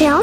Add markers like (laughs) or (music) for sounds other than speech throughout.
聊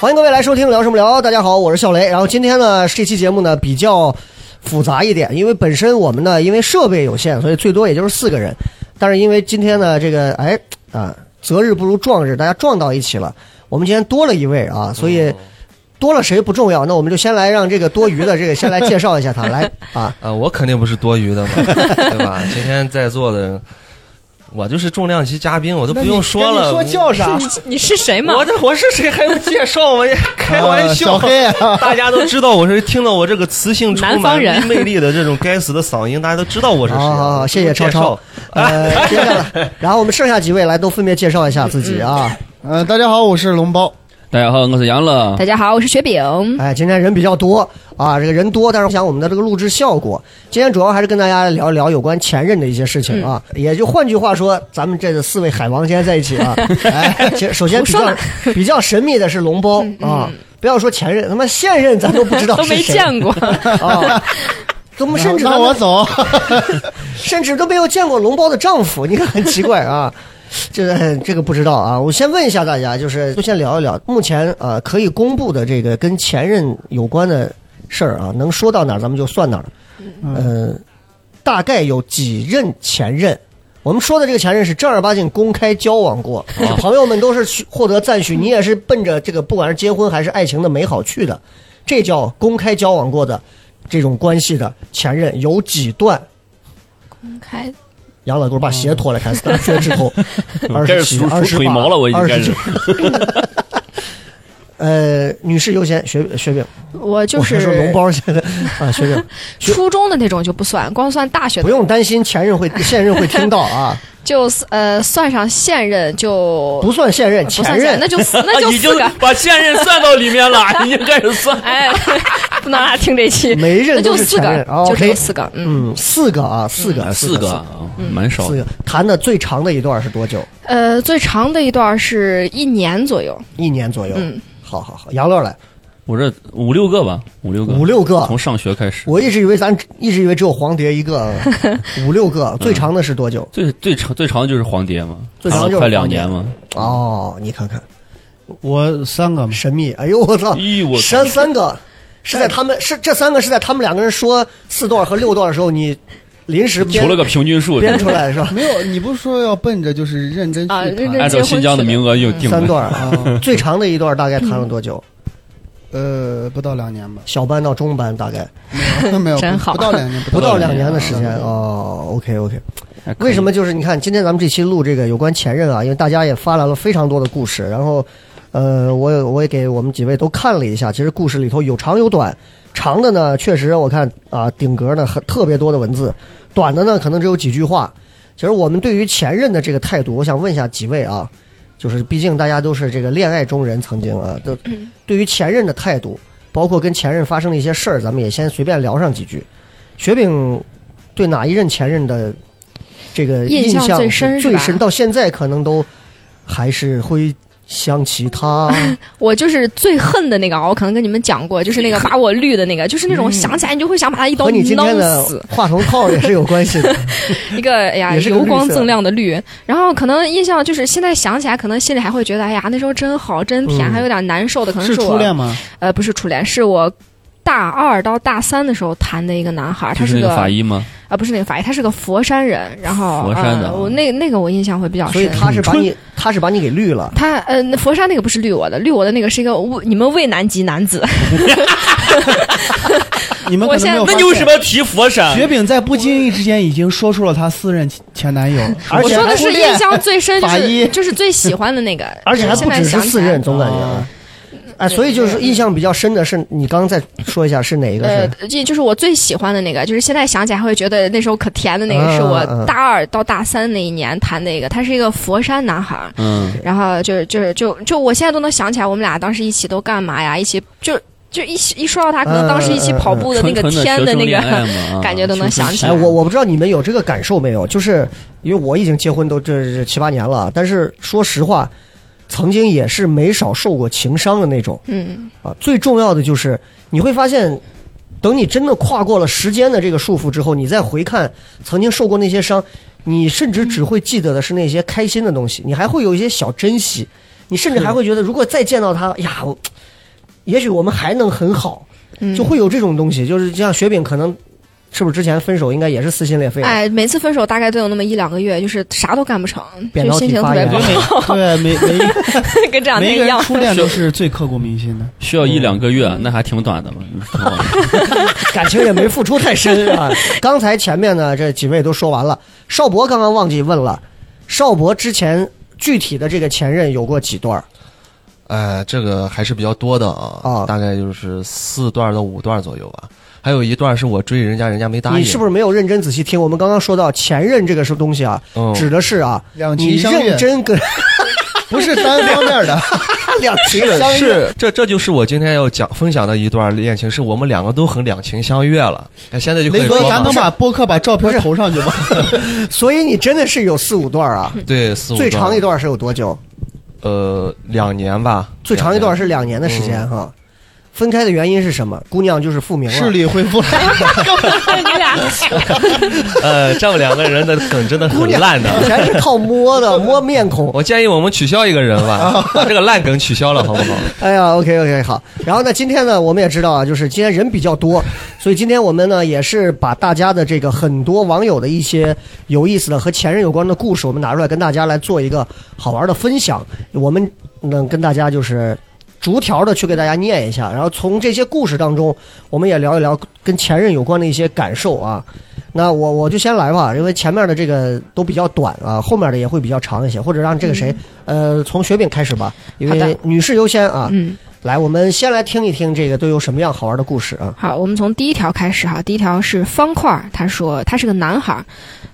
欢迎各位来收听聊什么聊。大家好，我是笑雷。然后今天呢，这期节目呢比较复杂一点，因为本身我们呢因为设备有限，所以最多也就是四个人。但是因为今天呢，这个哎啊，择日不如撞日，大家撞到一起了。我们今天多了一位啊，所哦以多了谁不重要，那我们就先来让这个多余的这个先来介绍一下他来啊。啊，我肯定不是多余的嘛， (laughs) 对吧？今天在座的，我就是重量级嘉宾，我都不用说了。说叫啥？你是谁嘛？我这我是谁还用介绍吗？开玩笑，小黑啊， (laughs) 大家都知道我是听到我这个磁性充南方满人魅力的这种该死的嗓音，大家都知道我是谁。好，啊谢谢超超。呃，接下来，然后我们剩下几位来都分别介绍一下自己啊。呃，大家好，我是龙包。大家好，我是杨乐。大家好，我是雪饼。哎，今天人比较多啊，这个人多，但是我想我们的这个录制效果，今天主要还是跟大家聊一聊有关前任的一些事情啊。嗯也就换句话说，咱们这四位海王今天在一起 (laughs) 啊，哎，其实首先比胡说嗯较比较神秘的是龙包啊，不要说前任，他妈现任咱都不知道都没是谁见过， (laughs) 啊。怎么甚至哦那他们我走。 (laughs) 甚至都没有见过龙包的丈夫，你看很奇怪啊。这个这个不知道啊，我先问一下大家，就是就先聊一聊目前呃可以公布的这个跟前任有关的事儿啊，能说到哪儿咱们就算哪儿。呃，大概有几任前任？我们说的这个前任是正儿八经公开交往 (laughs) 过，是朋友们都是去获得赞许，你也是奔着这个不管是结婚还是爱情的美好去的，这叫公开交往过的这种关系的前任有几段？开杨老给我把鞋脱了，开始跟脚趾 (laughs) 头，二嗯开十始七、数二十数腿毛了我已经开始。 29 (laughs) 呃，女士优先，雪雪饼，我就我还说是龙包现在啊，雪 (laughs) 饼初中的那种就不算，光算大学不的，用担心前任会现任会听到 (laughs) 啊，就呃算上现任就不算现任，不算前现任啊任，那就 (laughs) 四那就啊已经四个。把现任算到里面了，已经开始算。 (laughs) 哎，不能让他听这期，每一任那都就是四前任啊个，就只 OK，有四个。嗯，嗯，四个啊，四个，四个个，嗯啊，蛮少四。个，谈的最长的一段是多久？呃，最长的一段是一年左右。一年左右。嗯，好好好，杨乐来我这五六个吧，五六个，五六个，从上学开始。我一直以为咱一直以为只有黄蝶一个，五六嗯个，最长的是多久？最最长最长就是黄蝶嘛，最长谈就是黄了快蝶两年嘛。哦，你看看。我三个嘛，神秘。哎呦我操！咦我操三三个是在他们是这三个是在他们两个人说四段和六段的时候，你临时编求了个平均数，编出来是吧？ (laughs) 没有，你不是说要奔着就是认真去啊认真谈？按照新疆的名额又定三了。段 (laughs) 啊，最长的一段大概谈了多久？呃，不到两年 (laughs) 吧，小班到中班大概没有，没有，真不好不到两年，不到两两年的时间啊哦。OK OK，哎可以为什么就是你看今天咱们这期录这个有关前任啊，因为大家也发来了非常多的故事，然后呃，我也我也给我们几位都看了一下，其实故事里头有长有短，长的呢确实我看啊顶格呢很特别多的文字，短的呢可能只有几句话。其实我们对于前任的这个态度，我想问一下几位啊，就是毕竟大家都是这个恋爱中人，曾经啊，都嗯对于前任的态度，包括跟前任发生的一些事儿，咱们也先随便聊上几句。雪饼对哪一任前任的这个印象象最是深是最吧深到现在可能都还是会想起 (laughs) 他。我就是最恨的那个啊，我可能跟你们讲过，就是 (laughs) 那个把我绿的那个，就是那种想起来你就会想把他一刀嗯和你今天弄的死。话筒套也是有关系 (laughs) 的。 (laughs) 一个哎呀也是个绿油色光锃亮的绿，然后可能印象就是现在想起来，可能心里还会觉得哎呀那时候真好真甜，嗯还有点难受的，可能啊是我初恋吗？呃不是初恋，是我大二到大三的时候谈的一个男孩，他就是是那个个法医吗？啊、不是那个法医，他是个佛山人，然后佛山的嗯呃我那那个我印象会比较所以深。他是把你，他是把你给绿了。他呃，那佛山那个不是绿我的，绿我的那个是一个我你们渭南籍男子，你们可我现能在没有。那你为什么要提佛山雪饼在不经意之间已经说出了她私任前男友，而我且说还的初是恋印象最深，就法医是就是最喜欢的那个， (laughs) 而且还就是不现在只是想起四来哦任，总感觉啊啊。哎，所以就是印象比较深的是，你刚刚再说一下是哪一个呃是？，这就是我最喜欢的那个，就是现在想起来还会觉得那时候可甜的那个，嗯是嗯我嗯大二到大三那一年谈的一个，他是一个佛山男孩儿，嗯，然后就是就是就就我现在都能想起来，我们俩当时一起都干嘛呀？一起就就一起一说到他，可能当时一嗯起跑步的那纯个纯天学的生那恋个，爱嘛，啊感觉都能想起哎，来我我不知道你们有这个感受没有，就是因为我已经结婚都这这七八年了，但是说实话，曾经也是没少受过情伤的那种 (laughs) 嗯，啊。最重要的就是你会发现，等你真的跨过了时间的这个束缚之后，你再回看曾经受过那些伤，你甚至只会记得的是那些开心的东西，你还会有一些小珍惜，你甚至还会觉得，如果再见到他哎呀，我也许我们还能很好，嗯就会有这种东西。就是像雪饼，可能是不是之前分手应该也是撕心裂肺的？哎，每次分手大概都有那么一两个月，就是啥都干不成，扁就桃体心情特别发不炎好，对， (laughs) 每每跟这两每天一一个人样。初恋都是最刻骨铭心 (laughs) 的。需要一两个嗯月，那还挺短的嘛。你说 (laughs) 感情也没付出太深 (laughs) 啊。刚才前面呢，这几位都说完了。邵博刚刚忘记问了，邵博之前具体的这个前任有过几段儿？哎，这个还是比较多的啊，啊大概就是四段到五段左右吧。还有一段是我追人家，人家没答应。你是不是没有认真仔细听？我们刚刚说到前任这个是东西啊，嗯指的是啊，两你情相悦认真跟不是单方面 (laughs) 的，两情是相悦。呃是，这这就是我今天要讲分享的一段恋情，是我们两个都很两情相悦了。哎，现在就可以雷说哥，咱了能把播客把照片投上去吗？ (laughs) 所以你真的是有四五段儿啊。对四五最长一段是有多久？呃两年吧，最长一段是是两年的时间哈。分开的原因是什么？姑娘就是复明了。视力恢 (laughs) 复了，你俩呃，这两个人的梗真的很烂的。全是靠摸的，摸面孔。我建议我们取消一个人 (laughs) 吧，把这个烂梗取消了，好不好？哎呀，OK OK 好。然后呢，今天呢，我们也知道啊，就是今天人比较多，所以今天我们呢也是把大家的这个很多网友的一些有意思的和前任有关的故事，我们拿出来跟大家来做一个好玩的分享。我们能跟大家就是。逐条的去给大家念一下，然后从这些故事当中，我们也聊一聊跟前任有关的一些感受啊。那我我就先来吧，因为前面的这个都比较短啊，后面的也会比较长一些，或者让这个谁，呃，从雪饼开始吧，因嗯好为的女士优先啊。嗯，来，我们先来听一听这个都有什么样好玩的故事啊？好，我们从第一条开始哈。第一条是方块儿，他说他是个男孩儿，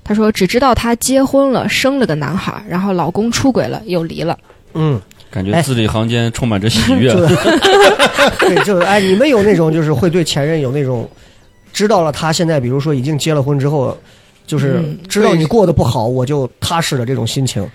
他说只知道他结婚了，生了个男孩儿，然后老公出轨了，又离了。嗯，感觉字里行间充满着喜悦。就对，就是哎，你们有那种就是会对前任有那种知道了他现在比如说已经结了婚之后，就是嗯知道你过得不好，我就踏实的这种心情，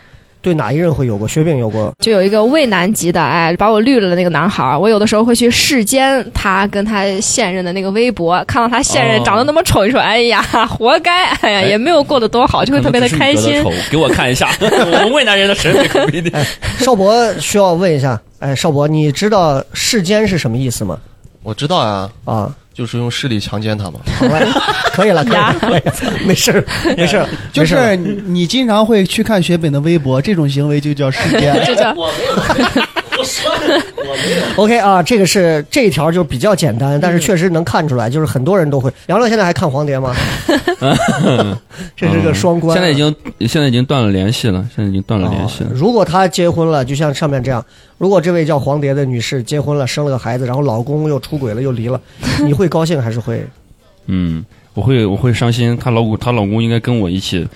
对哪一任会有过？雪饼有过？就有一个渭南籍的，哎，把我绿了的那个男孩儿，我有的时候会去世间他跟他现任的那个微博，看到他现任哦长得那么丑，你说哎呀，活该，哎呀，哎也没有过得多好，就会特别的开心。可能只是你觉得丑。给我看一 (laughs) 下，我们渭南人的审美可不一定。邵博需要问一下，哎，邵博，你知道“世间”是什么意思吗？ (laughs) 我知道啊，啊，就是用势力强奸他嘛。好 (laughs) 嘞，可以了，可以了，可以了没事儿，没事儿，就没事儿是你经常会去看雪饼的微博，这种行为就叫世间。这叫 OK 啊，这个是这一条就比较简单，但是确实能看出来，就是很多人都会。杨乐现在还看黄碟 (laughs) 吗？这是个嗯双关啊、嗯现在已经现在已经断了联系了，现在已经断了联系哦了。如果她结婚了，就像上面这样，如果这位叫黄碟的女士结婚了，生了个孩子，然后老公又出轨了，又离了，你会高兴还是会？嗯，我会我会伤心，她老公她老公应该跟我一起。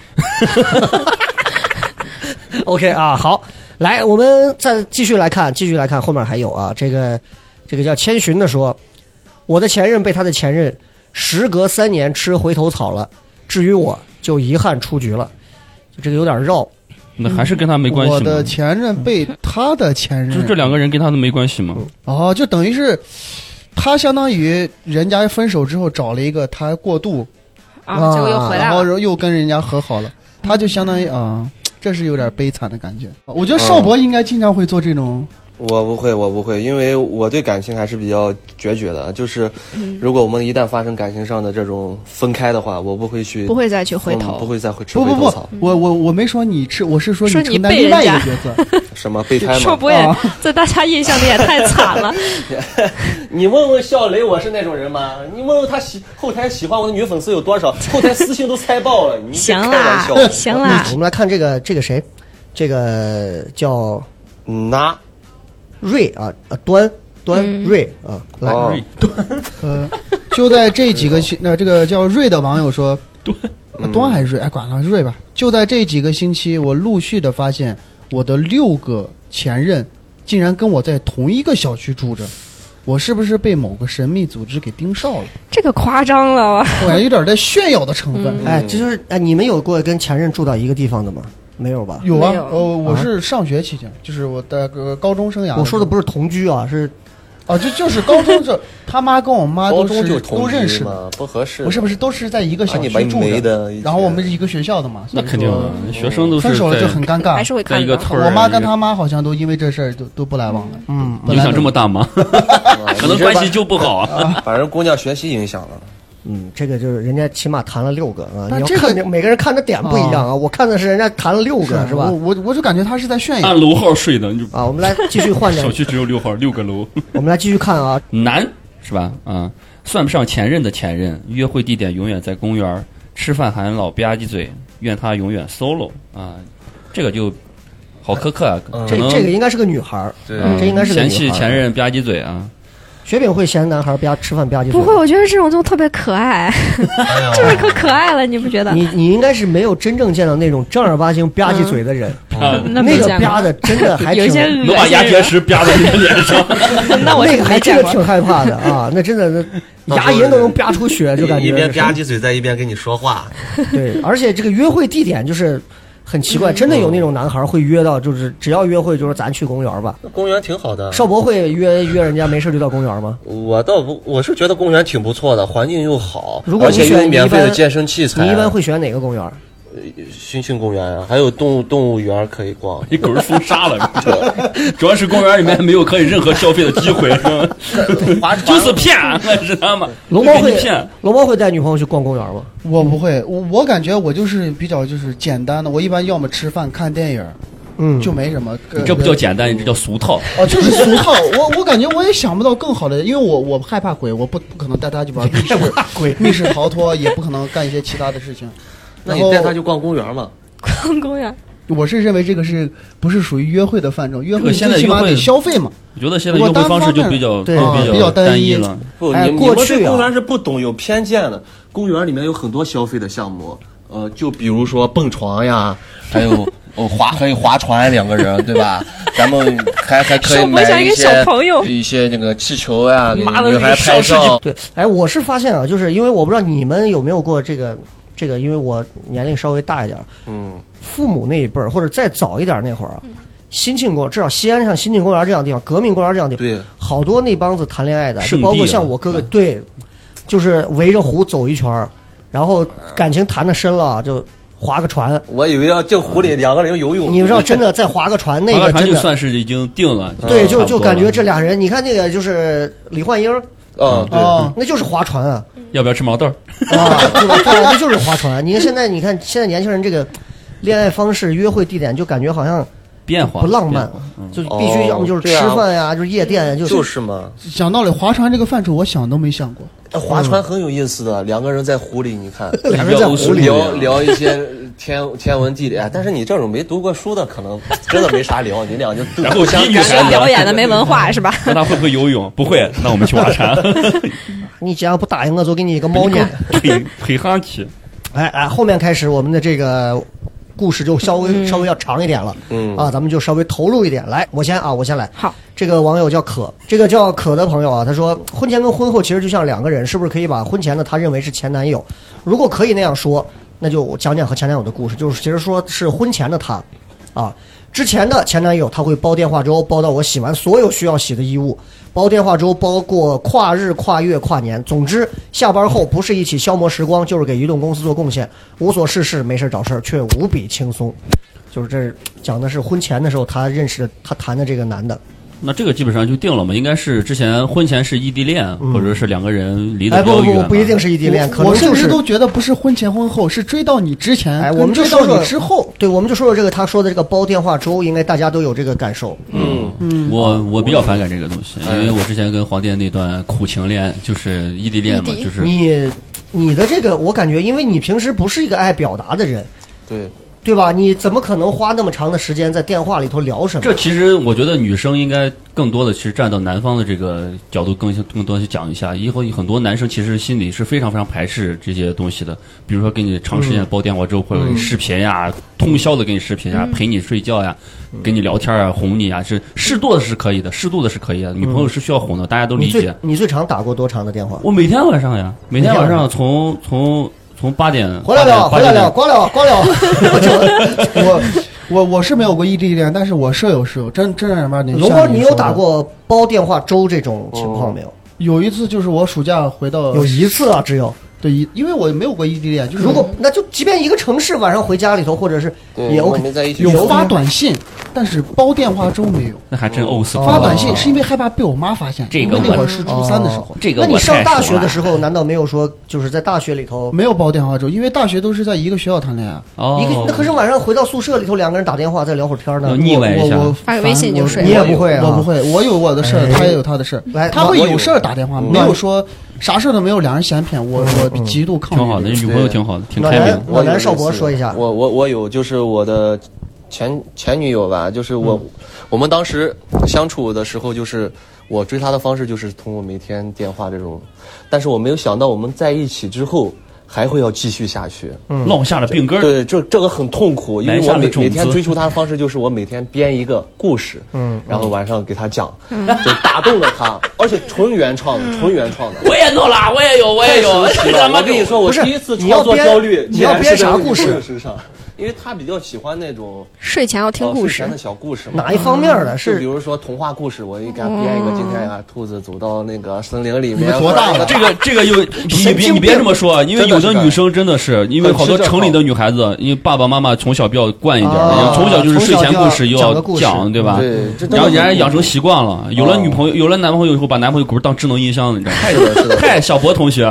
OK 啊，好，来，我们再继续来看，继续来看，后面还有啊，这个这个叫千寻的说，我的前任被他的前任，时隔三年吃回头草了，至于我就遗憾出局了，就这个有点绕，那还是跟她没关我系的吗？嗯前任被他的前就任，这两个人跟她都没关系吗？哦，就等于是他相当于人家分手之后找了一个他过渡，啊，结果又回来然了。后又跟人家和好了，他就相当于啊、这是有点悲惨的感觉。我觉得邵博应该经常会做这种，我不会，我不会，因为我对感情还是比较决绝的。就是，嗯如果我们一旦发生感情上的这种分开的话，我不会去不会再去回头嗯不会再会吃不回不头不草，，我我我没说你吃，我是说说你承担被另外一个人家角色， (laughs) 什么备胎 (laughs) 说嘛。不也啊在大家印象里也太惨了，你问问笑雷，我是那种人吗？你问问他喜后台喜欢我的女粉丝有多少，后台私信都猜爆了。你这行啊开玩啦笑，，行啦，我们来看这个这个谁，这个叫嗯呐，瑞啊啊端端嗯瑞啊，来，哦呃，就在这几个星，那、这个叫瑞的网友说，啊嗯端还是瑞？哎，管了，瑞吧。就在这几个星期，我陆续的发现，我的六个前任竟然跟我在同一个小区住着，我是不是被某个神秘组织给盯梢了？这个夸张了，我感觉有点带炫耀的成分。哎，这就是哎，你们有过跟前任住到一个地方的吗？嗯没有吧？有啊没，有呃，我是上学期间，就是我的呃高中生涯时候。我说的不是同居啊，是啊，就就是高中这他妈跟我妈高都中是就都同认居识的，嘛，不合适。不是不是，都是在一个啊小你区把你住没的一然后起我们是一个学校的嘛，所那以肯定说的，学生都是分手了在就很尴还尬是。会在看一个的。村儿，啊我妈跟她妈好像都因为这事儿都都不来哦往了。嗯，影响这么大 (laughs) 吗？ (laughs) 啊，可能你这关把系就不好啊。把人姑娘学习影响了。嗯，这个就是人家起码谈了六个啊，但你要这个看每个人看的点不一样哦啊，我看的是人家谈了六啊个是吧我？我我就感觉他是在炫按耀。楼号睡的，你就啊，我们来继续 (laughs) 换点小，区只有六号，六个楼。我们来继续看啊，男是吧？啊，算不上前任的前任，约会地点永远在公园儿，吃饭还老吧唧嘴，愿他永远 solo 啊，这个就好苛刻啊，嗯可这能这个应该是个女孩儿，啊对这应该是个嫌女弃孩儿前。任吧唧嘴啊，雪饼会嫌男孩儿吧吃饭吧唧嘴不会，，我觉得这种就特别可爱， (laughs) 就是可可爱了，你不觉得？你你应该是没有真正见到那种正儿八经吧唧嘴的人，嗯那那没个见过吧的真的还挺有一些恶能把牙结石吧到你的脸上，那我那是个没还真见的过。挺害怕的啊，那真的 (laughs) 那牙龈都能吧出血，就感觉一边是吧唧嘴，在一边跟你说话，对，而且这个约会地点就是很奇怪，真的有那种男孩会约到，就是只要约会就是咱去公园吧。那公园挺好嗯的。邵博会约约人家没事就到公园吗？我倒不，我是觉得公园挺不错的，环境又好，如果而你且选有免费你一的般健身器材。你一般会选哪个公园？猩猩公园啊，还有动物动物园可以逛。你狗是封杀了， (laughs) 主要是公园里面没有可以任何消费的机会，是吧？ (laughs) 就是骗，啊是他妈 (laughs) 龙猫给会你骗。龙猫会带女朋友去逛公园吗？我不会，我我感觉我就是比较就是简单的，我一般要么吃饭看电影，嗯，就没什么。呃你这不叫简单，你这叫俗套。哦，就是俗 (laughs) 套。我我感觉我也想不到更好的，因为我我害怕鬼，我不不可能带他去玩密室，密室逃脱也不可能干一些其他的事情。那然你后带他去逛公园嘛？逛公园，我是认为这个是不是属于约会的范畴？约这会个现在最起码约会得消费嘛。我觉得现在约会方式就比较对比比较单单一了。不，哎你们过你们去对啊公园是不懂，有偏见的。公园里面有很多消费的项目，呃，就比如说蹦床呀，还有 (laughs) 哦划还有划船，两个人对吧？咱们还还可以手摸买像一个一些小朋友一些那个气球呀，给妈的女那个孩消拍失就照。对，哎，我是发现啊，就是因为我不知道你们有没有过这个这个，因为我年龄稍微大一点，嗯，父母那一辈儿或者再早一点那会儿啊，新庆公至少西安像新庆公园这样的地方，革命公园这样的地方，对，好多那帮子谈恋爱的，圣就地包括了嗯像我哥哥，对，就是围着湖走一圈儿，然后感情谈的深了就划个船。我以为要进湖里两个人游泳。你知道，真的再划个船，那划个船真就的算是已经定了。啊对，差不就多就感觉这俩人，你看那个就是李焕英，嗯，对，哦，那就是划船 (laughs) 啊，要不要吃毛豆儿？啊，对吧？对啊，那就是划船。你看现在，你看现在年轻人这个恋爱方式、约会地点，就感觉好像变化不浪漫变化，就必哦须要么就是吃饭呀，就是夜啊店呀，就是就是嘛，讲道理，划船这个范畴我想都没想过。哎划船很有意思的，两个人在湖里，你看。两个人在比较湖欧式里一点聊聊一些天天文地理，哎但是你这种没读过书的，可能 (laughs) 真的没啥聊，你俩就然后互相逼女干孩学子表演的没文化是吧？ (laughs) 那他会不会游泳？不会，那我们去划 (laughs) 船。你只要不打赢我，就给你一个猫眼。很很憨气。哎哎，后面开始我们的这个故事就稍微、稍微要长一点了，嗯啊，咱们就稍微投入一点。来，我先啊，我先来。好，这个网友叫可，这个叫可的朋友啊，他说婚前跟婚后其实就像两个人，是不是可以把婚前的他认为是前男友？如果可以那样说，那就我讲讲和前男友的故事，就是其实说是婚前的他，啊。之前的前男友他会煲电话粥，煲到我洗完所有需要洗的衣物，煲电话粥包括跨日、跨月、跨年，总之下班后不是一起消磨时光，就是给移动公司做贡献，无所事事，没事找事儿，却无比轻松。就是这儿讲的是婚前的时候他认识的他谈的这个男的，那这个基本上就定了嘛，应该是之前婚前是异地恋，或者是两个人离嗯哎得比不较不远不嘛。不一定是异地恋，可能我甚就至是都觉得不是婚前婚后，是追到你之前，哎，跟我们就追说到说你之后。对，我们就说说这个他说的这个煲电话粥，应该大家都有这个感受。嗯，我我比较反感这个东西，嗯因为我之前跟黄店那段苦情恋就是异地恋嘛异，地就是你你的这个，我感觉，因为你平时不是一个爱表达的人，对，对吧？你怎么可能花那么长的时间在电话里头聊什么？这其实我觉得女生应该更多的其实站到男方的这个角度更更多去讲一下，以后很多男生其实心里是非常非常排斥这些东西的，比如说给你长嗯时间煲电话之后，或者给你视频呀，通宵的给你视频嗯呀，陪你睡觉呀，跟你聊天啊，哄你啊，是适度的是可以的，适度的是可以的，女朋友是需要哄的，大家都嗯你理解最。你最长打过多长的电话？我每天晚上呀，每天晚每天晚上从从从八点回来八了，点回来了，光了，光 (laughs) 了。我我我是没有过异地恋，但是我舍友是有，真正儿八经。龙像哥，你有说的打？过煲电话粥这种情况没有？有一次就是我暑假回到有一次啊，只有。对，一因为我没有过异地恋，就是如果那就即便一个城市晚上回家里头，或者是对也我 OK 们。在一起有有发短信，但是煲电话粥没有。哦那还真哦呕死我了。发短信是因为害怕被我妈发现，这个因为那会我儿是初三的时候，哦这个那你我上太大熟学的了时候，难道没有说就是在大学里头没有煲电话粥，因为大学都是在一个学校谈恋爱。哦一个？那可是晚上回到宿舍里头，两个人打电话再聊会儿天呢要。腻歪一下我我发个微信就睡你也不会啊？哎我不。会，我有我的事儿，他也有他的事儿来，他会有事儿打电话，我没有说啥事儿都没有，两人闲谝。我嗯我极度抗拒。挺好的，女朋友挺好的，挺暖开明男的。，暖男少博说一下，我我我有，就是我的前前女友吧，就是我、嗯我们当时相处的时候，就是我追她的方式就是通过每天电话这种，但是我没有想到我们在一起之后还会要继续下去。落下了病根儿。对，这这个很痛苦，因为埋下我了每种每天子追求她的方式就是我每天编一个故事，嗯，然后晚上给她讲，嗯就打动了她，而且纯原创的，纯原创的。我也弄了，我也有，我太也有神奇。 (laughs) 了！我跟你说，我不是第一次你要创作编焦虑，你竟然要编是在啥女故事朋友身上，因为他比较喜欢那种睡前要 (laughs) 听呃故睡哦事前的，小故事嘛。嗯哪一方面的？就比是如说童话故事，我给他编嗯一个，今天啊，兔子走到那个森林里面，多大或者哎了这个这 (laughs) 个有你别你别这么说，啊因为有的女生真的是，因为好多城里的女孩子，因为爸爸妈妈从小比较惯一点，啊从小就是睡前故事又从小就要讲要个故讲，事嗯对吧？对这嗯然后人家养成习惯了，有了女朋友，有了男朋友以后，把男朋友不是当智能音箱了，你知道吗？是的，是 (laughs) 的，嗨，小博同学，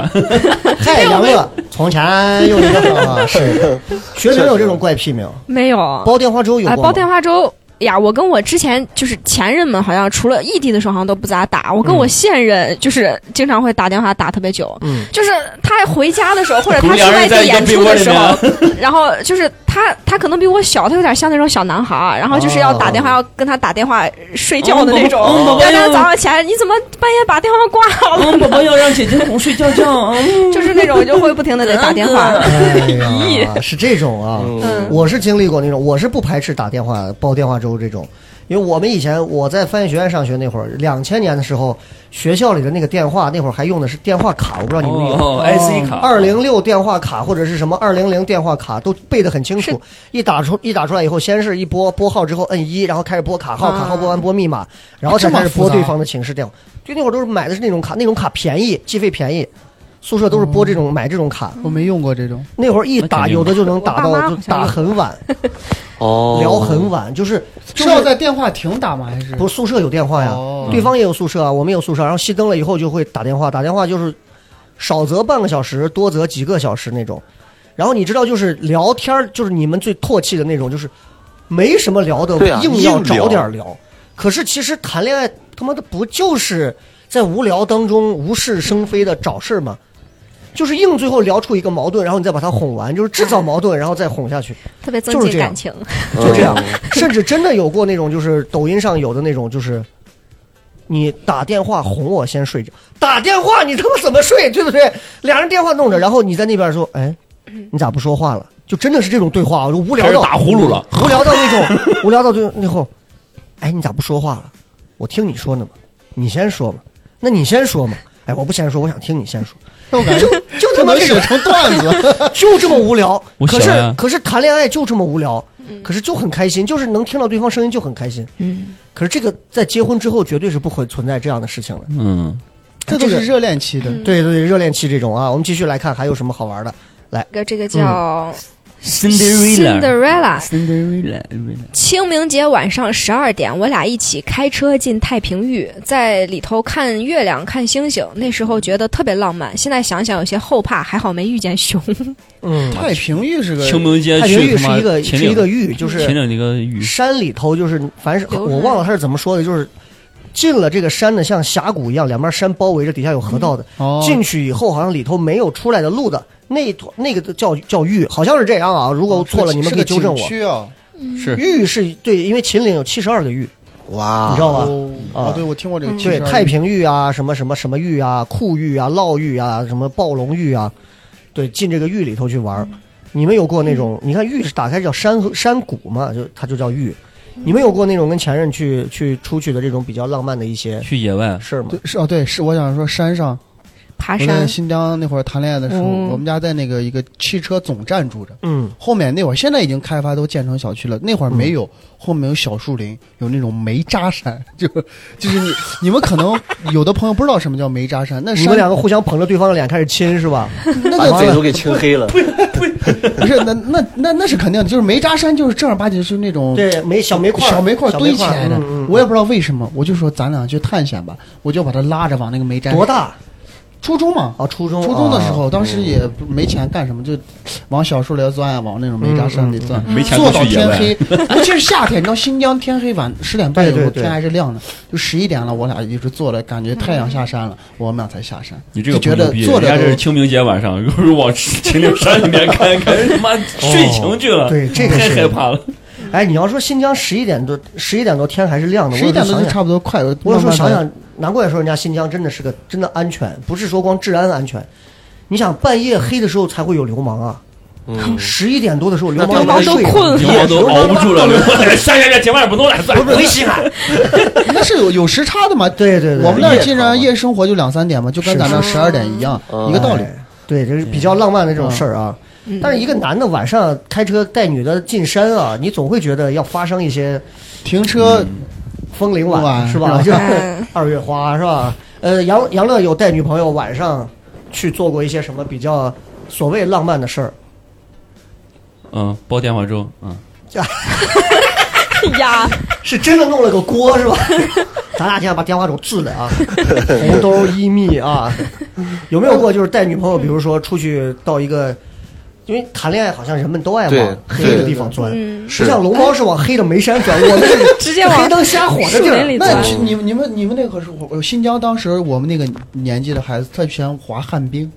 太阳乐，从前有一个 (laughs) 啊，是学者有这种怪癖没有？没有煲电话粥有哎，过吗煲电话粥呀，我跟我之前就是前任们，好像除了异地的时候，好像都不咋打。我跟我现任就是经常会打电话打特别久，嗯就是他回家的时候，或者我他们去两外人在地一个演被出窝的里时面候，，然后就是他，他可能比我小，他有点像那种小男孩儿，然后就是要打电话，要跟他打电话睡觉的那种。嗯宝宝要跟他要早上起来，你怎么半夜把电话挂了？嗯，宝宝要让姐姐哄睡觉觉。嗯就是那种，就会不停的得打电话。哎呀， (laughs) 是这种啊。嗯，我是经历过那种，我是不排斥打电话煲电话粥这种，因为我们以前我在翻译学院上学那会儿，两千年的时候，学校里的那个电话那会儿还用的是电话卡，我不知道你们有没有。哦，IC 卡，二零六电话卡或者是什么二零零电话卡都背得很清楚，一打出一打出来以后，先是一拨拨号之后摁一，然后开始拨卡号，啊卡号拨完拨密码，然后再这么开始复拨杂对方的寝室电话。就那会儿都是买的是那种卡，那种卡便宜，计费便宜，宿舍都是拨这种买这种卡。我没用过这种，那会儿一那打肯定有的就能我打爸到妈好就像打有很晚，哦聊很晚，就是就是要在电话亭打吗？还是不是宿舍有电话呀哦，对方也有宿舍啊，我们有宿舍，然后熄灯了以后就会打电话，打电话就是少则半个小时，多则几个小时那种。然后你知道，就是聊天儿，就是你们最唾弃的那种，就是没什么聊的，对啊硬要硬找聊点儿聊。可是其实谈恋爱他妈的不就是在无聊当中无事生非的找事儿吗？就是硬最后聊出一个矛盾，然后你再把它哄完，就是制造矛盾，然后再哄下去。特别增就是进这样感情。嗯就这样，甚至真的有过那种，就是抖音上有的那种，就是你打电话哄我先睡着，打电话你他妈怎么睡，对不对？俩人电话弄着，然后你在那边说，哎，你咋不说话了？就真的是这种对话，我啊就无聊开始到打呼噜了，无聊到那种， (laughs) 无聊到最最后，哎，你咋不说话了？我听你说呢嘛，你先说嘛，那你先说嘛。哎，我不先说，我想听你先说。我感就觉就他不妈能这写种，成段 (laughs) 子。就这么无聊。我可想是呀可是谈恋爱就这么无聊，可是就很开心，就是能听到对方声音就很开心。嗯，可是这个在结婚之后绝对是不会存在这样的事情的。嗯，这都是热恋期的，对对对，热恋期这种啊，我们继续来看还有什么好玩的。一个这个叫 Cinderella。 Cinderella， Cinderella，清明节晚上十二点，我俩一起开车进太平峪，在里头看月亮、看星星。那时候觉得特别浪漫，现在想想有些后怕，还好没遇见熊。嗯，太平峪是个清明节太平去峪他妈是一个秦是一个岭，峪，就秦是岭那个雨山里头，就是凡是流我水忘了他是怎么说的，就是进了这个山呢，嗯像峡谷一样，两边山包围着，底下有河道的。哦，进去以后好像里头没有出来的路的，那那个叫叫豫，好像是这样啊。如哦哦果我错了，你们可以纠正我。需要 (laughs) 是豫是对，因为秦岭有七十二个豫，哇你知道吧？啊，对，我听过这个72。嗯对，太平峪啊，什么什么什么峪啊，库峪啊，涝峪啊，什么暴龙峪啊，对，进这个峪里头去玩儿。你们有过那种？嗯你看峪是打开叫山和山谷嘛，就它就叫峪。嗯你们有过那种跟前任去去出去的这种比较浪漫的一些去野外，事儿吗对？是哦，对，是我想说山上，爬我在山，新疆那会儿谈恋爱的时候，嗯我们家在那个一个汽车总站住着。嗯，后面那会儿，现在已经开发都建成小区了。那会儿没有，后面有小树林，有那种煤渣山， (laughs) 就就是你你们可能有的朋友不知道什么叫煤渣山，那你山们两个互相捧着对方的脸开始亲是吧？ (laughs) 那把个嘴都给亲黑了。不是那那那那是肯定的，就是煤渣山就是正儿八经是那种对，煤小煤块儿，小煤块小堆起来的嗯嗯，嗯我也不知道为什么，我就说咱俩去探险吧，我就把他拉着往那个煤渣。多？大初中嘛，啊？初中初中的时候，啊当时也没钱干什么，就往小树林钻，往那种煤渣山里钻，嗯嗯没钱坐都到去野天外黑。尤其是夏天，你知道新疆天黑晚十点半以对后对对天还是亮的，就十一点了，我俩一直坐着，感觉太阳下山了，我们俩才下山。你这个就觉不牛得逼坐人着家都这是清明节晚上，如果是往秦岭山里面看，看他妈殉情去了，对这个太是害怕了。哎，你要说新疆十一点多，十一点多天还是亮的，我十一有时点候多想就想差不多快了。我有时候慢慢想地想，难怪说人家新疆真的是个真的安全，不是说光治安安全。你想半夜黑的时候才会有流氓啊，十一点多的时候流氓流氓都睡了困了牛毛都熬不住了，刘来山下这今晚不弄了，算回西安。那是有有时差的嘛？对对对我们那儿基本上夜生活就两三点嘛，就跟咱们十二点一样，一个道理。嗯哎对，这是比较浪漫的这种事儿啊。但是一个男的晚上开车带女的进山啊，你总会觉得要发生一些停车风铃晚晚是吧？是就吧是二月花是吧？呃，杨杨乐有带女朋友晚上去做过一些什么比较所谓浪漫的事儿？ (laughs) 嗯，煲电话粥，嗯，哎呀，是真的弄了个锅是吧？ (laughs) 咱俩今天把电话粥治了啊，红兜一密啊，有没有过就是带女朋友，比如说出去到一个，因为谈恋爱好像人们都爱对往黑的对地方钻，嗯，不像龙猫是往黑的眉山钻，我们是 (laughs) 直接往黑灯瞎火的地树林里儿。钻那去你们你们你们那个可是我我新疆当时我们那个年纪的孩子，他喜欢滑旱冰，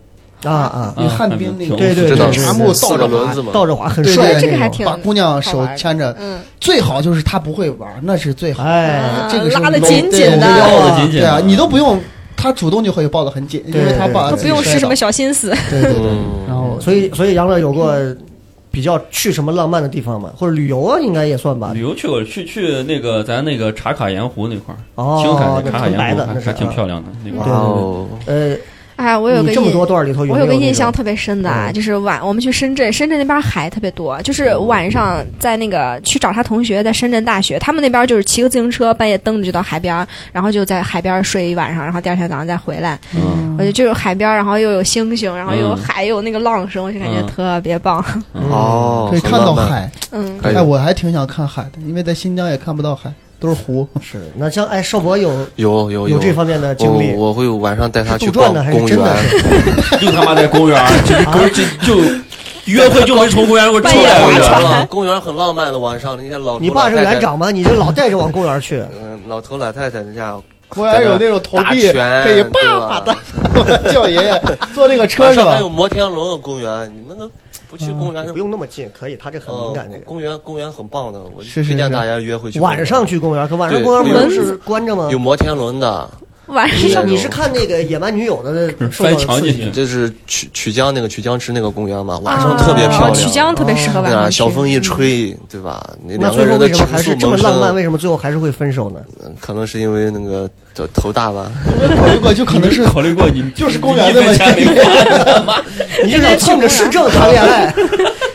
啊啊，因为旱冰那个对对知道对，全部部四个轮子嘛，倒着滑很对帅对的这个那还种挺把姑娘手好玩的牵着，嗯，最好就是他不会玩，那是最好。哎，这个时候拉得搂紧对紧的搂腰抱啊得紧紧对啊，的你都不用。他主动就会抱得很紧，因对为他对抱对都着不用自己使什摔么倒小心思，对对对。嗯，然后所以所以杨乐有过比较去什么浪漫的地方吗？或者旅游啊，应该也算吧旅。游去过，去去那个咱那个茶卡盐湖那块儿，哦青海那那茶卡纯白盐湖的还那是还挺啊漂亮的那块哇儿。哦，呃，哎，我有个你这么印多段里头有我没有个那印种象特别深的啊，嗯就是晚我们去深圳，深圳那边海特别多，就是晚上在那个去找他同学，在深圳大学，他们那边就是骑个自行车，半夜蹬着就到海边儿，然后就在海边儿睡一晚上，然后第二天早上再回来。嗯我觉得就是海边儿，然后又有星星，然后又有嗯海，又有那个浪声，我就感觉嗯特别棒。嗯哦，可以看到海，嗯，很浪漫，可以哎，我还挺想看海的，因为在新疆也看不到海，都 (laughs) 是湖。是那像哎，邵博有有有有这方面的经历我我会晚上带他去杜撰逛的还是公真的园，又他妈在公园儿，就是公就就约会就没从公园给我出半夜来 (laughs) 公 (laughs) 划园啊了。了，公园很浪漫的晚上，那些老头你爸是老太太园，长吗？你就老带着往公园去，嗯，老头老太太人家公园有那种投币打拳可以叭对的，叫爷爷坐那个车晚是上还吧有？摩天轮的公园，你们都不去公园嗯不用那么近，可以，他这很敏感。这哦，个公园公园很棒的，我是是推荐大家约会去公园晚上去公园，可晚上对公园有不是关着吗有？摩天轮的，晚你上有你是看那个《野蛮女友》的受到翻的墙刺进激去，这是曲曲江那个曲江池那个公园嘛，晚上特别漂啊亮，曲江特别适合晚对上啊，去小风一吹，对吧？那嗯那两个最后人的为什情么还是愫这么萌浪漫？生，为什么最后还是会分手呢？可能是因为那个头头大吧。考虑过就可能是考虑过你就是公园一的问分题钱没花，你这是冲着市政谈恋爱，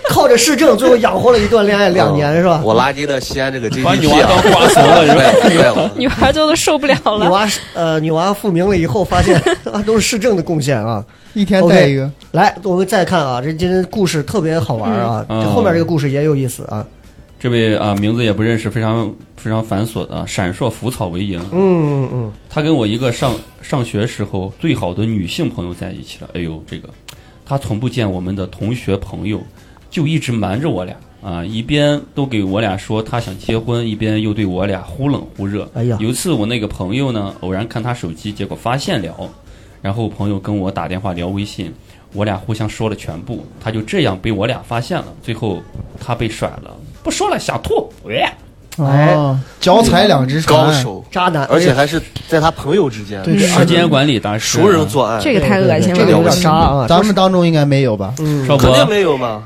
靠着市政最后养活了一段恋爱 (laughs) 两年是吧？嗯我垃圾的西安这个把女 GDP 娃啊当， (laughs) 花怂了是吧？(laughs) 对吧？女孩儿就都受不了女了。娃呃女娃复明了以后，发现啊都是市政的贡献啊。一天带一个 OK，。来，我们再看啊，这今天故事特别好玩啊，嗯这后面这个故事也有意思啊。这位啊，名字也不认识，非常非常繁琐的啊，闪烁腐草为营。嗯嗯嗯，她跟我一个上上学时候最好的女性朋友在一起了。哎呦，这个，她从不见我们的同学朋友，就一直瞒着我俩啊，一边都给我俩说她想结婚，一边又对我俩忽冷忽热。哎呀有一次我那个朋友呢，偶然看她手机，结果发现了，然后朋友跟我打电话聊微信，我俩互相说了全部，他就这样被我俩发现了，最后他被甩了，不说了，想吐，喂、哎哦，脚踩两只船高，手，渣男，哎而且还是在他朋友之间，嗯对对时间管理当然是熟人作案，这个太恶心这个有了点。渣啊，咱们当中应该没有吧？嗯少肯博，定没有嘛。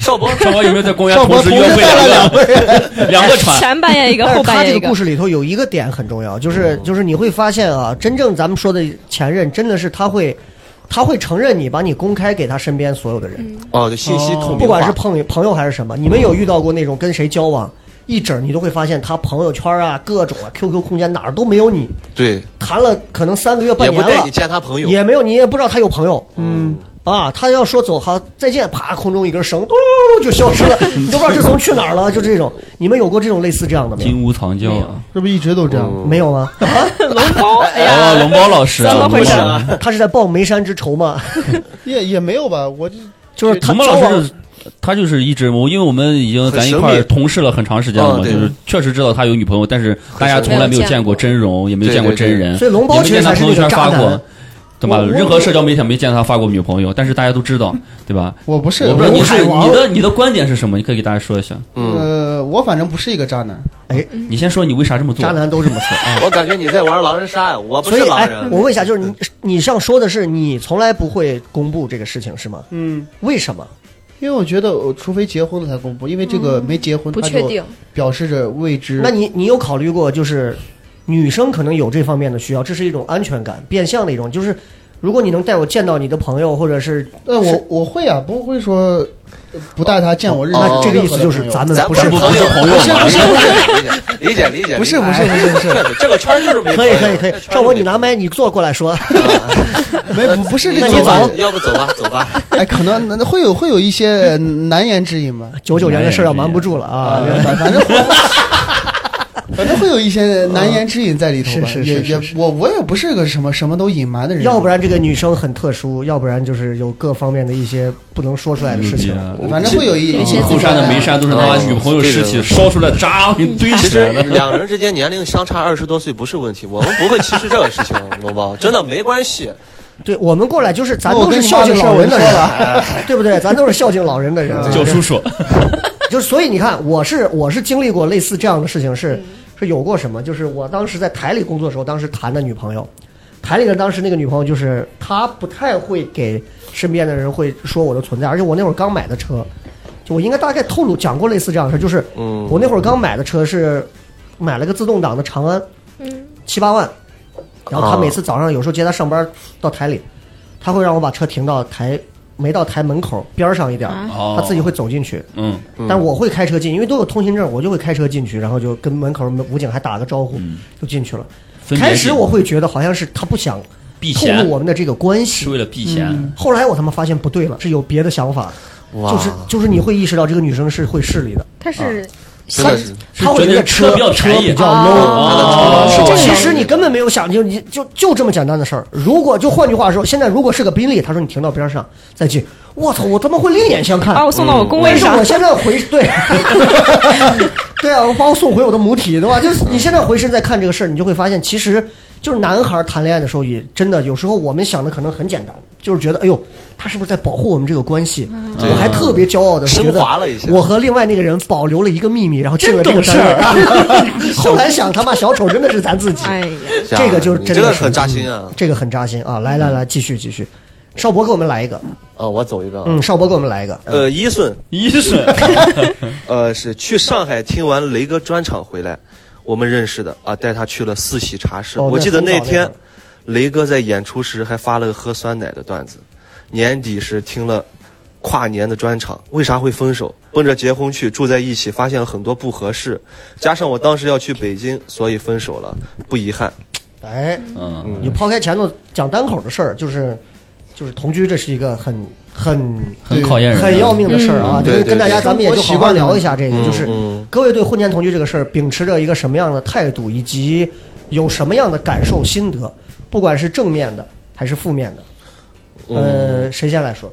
少博，少博有没有在公园少博同时约同时会两个 (laughs) 两个 (laughs) 船？前半夜一个，但后是他半这夜一个故个。嗯事里头有一个点很重要，就是就是你会发现啊，真正咱们说的前任，真的是他会，他会承认你，把你公开给他身边所有的人，哦，就信息透明化，不管是朋友朋友还是什么，你们有遇到过那种跟谁交往，一整儿你都会发现他朋友圈啊、各种啊、QQ 空间哪儿都没有你，对，谈了可能三个月半也年不了，带你见他朋友，也没有，你也不知道他有朋友。嗯。啊，他要说走好再见，啪，空中一根绳，嘟就消 (laughs) 失了，你都不知道这从去哪儿了，就这种。你们有过这种类似这样的没有？金屋藏娇啊！是不是一直都这样？嗯没有吗？哎龙包，哎哦，呀，龙包老师啊，怎么回事龙包老师他是在报梅山之仇 (laughs) 吗？ (laughs) 也也没有吧？我就就是他龙包交老往师，他就是一直我，因为我们已经咱一块很神儿秘同事了很长时间了哦嘛，就嗯对是确实知道他有女朋友，但是大家从来没有见过真容，也没有见过真人，所以龙包也没其实见他才是朋那友个圈渣发男过。。对吧我？我任何社交媒体没见他发过女朋友，但是大家都 (laughs) 知道，对吧？我不是，我不知道你我是我你的你的观点是什么？你可以给大家说一下。嗯嗯呃，我反正不是一个渣男，嗯你先说你为啥这么做？渣男都这么说。我感觉你在玩狼人杀呀，我不所是以，狼哎人，，我问一下，就是你你上说的是你从来不会公布这个事情是吗？嗯，为什么？因为我觉得，我除非结婚了才公布，因为这个没结婚，嗯不他确就定。表示着未知。那你你有考虑过，就是女生可能有这方面的需要，这是一种安全感，变相的一种，就是如果你能带我见到你的朋友，或者是哦呃，我我会啊，不会说呃不带他见我认识。那这个意思就是咱们咱不是不朋是友。朋友嘛，不 (laughs) 是不是，理解理解理解，不是不是不是不是确实这个圈儿就是没可以朋可以友可以这，圈儿赵博就是你拿麦，你坐过来说。没不不是这那个你意没思朋友走要不呃走吧走吧，哎，可能那那会有会有一些难言之隐吧。九九年的事儿要瞒不住了啊！反反正会， (laughs) 反正会有一些难言之隐在里头吧。是是是也是也我我也不是个什么什么都隐瞒的人，要不然这个女生很特殊，要不然就是有各方面的一些不能说出来的事嗯情。啊反正会有嗯一些后山的眉山都啊是哦他女朋友尸体烧出来渣给堆 (laughs) 起其实来的。 (laughs) 两人之间年龄相差二十多岁不是问题，我们不会歧视这个事情， (laughs) 龙包真的没关系。对我们过来就是咱那我都是跟你孝妈敬的事儿老我人就的说人， (laughs) 对不对？咱都是孝敬老人的人。叫叔叔，就是所以你看，我是我是经历过类似这样的事情，是是有过什么？就是我当时在台里工作的时候，当时谈的女朋友，台里的当时那个女朋友就是她不太会给身边的人会说我的存在，而且我那会儿刚买的车，就我应该大概透露讲过类似这样的事，就是嗯我那会儿刚买的车是买了个自动挡的长安，七八万，然后她啊每次早上有时候接她上班到台里，她会让我把车停到台没到台门口边儿上一点儿，哦她自己会走进去。嗯，但我会开车进，因为都有通行证，我就会开车进去，然后就跟门口武警还打个招呼，嗯就进去了。分别开始是我会觉得好像是他不想避透嫌露我嗯们的这个关系是，为了避嫌，后来我他妈发现不对了，是有别的想法，就是就是你会意识到这个女生是会势利的，他是真的是是她会觉觉得得车比较车便宜比较啊 low，哦是这这样其实你根本没有想就你就就这么简单的事儿。如果就换句话说，现在如果是个宾利，他说你停到边上再进，我操，我他妈会另眼相看把我送到我工位但是上我，现在回对，对啊，我把我送回我的母体，对吧？就是你现在回身再看这个事儿，你就会发现，其实就是男孩谈恋爱的时候，也真的有时候我们想的可能很简单，就是觉得，哎呦，他是不是在保护我们这个关系？嗯我还特别骄傲的觉啊升得华了一下，我和另外那个人保留了一个秘密，然后进了这个事儿。啊 (laughs) 后来想，他妈小丑真的是咱自己，哎呀，这个就是你真这的个是很扎心啊嗯！这个很扎心啊！来来来，继续继续，少博给我们来一个，啊，我走一个啊。嗯，少博给我们来一个，呃，一顺，(laughs) 一是呃，是去上海听完雷哥专场回来，我们认识的啊，带他去了四喜茶室。哦我记得那很那早那天会儿，雷哥在演出时还发了个喝酸奶的段子。年底时听了跨年的专场，为啥会分手？奔着结婚去，住在一起，发现了很多不合适，加上我当时要去北京，所以分手了，不遗憾。哎。嗯，你抛开前头讲单口的事儿，就是就是同居，这是一个很很很考验人的，很要命的事儿啊！嗯这个对对跟大家咱们也就好好聊一下这个，嗯就是嗯各位对婚前同居这个事儿秉持着一个什么样的态度，以及有什么样的感受心得，不管是正面的还是负面的。嗯呃，谁先来说？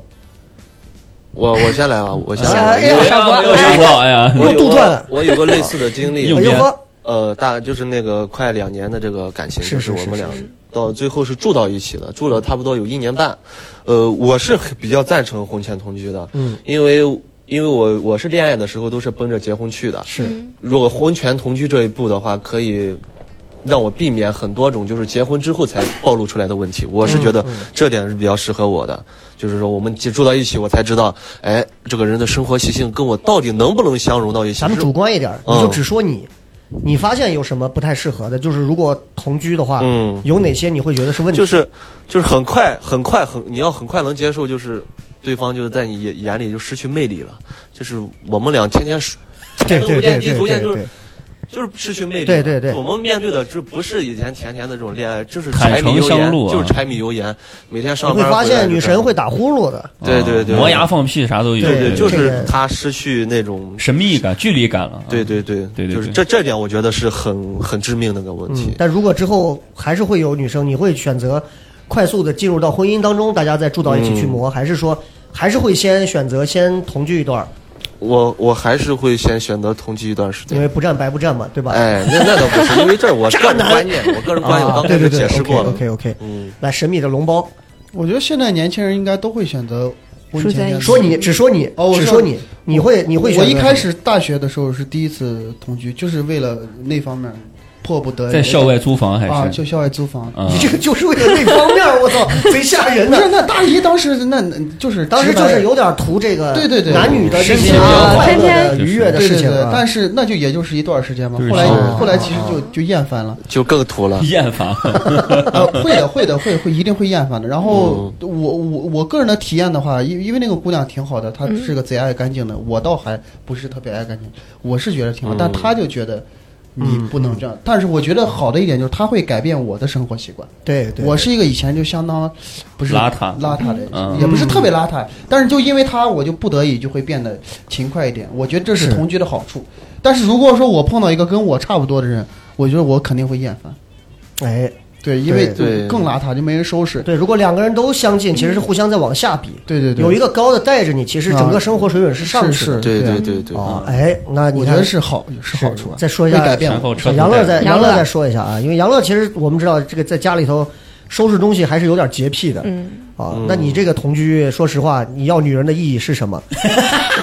我我先来啊，我先来哎啊。因呀哎呀为没有想到，哎呀，我有 (laughs) 又杜撰个了我有个 (laughs) 类似的经历，又哎呦别呵，呃，大就是那个快两年的这个感情，是就是我是们是俩是到最后是住到一起的，住了差不多有一年半。呃，我是比较赞成婚前同居的，嗯，因为因为我我是恋爱的时候都是奔着结婚去的，是如果婚前同居这一步的话，可以让我避免很多种就是结婚之后才暴露出来的问嗯题。我是觉得这点是比较适合我的，就是说我们住到一起，我才知道，哎，这个人的生活习性跟我到底能不能相融到一起。咱们是主观一点儿，你嗯就只说你，你发现有什么不太适合的，就是如果同居的话，嗯有哪些你会觉得是问题？就是就是很快很快很你要很快能接受，就是对方就是在你眼眼里就失去魅力了。就是我们俩天天是对对对逐渐对逐渐就对是对，就是失去魅力。对对对我们面对的这不是以前甜甜的这种恋爱，就是坦柴米诚油相盐，露啊就是柴米油盐，每天上你班会发回来现就女是神会打呼噜的，对对嗯对，磨牙放屁啥都有，对对，对就这是个他失去那种，神秘感、距离感了啊。对对对啊对对就是对这这点我觉得是很很致命的一个问嗯题，。但如果之后还是会有女生，你会选择快速的进入到婚姻当中，大家再住到一起去嗯磨，还是说还是会先选择先同居一段儿，我我还是会先选择同居一段时因间为。不战白不战嘛，对吧？哎，那那倒不是，因为这 (laughs) 是我个人观念，我个人观念，我啊，刚对才对就对解释过了。 OK OK，嗯，来神秘的龙包， (laughs) 我觉得现在年轻人应该都会选择婚住在前一恋爱起说你只说你嗯哦我，只知道说你，你会你会选我择一什么开始大学的时候是第一次同居，就是为了那方面迫不得已在校外租房还啊，是就校外租房。啊你这个就是为了那方面儿， (laughs) 我操，贼吓人不是，的。那大姨当时那那就是当时直白就是有点图这个对对对男女的这身些体啊啊快乐的天天愉悦的对事对情对啊，，但是那就也就是一段时间嘛。就是后来哦后来其实就就厌烦了，就更土了。 (laughs) 嗯厌烦了，呃，会的会的会会一定会厌烦的。然后我我我个人的体验的话，因因为那个姑娘挺好的，她是个贼爱干净的，我倒还不是特别爱干净，我是觉得挺好，但她就觉得。你不能这样，但是我觉得好的一点就是她会改变我的生活习惯。对对，我是一个以前就相当不是邋遢邋遢的，嗯也不是特别邋遢，但是就因为他，我就不得已就会变得勤快一点。我觉得这是是同居的好处。但是如果说我碰到一个跟我差不多的人，我觉得我肯定会厌烦。哎对，因为对更邋遢就没人收拾。对，如果两个人都相近，其实是互相在往下比，对对对，啊有一个高的带着你，其实整个生活水准是上是去的是，对啊对对对，啊。哎，那你我觉看得是好是好处啊。再说一会下改变然我。后车杨乐再杨杨乐乐再说一下啊，因为杨乐其实我们知道这个在家里头收拾东西还是有点洁癖的，嗯，啊，那你这个同居，说实话，你要女人的意义是什 (laughs) 么？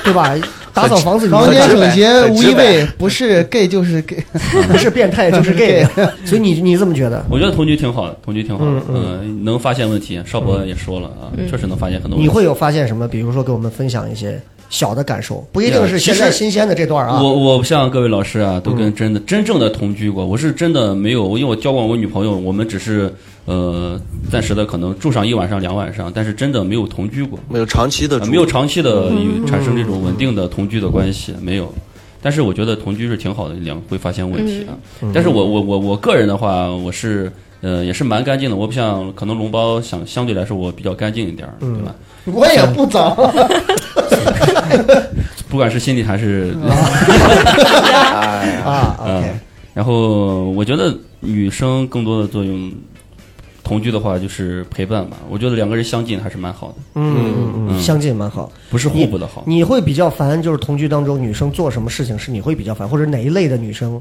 对吧？打扫房子，你房间整洁很无直一白味， (laughs) 不是 gay 就是 gay。不是变态就是 gay，所以你你怎么觉得？我觉得同居挺好的，同居挺好的，嗯嗯、能发现问题。邵博也说了啊，确实能发现很多问你题。会有发现什么？比如说给我们分享一些小的感受，不一定是其现实在新鲜的这段啊。我我像各位老师啊，都跟真的、真正的同居过，我是真的没有，因为我交过我女朋友，我们只是呃暂时的可能住上一晚上两晚上，但是真的没有同居过，没有长期的呃住，没有长期的有产生这种稳定的同居的关系，没有。但是我觉得同居是挺好的，两会发现问题啊。但是我我我我个人的话，我是呃也是蛮干净的，我不像可能龙包想相对来说我比较干净一点儿，对吧？我也不脏，不管是心理还是啊，OK，嗯然后我觉得女生更多的作用，同居的话就是陪伴吧。我觉得两个人相近还是蛮好的，嗯嗯嗯，嗯相近蛮好。不是互补的好。你会比较烦，就是同居当中女生做什么事情是你会比较烦，或者哪一类的女生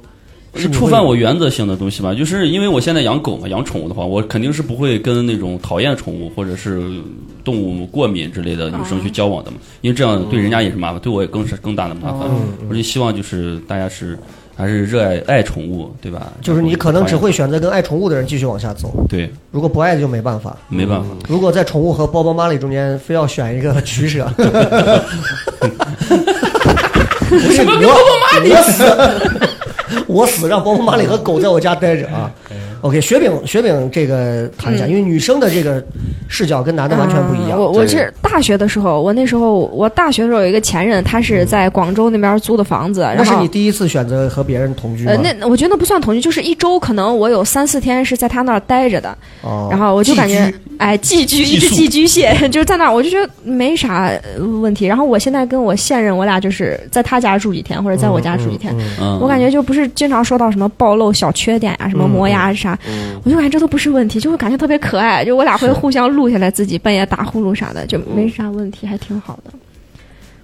是是你触会犯我原则性的东西吧，就是因为我现在养狗嘛，养宠物的话，我肯定是不会跟那种讨厌宠物或者是动物过敏之类的女哦生去交往的嘛，因为这样对人家也是麻嗯烦，对我也更是更大的麻烦。我就希望就是大家是还是热爱爱宠物，对吧？就是你可能只会然后选择跟爱宠物的人继续往下走，不讨厌对，如果不爱就没办法。没办法。如果在宠物和包包妈里中间非要选一个取舍，不是你要我死，我死让包包妈里和狗在我家待着啊。OK，雪嗯饼雪饼这个谈一下，因为女生的这个视角跟男的完全不一样啊。我我是大学的时候，我那时候我大学的时候有一个前任，他是在广州那边租的房子，那然是后你。第一次选择和别人同居吗？呃，那我觉得那不算同居，就是一周可能我有三四天是在他那儿待着的，哦然后我就寄感觉居，哎，寄居寄一直宿寄居蟹， (laughs) 就是在那儿，我就觉得没啥呃问题。然后我现在跟我现任，我俩就是在他家住几天，或者嗯在我家住几 (laughs) 天，嗯，我感觉就不是经常说到什么暴露小缺点啊，什嗯么磨牙啥，嗯我就感觉这都不是问题，就会感觉特别可爱。就我俩会互相录下来自己半夜打呼噜啥的，就嗯没啥问题，还挺好的。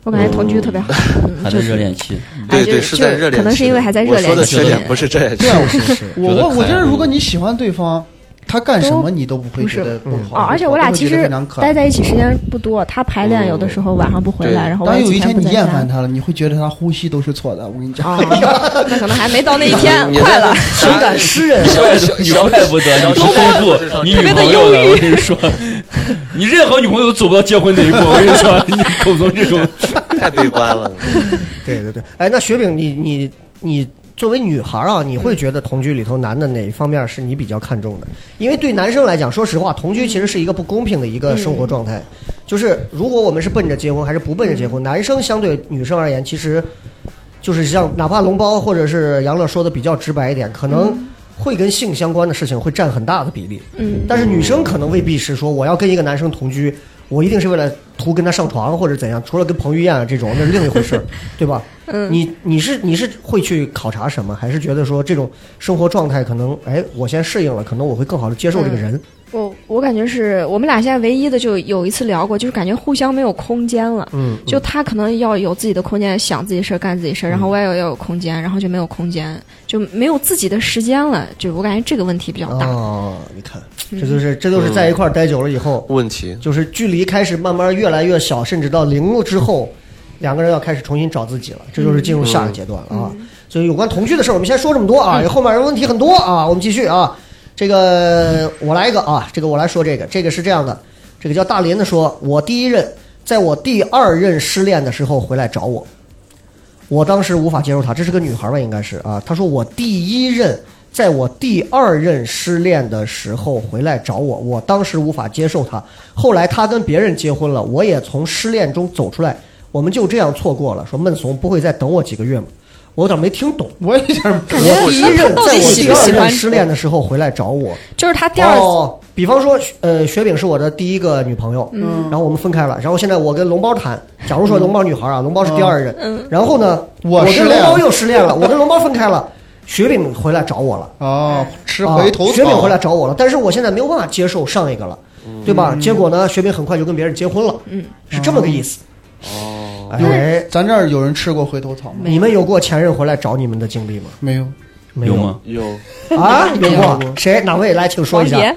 我感觉同居特别好，嗯还就在是热恋期，嗯 (laughs) 嗯对哎就对，是在就热恋期的。可能是因为还在热我说的恋期 (laughs) 缺点不是这也是 (laughs) 对啊我觉得我我可爱觉得如果你喜欢对方，他干什么你都不会觉得不好啊哦，而且我俩都会其觉得实非常可待爱。在一起时间不多，他排练有的时候晚上不回来，对然后我嗯当也有一几天不你在厌家烦他了，你会觉得他呼吸都是错的。我跟你讲，啊，那可能还没到嗯那一天， (laughs) 快了，情感诗人，怪 (laughs) 小怪不得你是丰富你女朋友了，我跟你说， (laughs) 你任何女朋友都走不到结婚那一步。我跟你说，你口中这种太悲观了。对对对。哎，那雪饼，你你你作为女孩啊，你嗯会觉得同居里头男的哪一方面是你比较看重的？因为对男生来讲，说实话，同居其实是一个不公平的一个嗯生活状态。就是如果我们是奔着结婚还是不奔着结嗯婚，男生相对女生而言，其实就是像哪怕龙包或者是杨乐说的比较直白一点，可能会跟性相关的事情会占很大的比例。嗯，但是女生可能未必是说我要跟一个男生同居，我一定是为了图跟他上床或者怎样。除了跟彭于晏啊这种，那是另一回事 (laughs) 儿，对吧？嗯你你是你是会去考察什么，还是觉得说这种生活状态可能，哎，我先适应了，可能我会更好的接受这个人。我我感觉是我们俩现在唯一的，就有一次聊过，就是感觉互相没有空间了。嗯，就他可能要有自己的空间，想自己事儿，干自己事儿，然后嗯我也要有空间，然后就没有空间，就没有自己的时间了。就我感觉这个问题比较大。哦，你看，这就是这就是在一块儿待久了以后，问题 (laughs) 就是距离开始慢慢越来越小，甚至到零了之后，两个人要开始重新找自己了，这就是进入下个阶段了啊。所以有关同居的事儿，我们先说这么多啊，后面问题很多啊，我们继续啊。这个我来一个啊，这个我来说这个，这个是这样的，这个叫大林的说，我第一任，在我第二任失恋的时候回来找我，我当时无法接受她，这是个女孩吧，应该是啊。她说我第一任，在我第二任失恋的时候回来找我，我当时无法接受她。后来她跟别人结婚了，我也从失恋中走出来，我们就这样错过了。说闷怂不会再等我几个月吗？我有点没听懂。 (laughs) 我也想，我第一任到在底我喜第不二喜任欢失恋的时候回来找我，就是他第二次，哦，比方说，呃，雪饼是我的第一个女朋友，嗯然后我们分开了，然后现在我跟龙包谈，假如说龙包女孩啊，龙包是第二任，嗯然后呢，我我失跟恋龙包了又失恋了，我跟龙包分开了，雪饼回来找我了。哦，吃啊回头草。雪饼回来找我了，但是我现在没有办法接受上一个了，对嗯吧？结果呢，雪饼很快就跟别人结婚了，嗯，是这么个意思。哦，哎，咱这儿有人吃过回头草吗？你们有过前任回来找你们的经历吗？没有，没有吗？有啊，有没过谁？哪位来，请说黄一下。蝶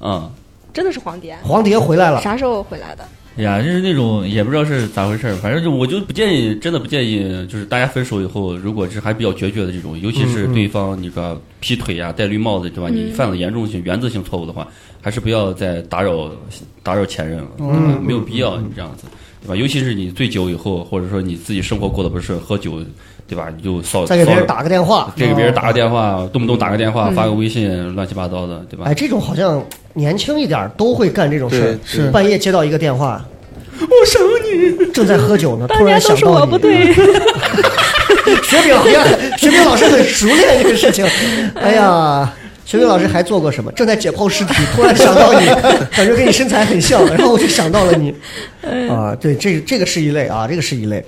啊。真的是黄蝶，黄蝶回来了，啥时候回来的？哎呀，就是那种也不知道是咋回事儿，反正就我就不建议，真的不建议，就是大家分手以后，如果是还比较决绝的这种，尤其是对方你说劈腿呀、戴绿帽子，对吧？你犯了严重性、原则性错误的话，还是不要再打扰打扰前任了，对吧？没有必要你这样子，对吧？尤其是你醉酒以后，或者说你自己生活过得不顺，喝酒，对吧？你就骚再给别人骚扰打个电话，再给别人打个哦电话，动不动打个电话，发个微信，乱七八糟的，对吧哎，？这种好像年轻一点儿都会干这种事儿对，是半夜接到一个电话，我想你，正在喝酒呢，突 (laughs) 大家然都想说到我你不，对，学饼好 (laughs) 像学饼老师很熟练这个事 (laughs) 情，哎呀。学饼老师还做过什么？正在解剖尸体，突然想到 (laughs) 你，感觉跟你身材很像，然后我就想到了 (laughs) 你。啊，对，这这个是一类啊，这个是一类。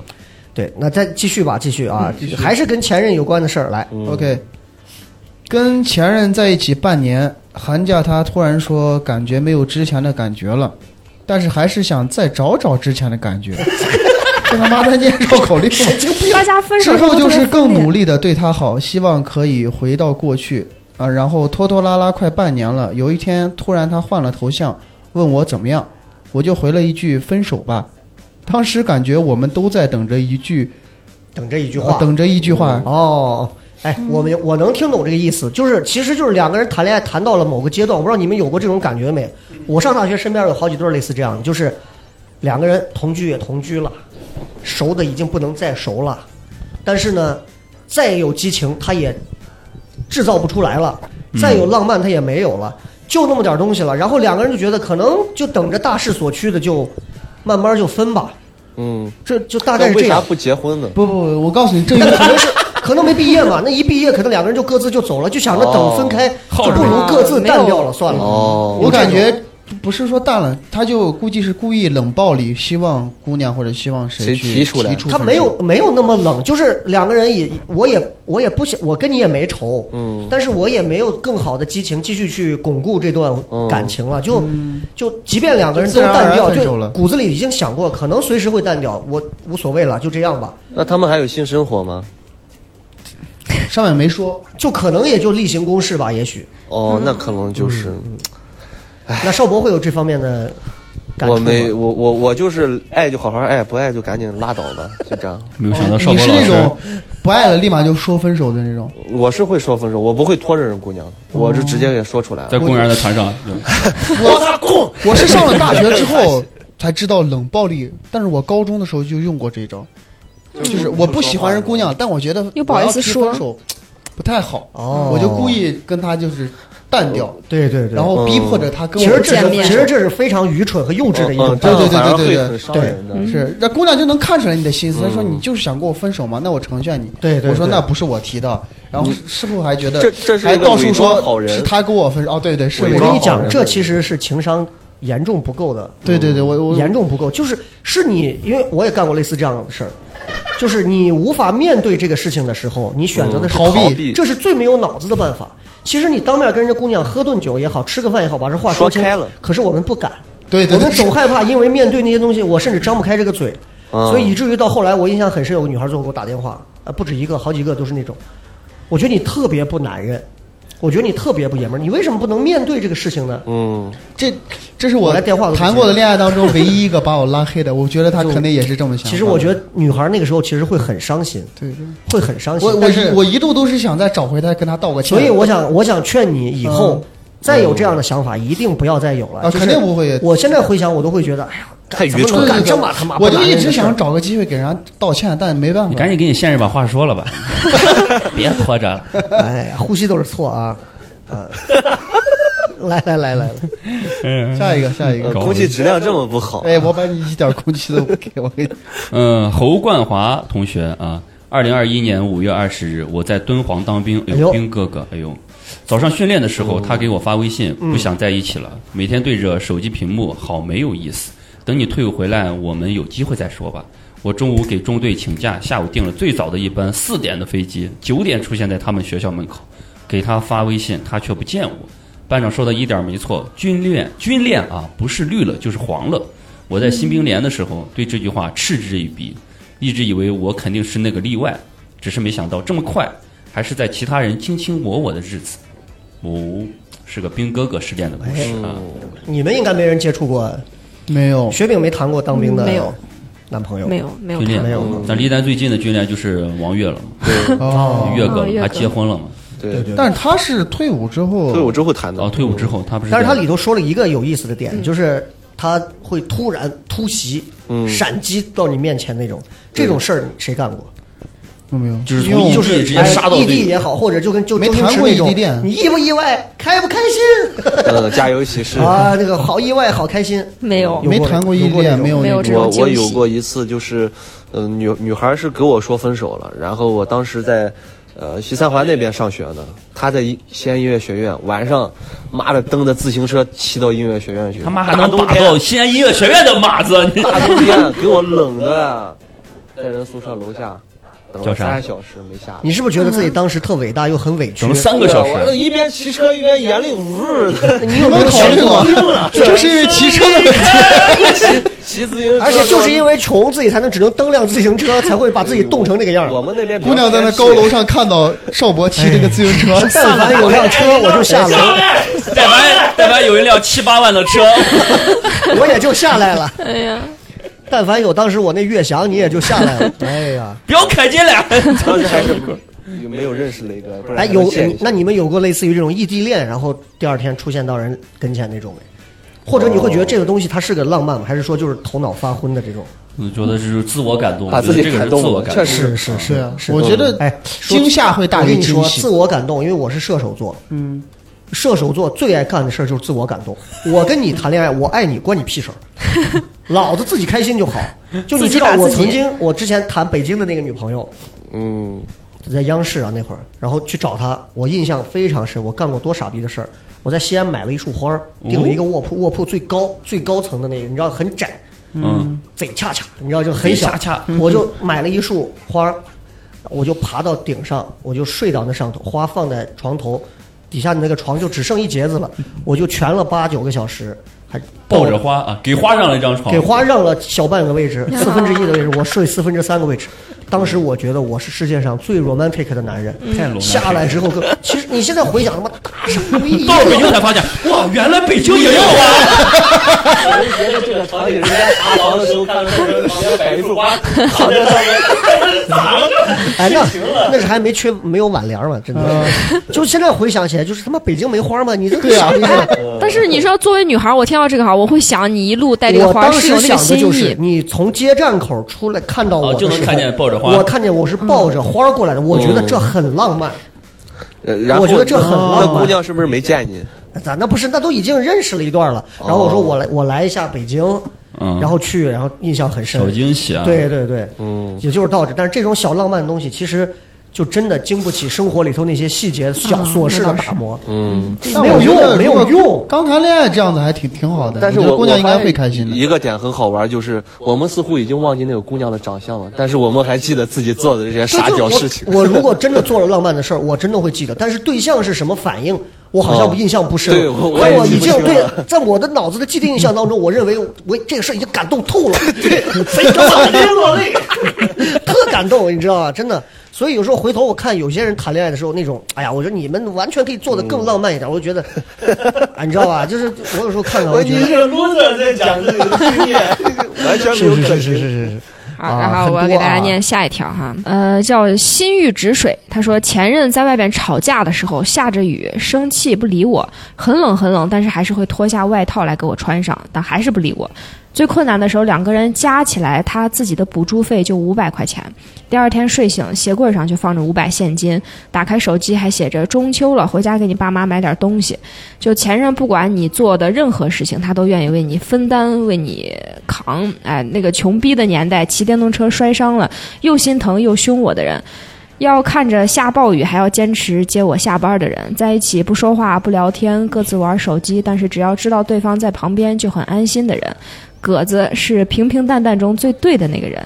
对，那再继续吧，继续啊，还是跟前任有关的事儿来。嗯 OK，跟前任在一起半年，寒假他突然说感觉没有之前的感觉了，但是还是想再找找之前的 (laughs) 感觉。这他妈的念绕口令！ (laughs) 大家分手之后就是更努力，力的对他好，希望可以回到过去啊。然后拖拖拉拉快半年了，有一天突然他换了头像，问我怎么样，我就回了一句分手吧。当时感觉我们都在等着一句，等这一句话呃，等着一句话，哦，哎，我们我能听懂这个意思，就是其实就是两个人谈恋爱谈到了某个阶段，我不知道你们有过这种感觉没？我上大学身边有好几对儿类似这样的，就是两个人同居也同居了，熟的已经不能再熟了，但是呢，再有激情他也制造不出来了，再有浪漫他也没有了，就那么点儿东西了，然后两个人就觉得可能就等着大势所趋的就慢慢就分吧，嗯，这就大概是那这为啥样。嗯不结婚 (laughs) 呢？不不，不我告诉你，这个可能是可能没毕业 (laughs) 嘛，那一毕业可能两个人就各自就走了，就哦想着等分开，就不啊如各自淡掉了算了。哦，我感觉不是说淡了，他就估计是故意冷暴力，希望姑娘或者希望谁去提提出来出他分没手有没有那么冷，就是两个人也，我也我也不想，我跟你也没仇，嗯但是我也没有更好的激情继续去巩固这段感情了，就就即便两个人都嗯自然而然淡掉，分手就了骨子里已经想过，可能随时会淡掉，我无所谓了，就这样吧。那他们还有性生活吗？上面没哦说，就可能也就例行公事吧，也许。哦，那可能嗯就是嗯那邵博会有这方面的感触我吗没我我我就是爱就好好爱，不爱就赶紧拉倒吧，就这样。没有想到邵哦你博是老那师种不爱了立马就说分手的那 (laughs) 种。我是会说分手，我不会拖着人姑娘，我是直接给说出来在了。公园的船上， (laughs) 我我是上了大学之后才知道冷暴力，但是我高中的时候就用过这一招，嗯就是我不喜欢人姑娘，但我觉得又不好意思说我要提分手不太好，哦我就故意跟她就是淡掉，哦对对对，然后逼迫着她跟其我实这见是面其实这是非常愚蠢和幼稚的一种嗯，办法。对对反而对会对嗯很伤人的。是，那姑娘就能看出来你的心思。她说你就是想跟我分手嘛，那我成全你。嗯对对我说对那不是我提的，然后师傅还觉得这这是一还个到处伪装说好人是他跟我分手。哦，对对是伪伪我装跟装你好人讲，这其实是情商严重不够的，对对对，我我严重不够，就是是你，因为我也干过类似这样的事儿。就是你无法面对这个事情的时候，你选择的是嗯逃避这是最没有脑子的办法。其实你当面跟人家姑娘喝顿酒也好，吃个饭也好，把这话说清开了可是我们不敢，对对我对们总害怕，因为面对那些东西，我甚至张不开这个嘴，嗯所以以至于到后来，我印象很深，有个女孩最后给我打电话，呃，不止一个，好几个都是那种，我觉得你特别不男人，我觉得你特别不爷们儿，你为什么不能面对这个事情呢？嗯，这这是我我连电话都不谈接过的恋爱当中唯一一个把我拉黑的，我觉得他肯定也是这么想。其实我觉，得女孩那个时候其实会很伤心，对对，会很伤心。我我但一是我一度都是想再找回他，跟他道个歉。所以我想，我想劝你以后嗯再有这样的想法，一定不要再有了。啊就是肯定不会我现在回想，我都会觉得，哎呀，太愚怎么蠢能了干这么他妈不我就男一人直的事儿想找个机会给人家道歉，但没办法。你赶紧给你现任把话说 (laughs) 了吧，别拖着了。哎呀，呼吸都是错啊， (laughs) 啊！来来来来来，下一个，下一呃嗯个。空气质量这么不好，哎，我把你一点空气都不给我，给你嗯，侯冠华同学啊，二零二一年五月二十日，我在敦煌当兵。哎哎呦，嗯呦兵哥哥，哎呦，早上训练的时候，他给我发微信，不想在一起了，每天对着手机屏幕，好没有意思。等你退伍回来，我们有机会再说吧。我中午给中队请假，下午订了最早的一班四点的飞机，九点出现在他们学校门口。给他发微信，他却不见我。班长说的一点没错，军恋军恋啊，不是绿了就是黄了。我在新兵连的时候对这句话嗤之以鼻，一直以为我肯定是那个例外，只是没想到这么快，还是在其他人卿卿我我的日子。哦，是个兵哥哥失恋的故哎事啊。你们应该没人接触过，没有。雪饼没谈过当兵的没有男朋友，没有没有军谈恋没有，咱离咱最近的军恋就是王悦了嘛，哦，岳哥哦岳了，哥他结婚了嘛。嗯对，但是他是退伍之后，退伍之后谈的然后。哦退伍之后，他不是但是他在里头说了一个有意思的点，就是他会突然突袭、闪击到你面前那种，这种事儿谁干过？有没有？就是因从为我异就地是直接杀到哎异队地伍也好，或者就跟就没周星谈驰过那异种地恋你意不意外？开不开 (laughs) 心？嗯，家有喜事。哎啊，那个好意外，好开心。没有有没谈过异地恋，没有没有这种我我惊有喜过一次，就是，呃，女女孩是给我说分手了，然后我当时在，呃，西三环那边上学呢，她在一西安音乐学院，晚上，妈的蹬着自行车骑到音乐学院去，他妈还大能冬打天到西安音乐学院的马子，你啊大冬天给我冷的，在人宿舍楼下等叫了啥三小时没下来。你是不是觉得自己当时特伟大又很委屈等了？三个小时。啊我一边骑车一边眼泪呜的， (laughs) 你有没有考虑啊过过？， (laughs) 就是因为骑车的问题。 (laughs) 骑自行车，而且就是因为穷，自己才能只能蹬辆自行车，才会把自己冻成那个样儿。我们那边比较姑娘在那偏僻高楼上看到邵博骑这个自行 (laughs) 车，但凡有辆车，我就下楼，但凡但凡有一辆七八万的车，(laughs) (laughs) 我也就下来了。哎呀，但凡有当时我那悦翔，你也就下来了。 (laughs) 哎呀，不要开进来。当时 (laughs) 还是有没有认识雷哥，不然哎，还能有见一下那你们有过类似于这种异地恋，然后第二天出现到人跟前那种没？或者你会觉得这个东西它是个浪漫吗？还是说就是头脑发昏的这种？我觉得这是自我感动，把我觉得自己这个是感自动我了感确动。实是是是啊我觉得哎，说惊吓会大我于跟你惊说，喜自。我感动，因为我是射手座，嗯，射手座最爱干的事儿就是自我感动。我跟你谈恋爱，我爱你，关你屁事儿， (laughs) 老子自己开心就好。就你知道，自己把我自己曾经我之前谈北京的那个女朋友，嗯，在央视啊那会儿，然后去找她，我印象非常深。我干过多傻逼的事儿，我在西安买了一束花儿，订了一个卧铺，卧铺最高最高层的那个，你知道很窄，嗯，贼恰恰，你知道就很小，贼恰恰我就买了一束花儿，我就爬到顶上，我就睡到那上头，花放在床头，底下你那个床就只剩一截子了，我就蜷了八九个小时，还抱着花啊，给花让了一张床 (laughs) 给。花让了小半个位置，四分之一的位置，我睡四分之三个位置，当时我觉得我是世界上最 romantic 的男人。太冷了。下来之后更，其实你现在回想他妈大傻逼， (laughs) 到了北京才发现，哇，原来北京也有啊！觉得这个场景人家查房的时候看到 (laughs) 人家摆一束花躺在上面，咋了？哎，那那是还没缺没有碗粮嘛，真的。嗯就现在回想起来，就是他妈北京没花吗？你这啊个 (laughs) 傻逼！啊但是你说，作为女孩，我听到这个哈，我会想你一路带这个我花当是时有那个想的心就是，意，你从街站口出来看到我哦的时就候，能看见抱着花嗯我看见我是抱嗯着花过来的，我觉得这很浪漫。呃然后我觉得这很浪那漫姑娘是不是没见你？咱那不是，那都已经认识了一段了。然后我说我来，我来一下北京，哦嗯然后去，然后印象很深。小惊喜啊！对对对，嗯，也就是到这。但是这种小浪漫的东西，其实就真的经不起生活里头那些细节、小琐事的打磨。嗯，这没有用，没有用。刚谈恋爱这样子还挺挺好的，但是我觉得我姑娘应该我发会现开心的。一个点很好玩，就是我们似乎已经忘记那个姑娘的长相了，但是我们还记得自己做的这些傻屌事情。我。我如果真的做了浪漫的事儿，我真的会记得。但是对象是什么反应，我好像哦印象不深。对我我但也我记已不经清对了，在我的脑子的既定印象当中，我认为我这个事儿已经感动透了。 (laughs) 对，谁他妈别落泪， (laughs) 特感动，你知道吗？真的。所以有时候回头我看有些人谈恋爱的时候，那种，哎呀，我觉得你们完全可以做的更浪漫一点。我就觉得，啊，你知道吧？就是我有时候看到，我觉得 loser 在讲自己的经验，完全 (laughs) 没有可能。是是是是。好，啊然后很我要多给大家啊念下一条哈，呃，叫心欲止水。他说前任在外边吵架的时候，下着雨，生气不理我，很冷很冷，但是还是会脱下外套来给我穿上，但还是不理我。最困难的时候，两个人加起来他自己的补助费就五百块钱。第二天睡醒，鞋柜上就放着五百现金，打开手机还写着中秋了，回家给你爸妈买点东西。就前任不管你做的任何事情，他都愿意为你分担，为你扛。哎，那个穷逼的年代，骑电动车摔伤了，又心疼又凶我的人，要看着下暴雨还要坚持接我下班的人，在一起不说话不聊天，各自玩手机，但是只要知道对方在旁边就很安心的人，葛子是平平淡淡中最对的那个人。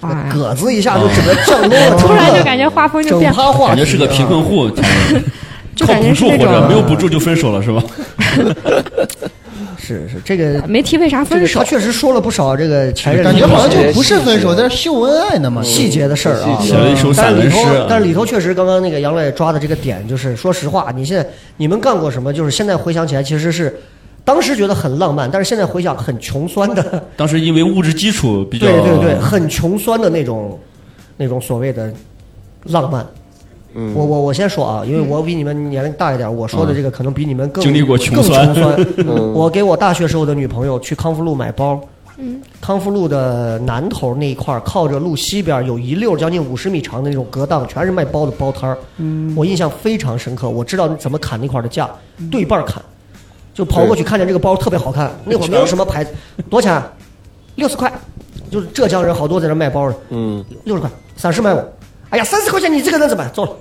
啊，葛子一下哦就 (laughs) 整个降落了，突然就感觉画风就整变了，趴话感觉是个题啊贫困户，就靠感觉补是助那活着，没有种补助就分手了是吧？是是这啊个没提为啥这分个手他。确实说了不少这个前任感觉好像细嗯就不是分手，在这秀恩爱呢嘛。细节的事儿啊。写了一首但散是里文头诗，，但是里头确实，刚刚那个杨磊抓的这个点，就是说实话，你现在你们干过什么？就是现在回想起来，其实是当时觉得很浪漫，但是现在回想很穷酸的，当时因为物质基础比较，对对对，很穷酸的那种，那种所谓的浪漫。嗯，我我我先说啊，因为我比你们年龄大一点，我说的这个可能比你们更经历过穷更酸嗯穷 (laughs) 酸。我给我大学时候的女朋友去康复路买包，康复路的南头那一块儿，靠着路西边儿有一溜儿将近五十米长的那种隔档，全是卖包的包摊儿。嗯，我印象非常深刻，我知道怎么砍那块儿的价，对半儿砍，就跑过去看见这个包特别好看，那会儿没有什么牌子，多少钱啊？六十块，就是浙江人好多在这卖包的，嗯，六十块，三十卖我。哎呀，三十块钱你这个人怎么办？走了。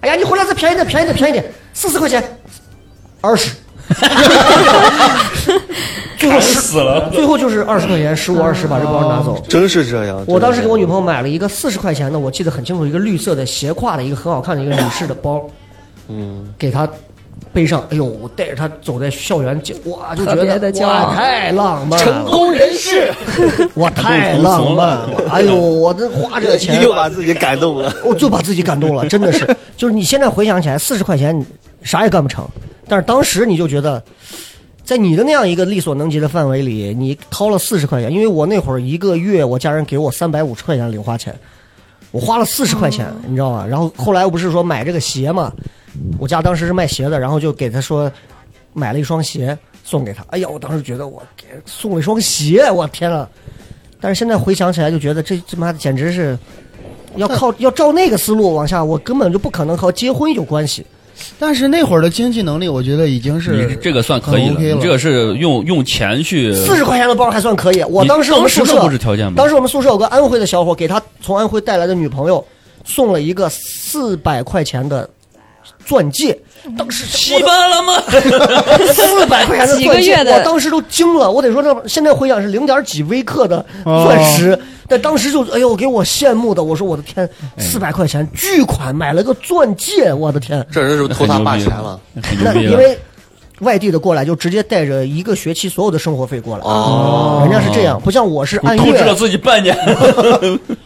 哎呀，你回来再便宜点，便宜点，便宜点，四十块钱，二十。最后死了，哦最后就是二十块钱，十五二十把这包拿走。真是这样。我当时给我女友朋友买了一个四十块钱的，我记得很清楚，一个绿色的斜挎的一个很好看的一个女士的包，嗯，给她背上，哎呦，我带着她走在校园街，哇，就觉特别得的骄傲哇，太浪漫了，成功人士，我太浪漫了，哎呦，我这花这个一 (laughs) 钱就，把自己感动 (laughs) 了。我就把自己感动了，真的是，就是你现在回想起来，四十块钱你啥也干不成，但是当时你就觉得，在你的那样一个力所能及的范围里，你掏了四十块钱，因为我那会儿一个月我家人给我三百五十块钱零花钱，我花了四十块钱，你知道吗？然后后来我不是说买这个鞋嘛，我家当时是卖鞋的，然后就给他说买了一双鞋送给他，哎呀，我当时觉得我给送了一双鞋，我天呐！但是现在回想起来就觉得这这妈的简直是。要靠要照那个思路往下，我根本就不可能和结婚有关系。但是那会儿的经济能力，我觉得已经你是这个算可以很了， OK 你这个是用用钱去四十块钱的包还算可以。我呃你当时我们宿当时舍不是条件吗当时我们宿舍有个安徽的小伙，给他从安徽带来的女朋友送了一个四百块钱的钻戒，当时稀巴了吗？四百块钱的几钻个戒月，的我当时都惊了。我得说，那现在回想是零点几微克的哦钻石，但当时就哎呦，给我羡慕的，我说我的天，哎四百块钱巨款买了个钻戒，我的天。这人是不是偷他爸钱了？很牛那逼因了。为外地的过来，就直接带着一个学期所有的生活费过来。哦，人家是这样，不像我是按透支了月自己半年。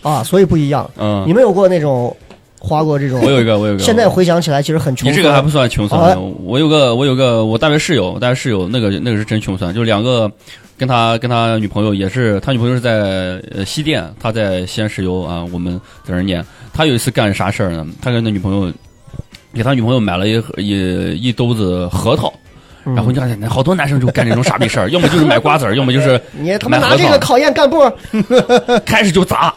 啊，所以不一样。嗯你，们有过那种花过这种？我有一个，我有一个。现在回想起来，其实很穷你酸。这个还不算穷酸，哎我有个我有个我大学室友，我大学室友那个那个是真穷酸，就两个跟他跟他女朋友也是，他女朋友是在呃西电，他在西安石油啊，我们在那儿念。他有一次干啥事儿呢？他跟他女朋友给他女朋友买了一盒一一兜子核桃。嗯然后你看，好多男生就干这种傻逼事儿，要么就是买瓜子儿，要么就是你他妈拿买核这桃个考验干部，开始就砸，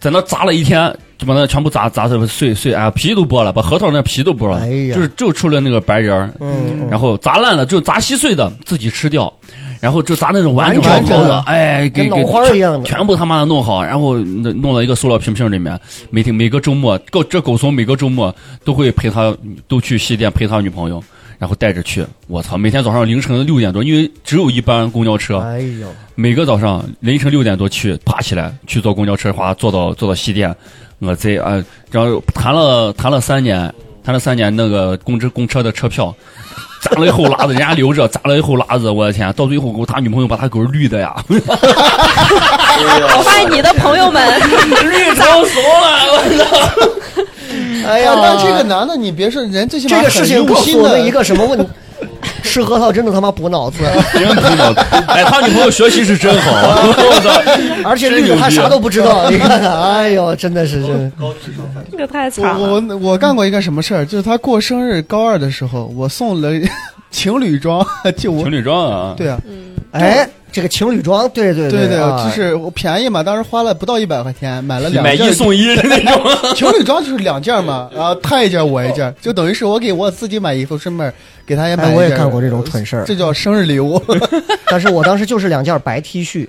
在那砸了一天，就把那全部砸砸的碎碎，哎呀，皮都剥了，把核桃那皮都剥了，哎呀就是就出了那个白仁儿，嗯，然后砸烂了，就砸稀碎的自己吃掉，然后就砸那种完整完整包的的，哎，给跟脑给花一样的全部他妈的弄好，然后弄弄到一个塑料瓶瓶里面，每天每个周末，狗这狗怂每个周末都会陪他都去西店陪他女朋友，然后带着去，我操，每天早上凌晨六点多，因为只有一班公交车，哎呦，每个早上凌晨六点多去，爬起来去坐公交车，哗坐到坐到西电，我贼啊，然后谈了谈了三年，谈了三年那个公车公车的车票，攒了一后拉子，人家留着，攒了一后拉子，我的天，到最后我他女朋友把他狗绿的呀，我发现你的朋友们绿成怂了，我操！哎呀，那这个男的，你别说，人最起码这个事情很告用诉心我们的一个什么问题？ (laughs) 吃核桃真的他妈补 (laughs) 脑子，真苦恼，哎，他女朋友学习是真好，我操！而且绿的啊还啥都不知 (laughs) 道，你看看，哎呦，真的是真哦这个太我我我我干过一个什么事儿，就是他过生日高二的时候，我送了 (laughs) 情侣装， (laughs) 就我情侣装啊，对啊，哎，这个情侣装，对对对对，啊就是我便宜嘛，当时花了不到一百块钱买了两买一件送一的那种， (laughs) 情侣装，就是两件嘛，然后他一件我一件，就等于是我给我自己买衣服，顺便给他也买一哎，件。我也干过这种蠢事儿这，叫生日礼物。 (laughs) (laughs) 但是我当时就是两件白 T 恤，嗯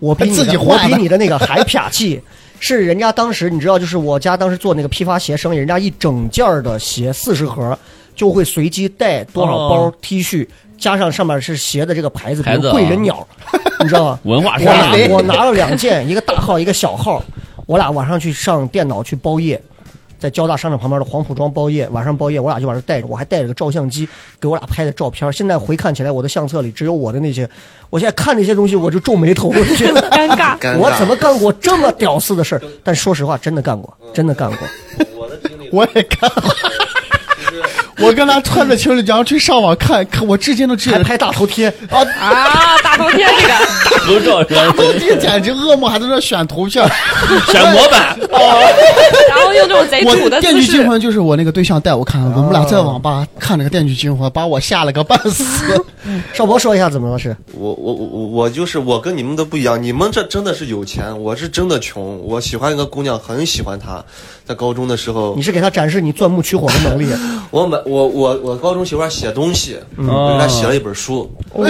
我比你的自己我画的比你的那个还撇气。 (laughs) 是人家当时你知道，就是我家当时做那个批发鞋生意，人家一整件儿的鞋四十盒，就会随机带多少包 T 恤，加上上面是鞋的这个牌子，比哦牌子如啊贵人鸟，你知道吗？文化我衫啊拿我拿了两件，一个大号，一个小号，我俩晚上去上电脑去包夜，在交大商场旁边的黄浦庄包夜，晚上包夜，我俩就把这带着，我还带着个照相机，给我俩拍的照片。现在回看起来，我的相册里只有我的那些，我现在看那些东西我就皱眉头，我就觉得尴尬。尴尬我怎么干过这么屌丝的事儿？但说实话，真的干过，真的干过。我也干过。我跟他穿着情侣装去上网看，看我至今都记还得拍大头贴，啊， (laughs) 啊，大头贴这个，合照是吧我这简直噩梦，还在那选图片。选模板，然后用这种贼土哎我的电姿锯惊势，魂就是我那个对象带我看，我们俩在网吧看那个电锯惊魂，把我吓了个半 (laughs) 死。少博说一下怎么了是？我我我我我就是我跟你们都不一样，你们这真的是有钱，我是真的穷。我喜欢一个姑娘，很喜欢她，在高中的时候你，是给他展示你钻木取火的能力，啊 (laughs) 我买我我我高中喜欢写东西，嗯我给她写了一本书，咦，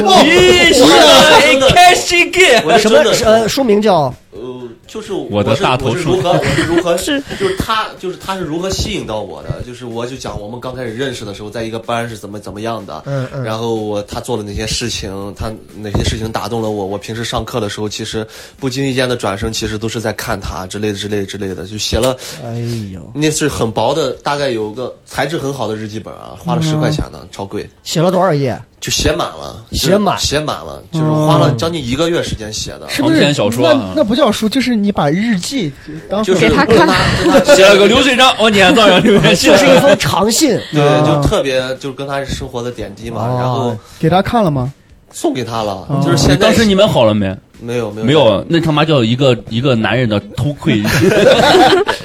是 (laughs) 真的开心给。我什是么真的呃书名叫呃，就是我的是大头我是猪如何，我是如何，就是他，就是他是如何吸引到我的，就是我就讲我们刚开始认识的时候，在一个班是怎么怎么样的，嗯嗯然后我他做了哪些事情，他哪些事情打动了我，我平时上课的时候，其实不经意间的转身，其实都是在看他之类的之类的之类的，就写了，哎呦，那是很薄的，大概有个材质很好的日记本啊，花了十块钱呢，超贵。写了多少页？就写满了，写满就是写满了，就是花了将近一个月时间写的，是不长是篇小说那那不叫书，就是你把日记当啊就是给他看跟跟他 (laughs) 写了个流水账，我撵到上流水这是一线。封长信。对，就特别就是跟他生活的点滴嘛，然后给他看了吗？送给他了，就是现在当时你们好了没？没有没有没，有，那他妈叫一个一个男人的偷 (laughs) 窥。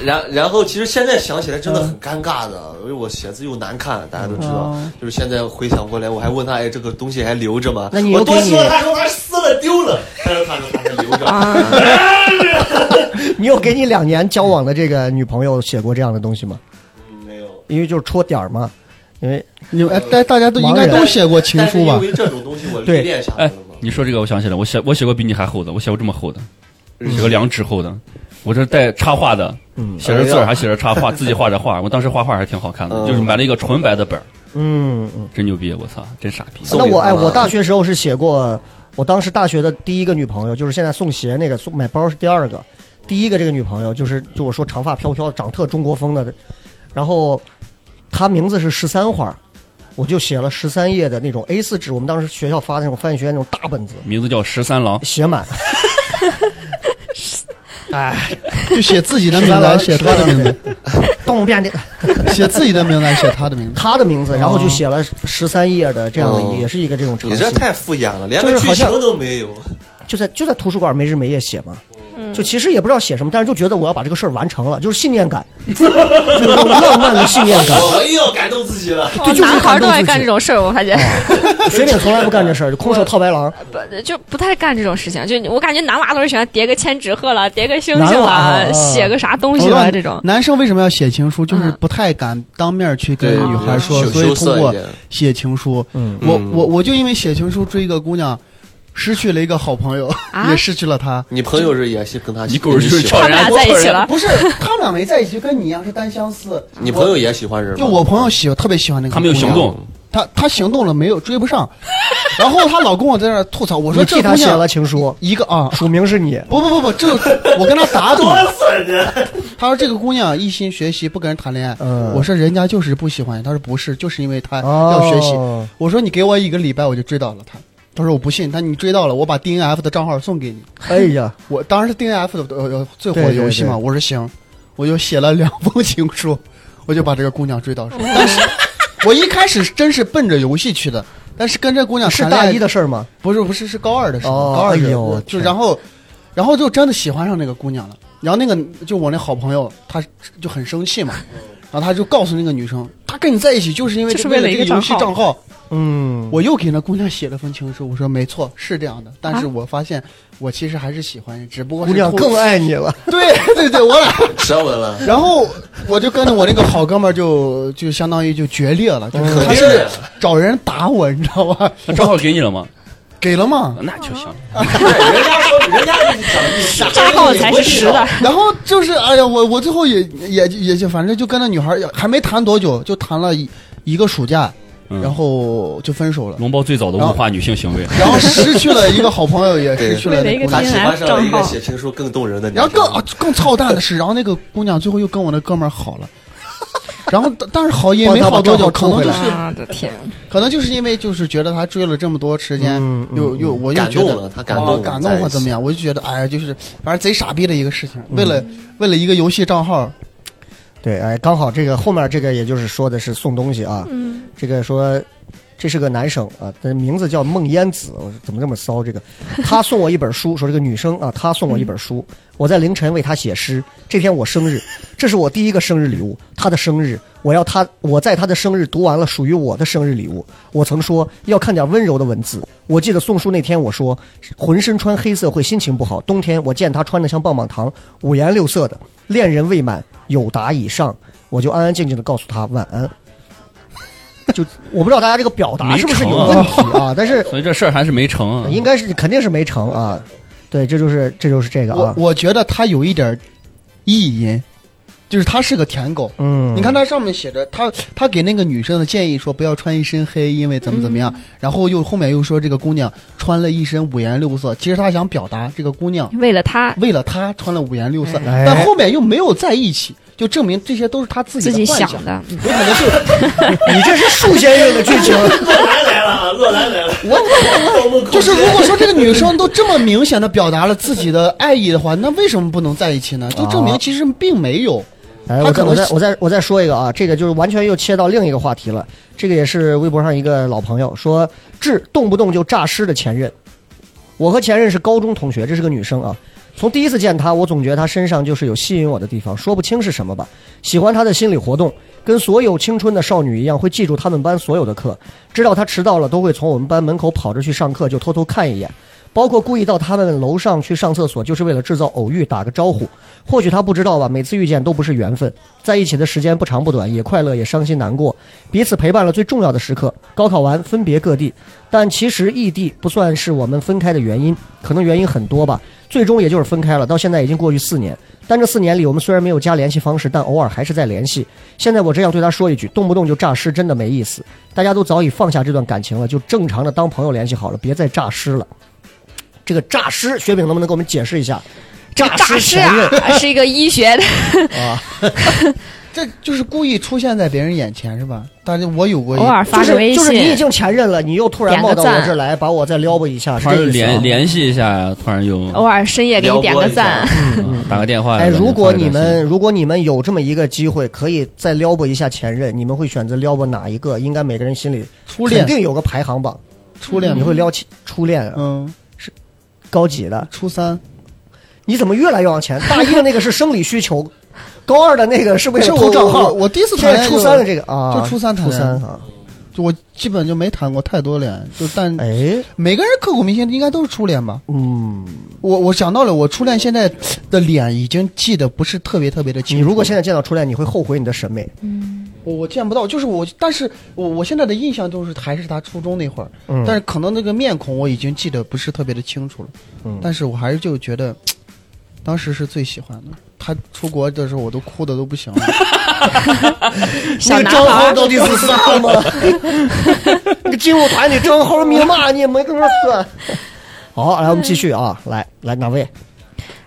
然然后其实现在想起来真的很尴尬的，因为我写字又难看，大家都知道，就是现在回想过来，我还问他，哎，这个东西还留着吗？那你我有多给你说了，他说还撕了丢了，他说他说他还留着， (laughs) 你有给你两年交往的这个女朋友写过这样的东西吗？嗯没有。因为就是戳点儿嘛，因为你们哎大大家都应该盲人都写过情但是书因吧？为这种东西我对历练下来哎了嘛，，你说这个我想起来，我写我写过比你还厚的，我写过这么厚的，嗯写嗯过两指厚的，我这带插画的，写哎着字儿还写着插画，自己画着画。我当时画画还挺好看的，嗯就是买了一个纯白的本儿，嗯嗯。真牛逼！我操，真傻逼。送那给我他哎，了我大学时候是写过，我当时大学的第一个女朋友就是现在送鞋那个送买包是第二个，第一个这个女朋友就是就我说长发飘飘，长特中国风的，然后她名字是十三花，我就写了十三页的那种 A 4纸，我们当时学校发的那种翻译学院那种大本子，名字叫十三郎，写 (laughs) 满。哎，就写 (laughs) 自己的名单，写他的名字，动变的 (laughs) 写自己的名单，写他的名 (laughs) 字。他的名字，然后就写了十三页的这样的，也是一个这种长哦你信这。太敷衍了，连就是个好剧情像都没有。就在就在图书馆没日没夜写嘛。就其实也不知道写什么，但是就觉得我要把这个事儿完成了，就是信念感， (laughs) 就是那种浪漫的信念 (laughs) 感。我们又要哎感动自己了。对，就是男孩感儿都动爱自干这己。种事儿，我发现水饼从来不干这事儿，就空手套白狼。不就不太干这种事情。就我感觉男娃都是喜欢叠个千纸鹤了，叠个星男星娃了，啊写个啥东西我了问这种。嗯男生为什么要写情书？就是不太敢当面去跟女孩说，对所以嗯羞通涩一过点嗯写情书。我我我就因为写情书追一个姑娘，失去了一个好朋友，啊 (laughs) 也失去了她。你朋友是也是跟他，你狗日就是喜撬欢他人们家俩在一起了， (laughs) 不是，他俩没在一起，跟你一样是单相思。你朋友也喜欢人吗？就我朋友喜特别喜欢那个，他没有行动，，她她行动了没有追不上，然后她老跟我在那儿吐槽，我说你这替姑他娘写了情书，一个啊，署名是你。不不不不，这个我跟她打赌， (laughs) 她说这个姑娘一心学习，不跟人谈恋爱。呃嗯我说人家就是不喜欢你，她说不是，就是因为她哦要学习。我说你给我一个礼拜，我就追到了她。她说我不信，她你追到了，我把 DNF 的账号送给你。哎呀，我当时 DNF 的呃最火的对对游戏嘛，我说行，我就写了两封情书，我就把这个姑娘追到 (laughs) 手。但是，我一开始真是奔着游戏去的，但是跟这姑娘是谈恋大爱一的事儿吗？不是不是是高二的时候，哦高二的哎时呦候我就天然后，然后就真的喜欢上那个姑娘了。然后那个就我那好朋友，他就很生气嘛，哦然后他就告诉那个女生，他跟你在一起就是因为就是为为了一这个个游戏账号账号。嗯，我又给那姑娘写了封情书，我说没错是这样的，但啊是我发现我其实还是喜欢人，只不过姑是娘通更爱你了。 (laughs) 对对对，我俩，舌吻了，然后我就跟着我那个好哥们儿就就相当于就决裂了，就是嗯他是找人打我，你知道吧？那账号给你了吗？给了嘛，那就啊行。人家说人家是讲义气，账号才是实的，然后就是哎呀，我我最后也也也就反正就跟那女孩儿还没谈多久，就谈了一一个暑假，嗯然后就分手了，嗯龙包最早的物化女性行啊为，然后失去了一个好朋友，也失去为了了那一个个姑娘他喜欢上了一 DNF 账号个写情书更动人的女然后生，更啊哦更操蛋的是，然后那个姑娘最后又跟我那哥们儿好了，然后但但是好也没好多久，把可账号扣能回就来是啊，我的天！可能就是因为就是觉得他追了这么多时间，嗯嗯又又我又感觉动得了他感动了哦感动在一或起怎么样，我就觉得哎呀，就是反正贼傻逼的一个事情，嗯为了为了一个游戏账号，对，哎，刚好这个后面这个也就是说的是送东西啊，嗯，这个说。这是个男生啊，他的名字叫孟烟子，我说怎么这么骚？这个， (laughs) 他送我一本书，说这个女生啊，她送我一本书，我在凌晨为她写诗。这天我生日，这是我第一个生日礼物，她的生日，我要她，我在她的生日读完了属于我的生日礼物。我曾说要看点温柔的文字。我记得送书那天我说，浑身穿黑色会心情不好。冬天我见她穿的像棒棒糖，五颜六色的。恋人未满，有答以上，我就安安静静的告诉她晚安。就我不知道大家这个表达没是不是有成啊问题啊，但是所以这事儿还是没成嗯啊。哎应该是肯定是没成啊。对，这就是这就是这个我啊。我觉得他有一点意淫，就是他是个舔狗。嗯，你看他上面写着，他他给那个女生的建议说不要穿一身黑，因为怎么怎么样，嗯然后又后面又说这个姑娘穿了一身五颜六色，其实他想表达这个姑娘为了他为了他穿了五颜六色，哎但后面又没有在一起，就证明这些都是他自己自己的幻想想。的，嗯有可能是你这是树先生的剧情，啊 (laughs) 就是如果说这个女生都这么明显的表达了自己的爱意的话，那为什么不能在一起呢？就证明其实并没有。哎，他我再我可能再是我再我再说一个啊，这个就是完全又切到另一个话题了。这个也是微博上一个老朋友说，致动不动就诈尸的前任。我和前任是高中同学，这是个女生啊。从第一次见她，我总觉得她身上就是有吸引我的地方，说不清是什么吧。喜欢她的心理活动，跟所有青春的少女一样，会记住他们班所有的课，知道她迟到了都会从我们班门口跑着去上课，就偷偷看一眼。包括故意到他们楼上去上厕所，就是为了制造偶遇，打个招呼。或许他不知道吧，每次遇见都不是缘分，在一起的时间不长不短，也快乐也伤心难过，彼此陪伴了最重要的时刻。高考完分别各地，但其实异地不算是我们分开的原因，可能原因很多吧。最终也就是分开了，到现在已经过去四年。但这四年里，我们虽然没有加联系方式，但偶尔还是在联系。现在我这样对他说一句，动不动就诈尸，真的没意思。大家都早已放下这段感情了，就正常的当朋友联系好了，别再诈尸了。这个诈尸，雪饼能不能给我们解释一下？这个大尸师前任啊，是一个医学的啊，这就是故意出现在别人眼前是吧？大家我有过一偶尔就发个微信，是就是你已经前任了，你又突然点个冒到我赞这儿来，把我再撩拨一下，是突然这就意思啊哦联联系一下，突然又偶尔深夜给你点个赞，嗯打个电话。哎，如果你发一们如果你们有这么一个机会，可以再撩拨一下前任，你们会选择撩拨哪一个？应该每个人心里初肯恋，定有个排行榜。初恋你，会撩起初恋啊，嗯，高几的？初三，你怎么越来越往前？大一的那个是生理需求，高二的那个是为不了是投我账我号，我第一次谈现恋在爱初三的这个啊，就初三谈初恋三爱，啊，就我基本就没谈过太多恋爱，就但哎，每个人刻骨铭心应该都是初恋吧。嗯，我我想到了，我初恋现在的脸已经记得不是特别特别的清你楚。如果现在见到初恋，你会后悔你的审美。我我见不到，就是我，但是我我现在的印象都是还是他初中那会儿，嗯，但是可能那个面孔我已经记得不是特别的清楚了，嗯但是我还是就觉得，当时是最喜欢的。他出国的时候，我都哭的都不行了。小那男个张孩猴儿到底是啥嘛？ (laughs) 那个金舞团的张猴明嘛，你没跟我说。 (laughs) 好，来我们继续啊，来来哪位？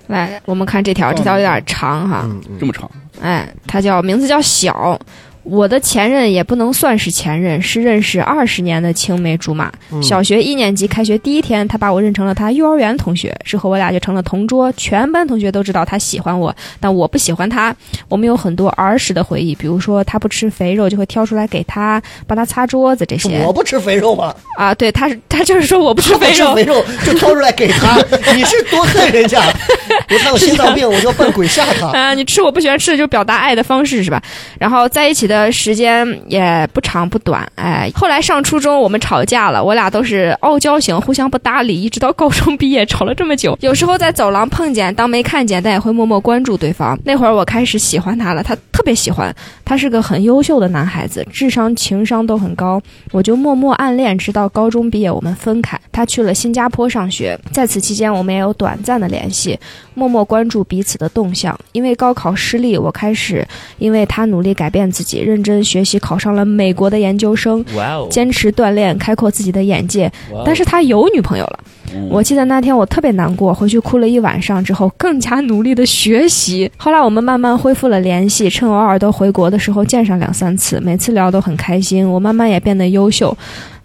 来，我们看这条，这条有点长哈。嗯个这么长，哎，他叫名字叫小。我的前任也不能算是前任，是认识二十年的青梅竹马。嗯小学一年级开学第一天，他把我认成了他幼儿园同学，之后我俩就成了同桌，全班同学都知道他喜欢我，但我不喜欢他。我们有很多儿时的回忆，比如说他不吃肥肉就会挑出来给他，帮他擦桌子这些我不吃肥肉嘛，啊。对，他是他就是说我 (laughs) (laughs) 不吃不肥吃肉，肥肉就挑出来给 (laughs) 他，你是多恨人家？我他有心脏啊病，我就要扮鬼吓 (laughs) 他。啊，你吃我不喜欢吃的，就是表达爱的方式是吧？然后在一起的时间也不长不短，哎，后来上初中我们吵架了，我俩都是傲娇型，互相不搭理，一直到高中毕业吵了这么久。 (laughs) 有时候在走廊碰见，当没看见，但也会默默关注对方。那会儿我开始喜欢他了，他特别喜欢，他是个很优秀的男孩子，智商、情商都很高。我就默默暗恋，直到高中毕业我们分开，他去了新加坡上学，在此期间我们也有短暂的联系。默默关注彼此的动向。因为高考失利，我开始因为他努力改变自己，认真学习，考上了美国的研究生，哇哦坚持锻炼，开阔自己的眼界。但是他有女朋友了。嗯我记得那天我特别难过，回去哭了一晚上之后，更加努力的学习。后来我们慢慢恢复了联系，趁偶尔都回国的时候见上两三次，每次聊都很开心。我慢慢也变得优秀，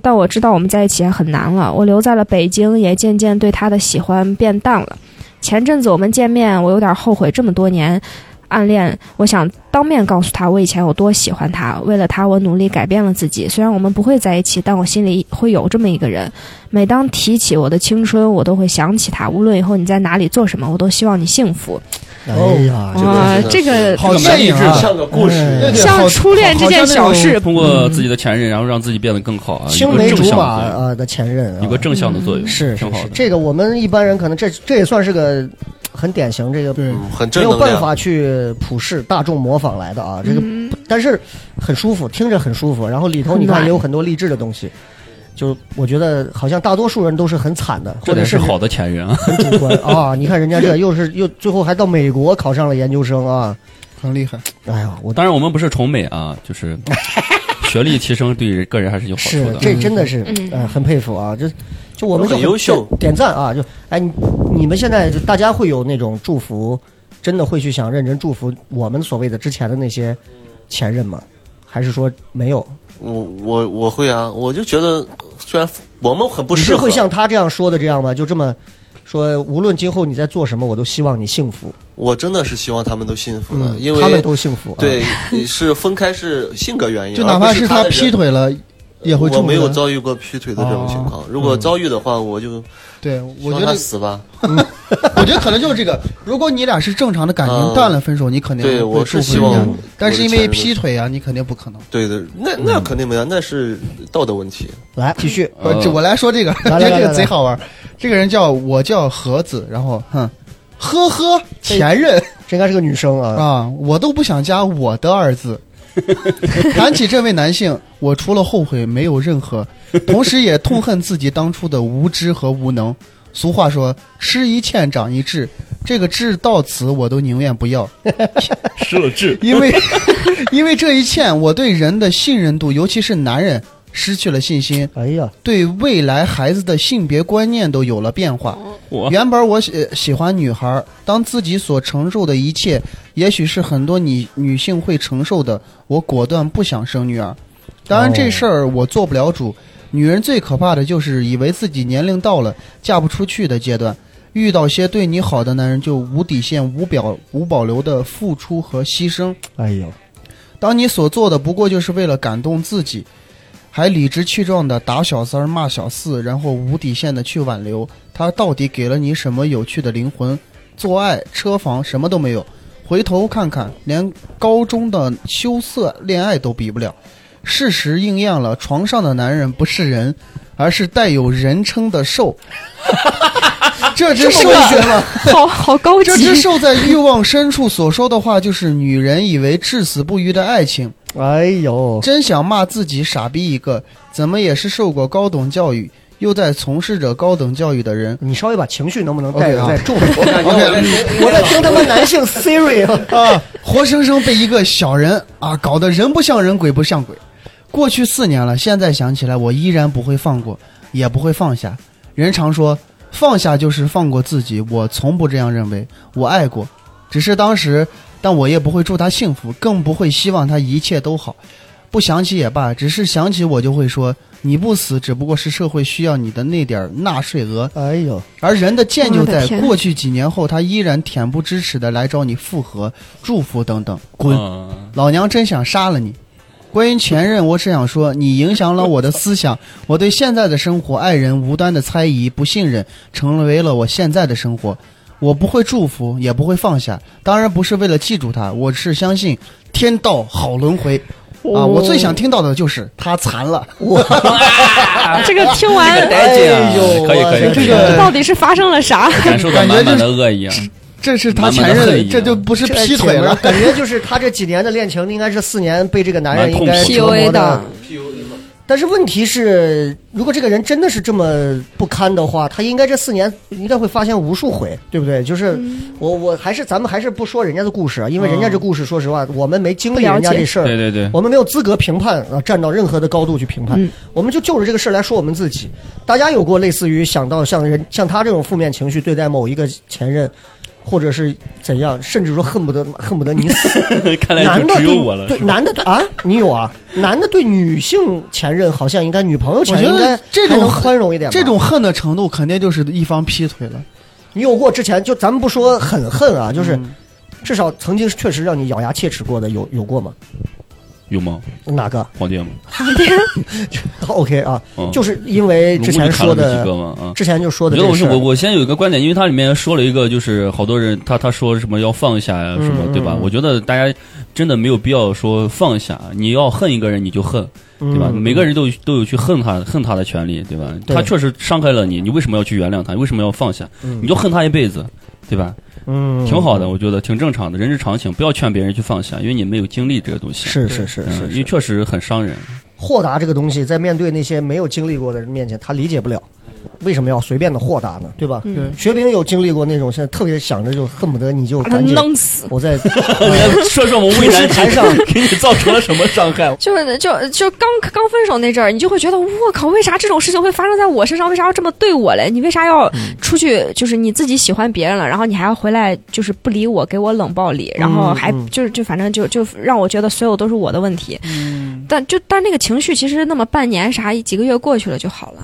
但我知道我们在一起也很难了。我留在了北京，也渐渐对他的喜欢变淡了。前阵子我们见面，我有点后悔这么多年暗恋。我想当面告诉他我以前有多喜欢他，为了他我努力改变了自己。虽然我们不会在一起，但我心里会有这么一个人。每当提起我的青春，我都会想起他。无论以后你在哪里做什么，我都希望你幸福。哎呀，哇个真的，是啊这个好蛮电影励志啊！像个故事。哎对像初恋这件小事，通过自己的前任，然后让自己变得更好啊，有青个梅正竹向马的作用啊的前任啊有个，正向的作用，是是挺好是，的。这个我们一般人可能这这也算是个很典型这个对，嗯，很没正有能办量。法去普世大众模仿来的啊，这个嗯但是很舒服，听着很舒服。然后里头很你看暖也有很多励志的东西，就我觉得好像大多数人都是很惨的，这或才者是是好的前 (laughs) 任啊！很主观啊。你看人家这又是又最后还到美国考上了研究生啊， (laughs) 很厉害。哎呀，我当然，我们不是崇美啊，就是学历提升对个人还是有好处是的。这真的是嗯呃很佩服啊，这。就我们就很优秀点点赞啊！就哎，你你们现在就大家会有那种祝福，真的会去想认真祝福我们所谓的之前的那些前任吗？还是说没有？我我我会啊，我就觉得虽然我们很不你适是合会，像他这样说的这样吗？就这么说，无论今后你在做什么，我都希望你幸福。我真的是希望他们都幸福的，嗯因为他们都嗯幸福。对，是分开是性格原因，就哪而不怕是他的劈人，腿了，也会祝我福没有他遭遇过劈腿的这种情况。如果遭遇的话，我就对，希我望觉他得，死吧。我觉得可能就是这个。如果你俩是正常的感情嗯断了分手，你肯定对会我祝是福希人家望但是因我为的前任劈腿啊，你肯定不可能。对的，那那嗯肯定没有，那是道德问题。来继续。呃，这我来说这个，嗯来来来 (laughs) 这来个贼好玩。这个人叫我叫盒子，然后哼，呵呵，前任这应该是个女生啊。啊，我都不想加我的 (laughs) 二字。谈起这位男性，我除了后悔没有任何，同时也痛恨自己当初的无知和无能。俗话说“吃一堑长一智”，这个智到此我都宁愿不要。设置 (laughs) 因为因为这一欠，我对人的信任度，尤其是男人，失去了信心，哎呀，对未来孩子的性别观念都有了变化。我原本我喜喜欢女孩，当自己所承受的一切也许是很多女女性会承受的。我果断不想生女儿，当然这事儿我做不了主。女人最可怕的就是以为自己年龄到了嫁不出去的阶段，遇到些对你好的男人就无底线、无表、无保留的付出和牺牲。哎呦，当你所做的不过就是为了感动自己，还理直气壮的打小三儿、骂小四，然后无底线的去挽留，他到底给了你什么有趣的灵魂？做爱、车房什么都没有，回头看看，连高中的羞涩恋爱都比不了。事实应验了，床上的男人不是人，而是带有人称的兽。 (laughs) 这只兽学吗？好好高级。这只兽在欲望深处所说的话，就是女人以为至死不渝的爱情。哎呦，真想骂自己傻逼一个！怎么也是受过高等教育，又在从事着高等教育的人。你稍微把情绪能不能带着 OK 啊再 (laughs) 重点？我感觉我在我在听他们男性 Siri (laughs) 啊，活生生被一个小人啊搞得人不像人，鬼不像鬼。过去四年了，现在想起来，我依然不会放过，也不会放下。人常说，放下就是放过自己，我从不这样认为。我爱过，只是当时，但我也不会祝他幸福，更不会希望他一切都好。不想起也罢，只是想起我就会说，你不死只不过是社会需要你的那点儿纳税额。哎呦，而人的歉就我的在天过去几年后，他依然恬不知耻的来找你复合、祝福等等。滚！嗯老娘真想杀了你。关于前任，我只想说，你影响了我的思想，我对现在的生活、爱人无端的猜疑、不信任，成为了我现在的生活。我不会祝福，也不会放下。当然不是为了记住他，我是相信天道好轮回。啊，我最想听到的就是他残了。这个听完，带劲啊哎呦可以可以我的可以这这个到底是发生了啥？感受到满满的恶意啊！这是他满满的前任，恨意啊这就不是劈腿了。感觉就是他这几年的恋情，应该是四年被这个男人应该蛮痛折磨 PUA 的的。但是问题是，如果这个人真的是这么不堪的话，他应该这四年应该会发现无数回，对不对？就是我我还是咱们还是不说人家的故事啊，因为人家这故事，说实话，我们没经历人家这事儿，对对对，我们没有资格评判啊，站到任何的高度去评判，嗯我们就就着这个事儿来说我们自己。大家有过类似于想到像人像他这种负面情绪对待某一个前任，或者是怎样，甚至说恨不得恨不得你死。看 (laughs) 来男就的只有对我了。对男的对啊，你有啊？男的对女性前任好像应该女朋友我前觉任应该得这还种能宽容一点吧。这种恨的程度肯定就是一方劈腿了。你有过之前就咱们不说很恨嗯啊，就是至少曾经确实让你咬牙切齿过的有有过吗？有吗？哪个黄帝吗？ ？OK 啊，嗯就是因为之前说的龙珠里卡了没几个吗啊之前就说我的这觉得个我事是儿，我，我先有一个观点，因为它里面说了一个，就是好多人他他说什么要放下呀、什么，嗯对吧嗯？我觉得大家真的没有必要说放下，你要恨一个人你就恨，对吧？嗯每个人都有都有去恨他恨他的权利，对吧？对他确实伤害了你，你为什么要去原谅他？为什么要放下？你就恨他一辈子，对吧？嗯，挺好的，我觉得挺正常的，人之常情。不要劝别人去放下，因为你没有经历这个东西。是是是嗯，是因为是，确实很伤人。 (laughs) 豁达这个东西在面对那些没有经历过的人面前，他理解不了。为什么要随便的豁达呢？对吧？嗯对学兵有经历过那种，现在特别想着就恨不得你就把他赶紧弄死。我 (laughs) 在说说我们为 (laughs) 难台 (laughs) 上给你造成了什么伤害？就是就就刚刚分手那阵儿，你就会觉得我靠，为啥这种事情会发生在我身上？为啥要嗯这么对我嘞？你为啥要出去？就是你自己喜欢别人了，然后你还要回来，就是不理我，给我冷暴力，然后还嗯就是就反正就就让我觉得所有都是我的问题。嗯但就但那个情绪其实那么半年啥几个月过去了就好了。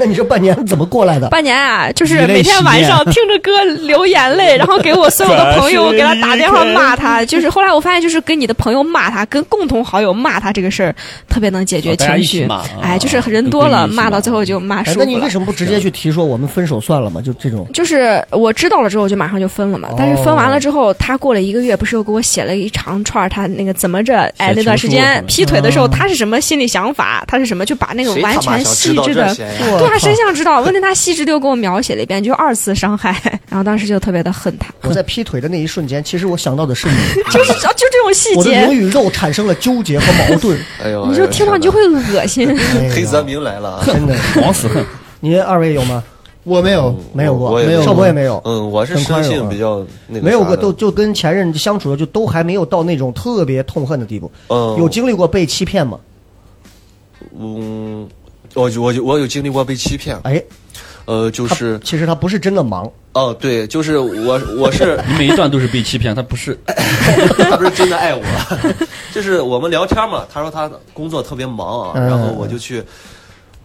那你这半年怎么过来的？ (laughs) 半年啊，就一是泪每天晚上洗听着歌流眼泪，然后给我所有的朋友给他打电话骂他。就是后来我发现，就是跟你的朋友骂他，跟共同好友骂他这个事儿，特别能解决哦大家情一起绪骂。哎，啊就是人多跟闺了，蜜一起骂骂到最后就骂哎，舒那你服为了。什么不直接去提说我们分手算了嘛？就这种，就是我知道了之后，我就马上就分了嘛哦。但是分完了之后，他过了一个月，不是又给我写了一长串儿他那个怎么着？哎，写那段时情书什间么劈腿的时候，他是什么心理想法？他是什么？就把那个谁哎完他妈全想细知道致这的些呀？我对啊，靠谁想知道？问题他细致的又给我描写了一遍，就二次伤害， (laughs) 然后当时就特别的恨他，我在劈腿的那一瞬间，其实我想到的是你， (laughs) 就是哦就就这种细我的节灵，与肉产生了纠结和矛盾。哎呦，你哎就呦听到你就会恶心。哎呀黑泽明来了啊。真的，往死恨。你二位有吗？我没有，没 (laughs) 有过嗯我也，没有少博过也没有，嗯，我是很宽生容性啊比较那个没有啥过，的都就跟前任相处的就都还没有到那种特别痛恨的地步。嗯有经历过被欺骗吗？嗯，我就我就我有经历过被欺骗，哎，呃，就是其实他不是真的忙，哦，对，就是我我是你每一段都是被欺骗，他不是， (laughs) 他不是真的爱我，就是我们聊天嘛，他说他工作特别忙啊，嗯然后我就去。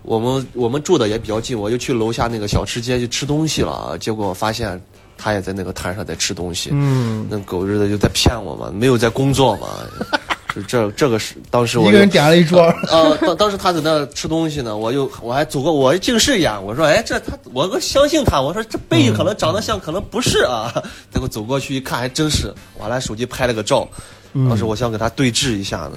我们我们住的也比较近，我就去楼下那个小吃街去吃东西了啊。结果发现他也在那个摊上在吃东西，嗯，那狗日的就在骗我嘛，没有在工作嘛。就这这个是当时我一个人就点了一桌，呃，当当时他在那儿吃东西呢，我又我还走过，我还近视眼，我说，哎，这他，我我相信他，我说这背影可能长得像，可能不是啊。 (laughs) 结果走过去一看，还真是，我还拿手机拍了个照，当时我想给他对峙一下呢，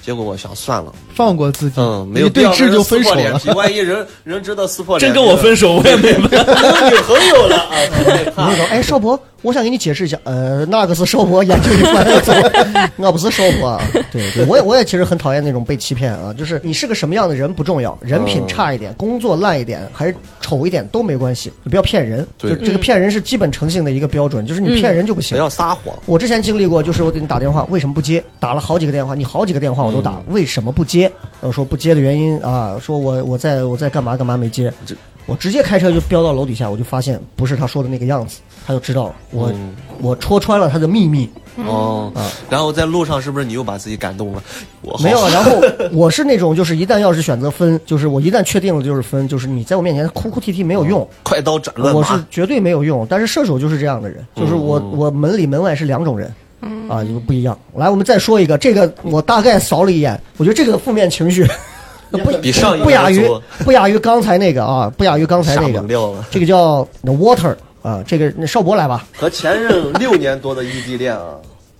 结果我想算了，放过自己，嗯，没一有必对要峙跟就人撕分手破脸了。皮，万一人人知道撕破真脸皮跟了，我分手，我也没办法。 (laughs) 没有女朋友了啊，(laughs) 太你怕说，哎，少婆，我想给你解释一下，呃，那个是少婆研究一番， (laughs) 我不是少婆啊。对对，我也我也其实很讨厌那种被欺骗啊，就是你是个什么样的人不重要，人品嗯差一点，工作烂一点，还是丑一点都没关系，你不要骗人。对就这嗯个骗人是基本诚信的一个标准，就是你骗人就不不行。哎要撒谎，我之前经历过，就是我给你打电话，为什么不接？打了好几个电话，你好几个电话我都打，嗯为什么不接？呃，说不接的原因啊，说我我在我在干嘛干嘛没接这，我直接开车就飙到楼底下，我就发现不是他说的那个样子，他就知道我、嗯我戳穿了他的秘密，哦，然后在路上是不是你又把自己感动了？我好没 (laughs) 有。啊然后我是那种就是一旦要是选择分，就是我一旦确定了就是分，就是你在我面前哭哭啼啼没有用。快刀斩乱我是麻，绝对没有用，但是射手就是这样的人，就是我、嗯我门里门外是两种人，啊，有不一样。来，我们再说一个，这个我大概扫了一眼，我觉得这个负面 (laughs) 情绪不比上一个不亚于还多不亚于刚才那个啊，不亚于刚才吓那懵个，掉了。这个叫 The Water 啊，这个那邵博来吧，和前任六年多的异地恋啊，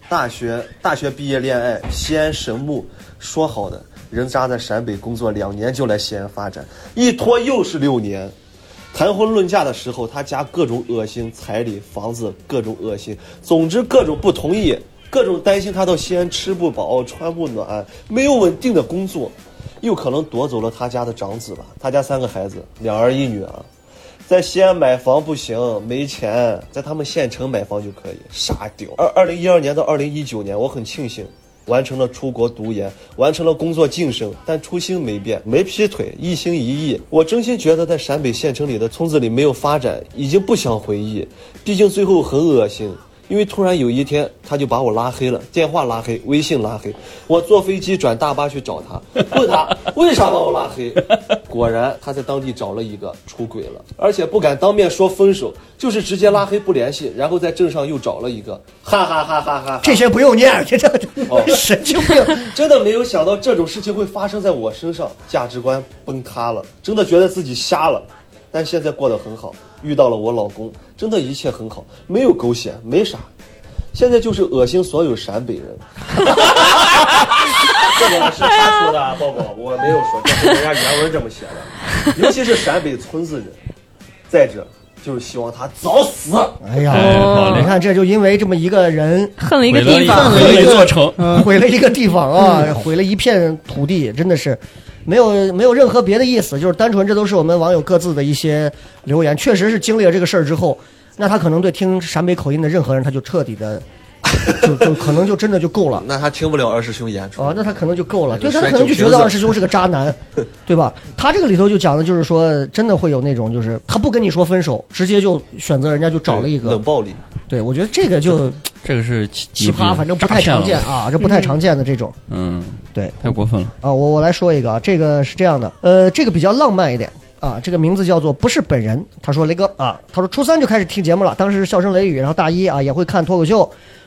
大学大学毕业恋爱，西安神木说好的，人渣在陕北工作两年就来西安发展，一拖又是六年。谈婚论嫁的时候，他家各种恶心，彩礼、房子各种恶心，总之各种不同意，各种担心他到西安吃不饱、穿不暖，没有稳定的工作，又可能夺走了他家的长子吧。他家三个孩子，两儿一女啊。在西安买房不行，没钱，在他们县城买房就可以，傻屌。二二零一二年到二零一九年，我很庆幸。完成了出国读研，完成了工作晋升，但初心没变，没劈腿，一心一意。我真心觉得在陕北县城里的村子里没有发展，已经不想回忆，毕竟最后很恶心。因为突然有一天，他就把我拉黑了，电话拉黑，微信拉黑。我坐飞机转大巴去找他，问他为啥把我拉黑。果然，他在当地找了一个出轨了，而且不敢当面说分手，就是直接拉黑不联系，然后在镇上又找了一个，哈哈哈哈哈哈。这些不用念，这这哦这 (laughs) 神经病。真的没有想到这种事情会发生在我身上，价值观崩塌了，真的觉得自己瞎了。但现在过得很好，遇到了我老公，真的一切很好，没有狗血，没啥。现在就是恶心所有陕北人。这个是他说的啊，抱抱，我没有说，这是人家原文这么写的。尤其是陕北村子人，再者就是希望他早死。哎呀，哎好嘞你看这就因为这么一个人恨了一个毁了地一方，毁了一座城，毁了一个地方啊，毁了一片土地，真的是没有没有任何别的意思，就是单纯这都是我们网友各自的一些留言，确实是经历了这个事儿之后，那他可能对听陕北口音的任何人，他就彻底的，就就可能就真的就够了。那他听不了二师兄演出啊，那他可能就够了，哦那就对，他摔可能就觉酒瓶得子二师兄是个渣男，对吧？他这个里头就讲的就是说，真的会有那种就是他不跟你说分手，直接就选择人家就找了一个冷，暴力。对我觉得这个就这个是奇奇葩，反正不太常见。啊，这不太常见的这种。嗯，对，太过分了。啊，我我来说一个啊，这个是这样的，呃，这个比较浪漫一点啊，这个名字叫做不是本人。他说雷哥啊，他说初三就开始听节目了，当时是笑声雷雨，然后大一啊也会看脱口秀。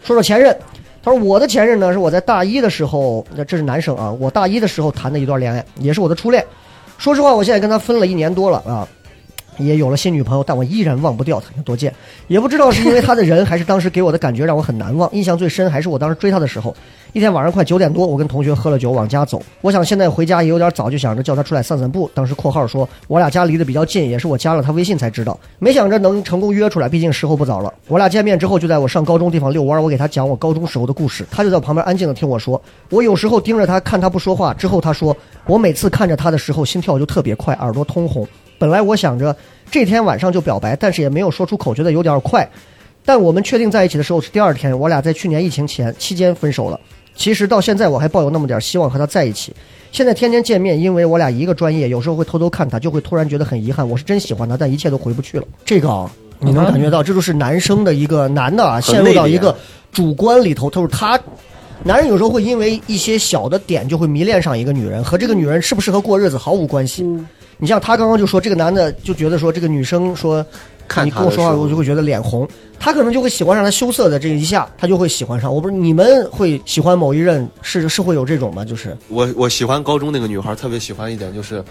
说说前任，他说我的前任呢是我在大一的时候，那这是男生啊，我大一的时候谈的一段恋爱，也是我的初恋。说实话，我现在跟他分了一年多了啊。也有了新女朋友，但我依然忘不掉他，有多贱。也不知道是因为他的人，还是当时给我的感觉让我很难忘。印象最深还是我当时追他的时候，一天晚上快九点多，我跟同学喝了酒往家走。我想现在回家也有点早，就想着叫他出来散散步。当时括号说我俩家离得比较近，也是我加了他微信才知道。没想着能成功约出来，毕竟时候不早了。我俩见面之后，就在我上高中地方遛弯，我给他讲我高中时候的故事，他就在我旁边安静的听我说。我有时候盯着他看他不说话，之后他说我每次看着他的时候心跳就特别快，耳朵通红。本来我想着这天晚上就表白，但是也没有说出口，觉得有点快。但我们确定在一起的时候是第二天，我俩在去年疫情前期间分手了。其实到现在我还抱有那么点希望和他在一起。现在天天见面，因为我俩一个专业，有时候会偷偷看他，就会突然觉得很遗憾。我是真喜欢他，但一切都回不去了。这个啊，你能感觉到，这就是男生的一个男的啊，很陷入到内敛一个主观里头，就是他。男人有时候会因为一些小的点就会迷恋上一个女人，和这个女人适不适合过日子毫无关系。你像他刚刚就说，这个男的就觉得说这个女生说，看你他跟我的说话时候我就会觉得脸红，他可能就会喜欢上她羞涩的这一下，他就会喜欢上。我不是你们会喜欢某一任是是会有这种吗？就是我我喜欢高中那个女孩，特别喜欢一点就是，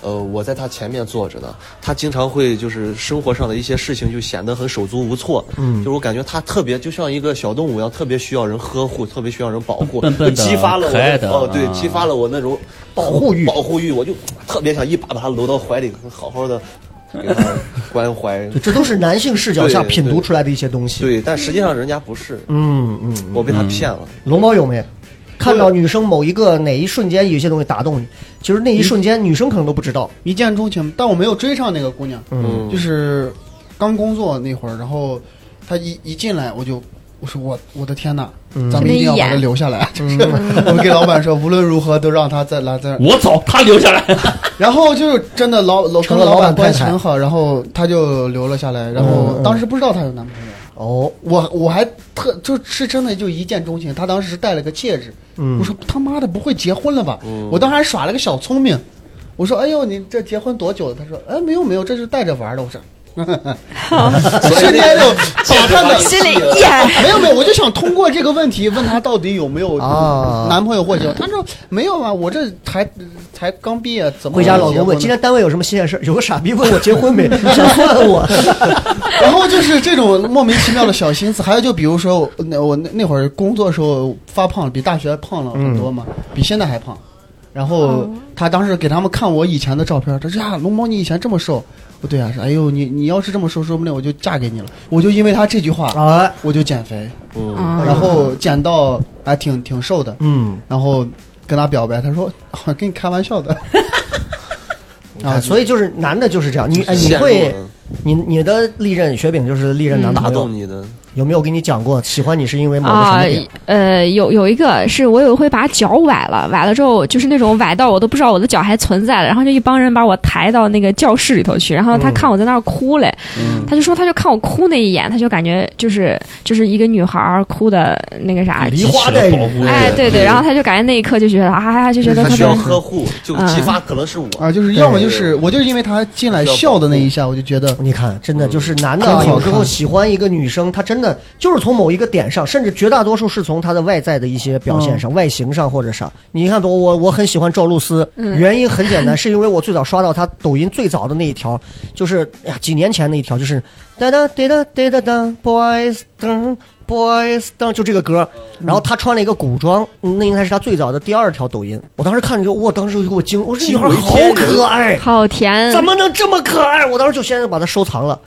呃，我在她前面坐着呢，她经常会就是生活上的一些事情就显得很手足无措，嗯就是我感觉她特别就像一个小动物一样，特别需要人呵护，特别需要人保护，笨笨的就激发了我可爱的哦，对啊，激发了我那种保护欲保护欲，我就特别想一把把她搂到怀里，好好的给她关怀。这都是男性视角下对对品读出来的一些东西。对，但实际上人家不是，嗯嗯，嗯我被她骗了。龙猫有没有看到女生某一个哪一瞬间有一些东西打动你？就是那嗯一瞬间，女生可能都不知道。一见钟情，但我没有追上那个姑娘，嗯，就是刚工作那会儿，然后她一一进来，我就我说我我的天呐，咱们一定要把她留下来， (laughs) 就是 (laughs) 我给老板说，无论如何都让她再来再。我走，他留下来。然后就是真的老老成跟了老老板板太关系太很好，然后她就留了下来，然后嗯当时不知道她有男朋友。哦，我我还特就是真的就一见钟情，她当时是戴了个戒指，嗯我说他妈的不会结婚了吧？我当时还耍了个小聪明，我说哎呦你这结婚多久了？他说哎没有没有，这是带着玩的。我说，瞬间就把他的心 (laughs) 里一眼啊没有没有，我就想通过这个 (laughs) 问题问他到底有没有啊男朋友或者他说没有啊，我这才才刚毕业，怎么回家能老哦结公婚问呢今天单位有什么新鲜事儿，有个傻逼问我结婚没，想换我。然后就是这种莫名其妙的小心思，还有就比如说，那我那那会儿工作的时候发胖，比大学胖了很多嘛，比现在还胖。然后他当时给他们看我以前的照片，他说呀，龙猫你以前这么瘦，我对啊，说哎呦你你要是这么瘦，说不定我就嫁给你了。我就因为他这句话，啊，我就减肥，嗯啊然后减到还挺挺瘦的，嗯然后跟他表白，他说我跟你开玩笑的，啊，所以就是男的就是这样，你哎你陷入会了嗯你你的历任雪饼就是历任男打朋友动，你的，有没有跟你讲过喜欢你是因为某个什啊么点？，呃，有有一个是我有一回把脚崴了，崴了之后就是那种崴到我都不知道我的脚还存在了，然后就一帮人把我抬到那个教室里头去，然后他看我在那儿哭嘞，嗯 (laughs) 他就说他就看我哭那一眼，他就感觉就是就是一个女孩儿哭的那个啥，梨花带雨，哎对对，然后他就感觉那一刻就觉得啊，就觉得她特需别要呵护，就嗯激发可能是我。啊，就是要么就是我就是因为他进来笑的那一下，我就觉得你看，真的就是男的啊，真好有时候看喜欢一个女生，他真的就是从某一个点上，甚至绝大多数是从她的外在的一些表现上、外形上或者啥。你看，我我我很喜欢赵露思，原因很简单，是因为我最早刷到她抖音最早的那一条，就是哎呀几年前那一条，就是哒哒哒哒哒哒哒，boys 噔 boys 噔，就这个歌。然后她穿了一个古装，嗯那应该是她最早的第二条抖音。我当时看着就，我当时就给我惊，我说这女孩好可爱。好甜，怎么能这么可爱？我当时就先把它收藏了，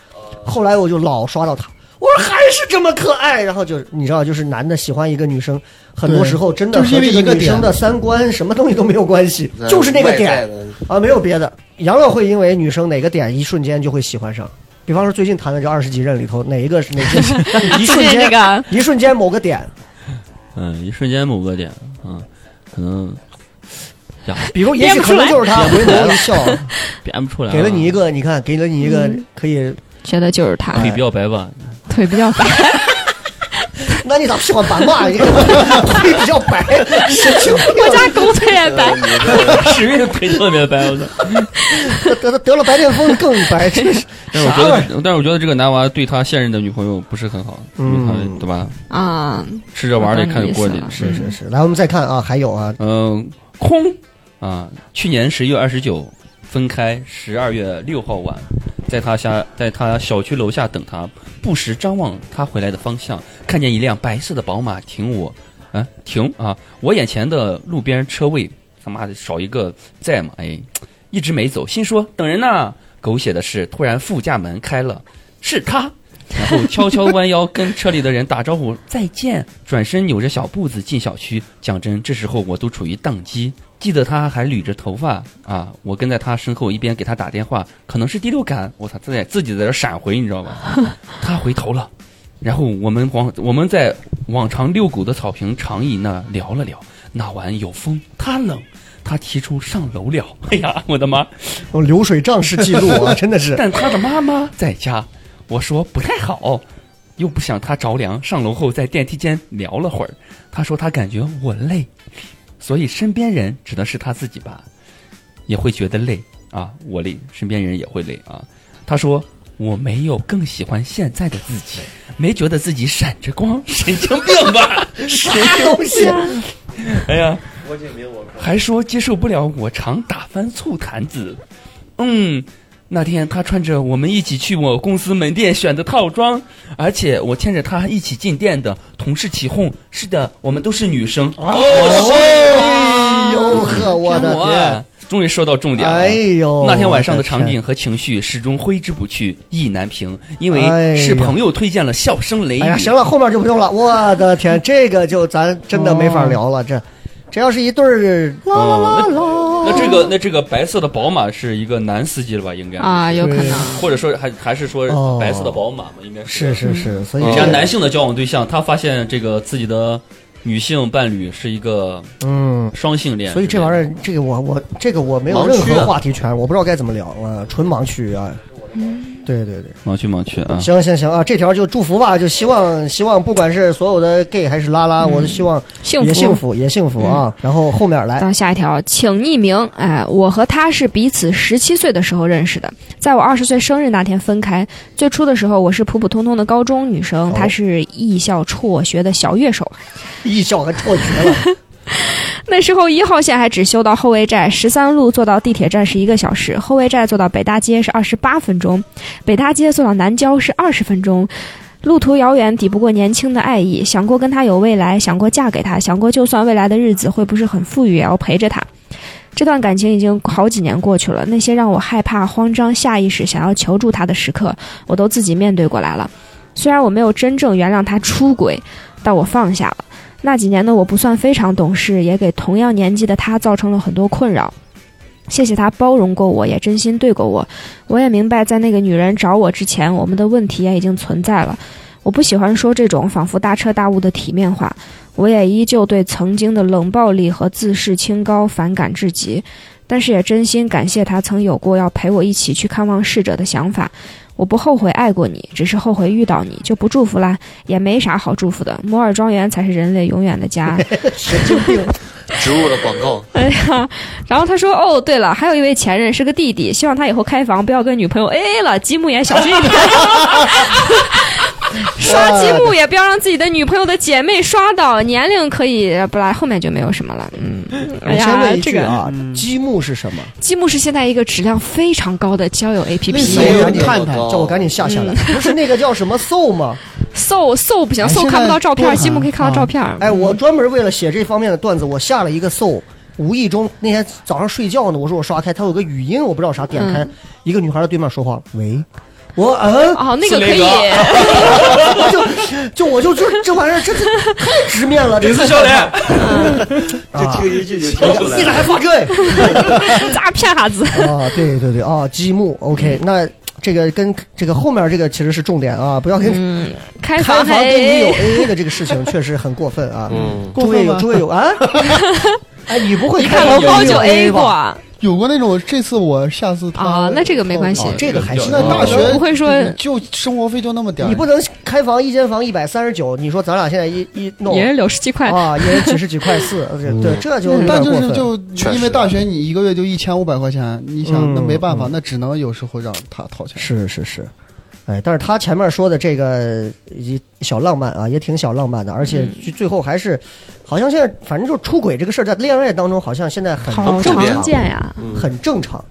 后来我就老刷到它，我说还是这么可爱。然后就你知道，就是男的喜欢一个女生，很多对时候真的就是和因为这一个个女生点的三观什么东西都没有关系，就是那个点外在的啊，没有别的。杨乐会因为女生哪个点一瞬间就会喜欢上。比方说最近谈的这二十几任里头，哪一个是哪 (laughs) 个是一瞬最近间这个一瞬间某个点，嗯，一瞬间某个点，嗯，可能比如也许编不可出能来就是他回眸一笑，编不出来。啊给了你一，个，你看给了你一个嗯可以，觉得就是他腿比较白吧？腿比较白， (laughs) 那你咋喜欢板嘛？你看会比较白，神经病。我家狗腿也白，哎 (laughs) 是因为腿特别白，我操！得得得了白癜风更白，真是 (laughs) 但是我啥觉玩意儿？得，但是我觉得这个男娃对他现任的女朋友不是很好，因为嗯他对吧？ (laughs) 啊，吃着玩儿的看着过我懂你瘾意思了。是是是，来我们再看啊，还有啊，嗯，空啊，去年十一月二十九分开，十二月六号晚，在他下，在他小区楼下等他，不时张望他回来的方向，看见一辆白色的宝马停我，啊停啊，我眼前的路边车位，他妈的少一个在嘛，哎，一直没走，心说等人呢。狗血的是，突然副驾门开了，是他。然后悄悄弯腰跟车里的人打招呼再见，转身扭着小步子进小区。讲真，这时候我都处于宕机。记得他还捋着头发啊，我跟在他身后，一边给他打电话，可能是第六感，我操，自己自己在这闪回，你知道吧？他回头了，然后我们往我们在往常遛狗的草坪长椅那聊了聊，那晚有风，他冷，他提出上楼了。哎呀，我的妈！哦，流水账式记录 (laughs) 啊，真的是。但他的妈妈在家，我说不太好，又不想他着凉。上楼后在电梯间聊了会儿，他说他感觉我累，所以身边人指的是他自己吧，也会觉得累啊，我累，身边人也会累啊。他说我没有更喜欢现在的自己，没觉得自己闪着光，神经病吧？啥东西？哎呀，郭敬明，我还说接受不了我常打翻醋坛子。嗯，那天他穿着我们一起去我公司门店选的套装，而且我牵着他一起进店的同事起哄。是的，我们都是女生。哦，哎呦呵，啊我的啊天！哇终于说到重点了。哎呦那天晚上的我的天场景和情绪始终挥之不去，意难平，因为哎是呀朋友推荐了《笑声雷雨哦哎呀，》。行了，后面就不用了。我的天，这个就咱真的没法聊了。这这要是一对儿，那这个那这个白色的宝马是一个男司机了吧？应该啊有可能是 (laughs) 或者说还还是说哦白色的宝马嘛？应该是是是，所以人这家男性的交往对象，他发现这个自己的女性伴侣是一个嗯，双性恋，所以这玩意儿，这个我我这个我没有啊盲任区何啊话题权，我不知道该怎么聊啊，纯盲区啊。对对对，盲区盲区啊。行行行啊，这条就祝福吧，就希望希望不管是所有的 gay 还是拉拉，我都希望嗯也幸福嗯幸福也幸福啊。然后后面来到下一条，请匿名。哎，我和他是彼此十七岁的时候认识的，在我二十岁生日那天分开。最初的时候，我是普普通通的高中女生，她是艺校辍学的小乐手。艺校还辍学 (laughs) 了，那时候一号线还只修到后卫寨，十三路坐到地铁站是一个小时，后卫寨坐到北大街是二十八分钟，北大街坐到南郊是二十分钟。路途遥远，抵不过年轻的爱意。想过跟他有未来，想过嫁给他，想过就算未来的日子会不是很富裕，也要陪着他。这段感情已经好几年过去了，那些让我害怕、慌张、下意识想要求助他的时刻，我都自己面对过来了。虽然我没有真正原谅他出轨，但我放下了。那几年呢，我不算非常懂事，也给同样年纪的他造成了很多困扰。谢谢他包容过我，也真心对过我。我也明白，在那个女人找我之前，我们的问题也已经存在了。我不喜欢说这种仿佛大彻大悟的体面话，我也依旧对曾经的冷暴力和自视清高反感至极。但是也真心感谢他曾有过要陪我一起去看望逝者的想法。我不后悔爱过你，只是后悔遇到你，就不祝福啦，也没啥好祝福的。摩尔庄园才是人类永远的家。 (laughs) 神经病。植入了广告。哎呀，然后他说：“哦，对了，还有一位前任是个弟弟，希望他以后开房不要跟女朋友 AA 了，积木也小心一点。刷积木也不要让自己的女朋友的姐妹刷到，年龄可以不啦，后面就没有什么了。嗯，我哎先呀问一，这句个啊，积木是什么？积木是现在一个质量非常高的交友 APP。死我我有赶紧探探哦叫我赶紧下下来。嗯不是那个叫什么 Soul 吗？搜嗯搜不行，哎搜现看不在到照多片，好积木可以看到照片。哎，我专门为了写这方面的段子，我下了一个 Soul。无意中那天早上睡觉呢，我说我刷开，它有个语音，我不知道啥，点开、嗯一个女孩在对面说话，喂，我嗯，哦，那个可以，啊我就就我就这这玩意儿，这这太直面了，这次笑脸，就听一句就听出 (laughs) 来你咋了。还放这？ (laughs) 咋骗哈子？啊，对对对啊，积木，OK，那这个跟这个后面这个其实是重点啊，不要跟开哎开房房还跟女友 AA 的这个事情确实很过分啊。嗯，诸位有诸位有啊？哎，你不会你开看房我包跟女就友 AA 过吧？啊，有过那种，这次我下次他哦那这个没关系哦，这个还行。哎那大学不会说就生活费就那么点儿，你不能开房一间房一百三十九，你说咱俩现在一一弄也是六十七块。啊，也是几十几块四，这对，这就有点但就过分是就确实因为大学你一个月就一千五百块钱，你想嗯那没办法，那只能有时候让他掏钱。是是是，哎，但是他前面说的这个也小浪漫啊，也挺小浪漫的，而且嗯就最后还是，好像现在反正就是出轨这个事儿，在恋爱当中好像现在很啊好正常常，见呀！很正常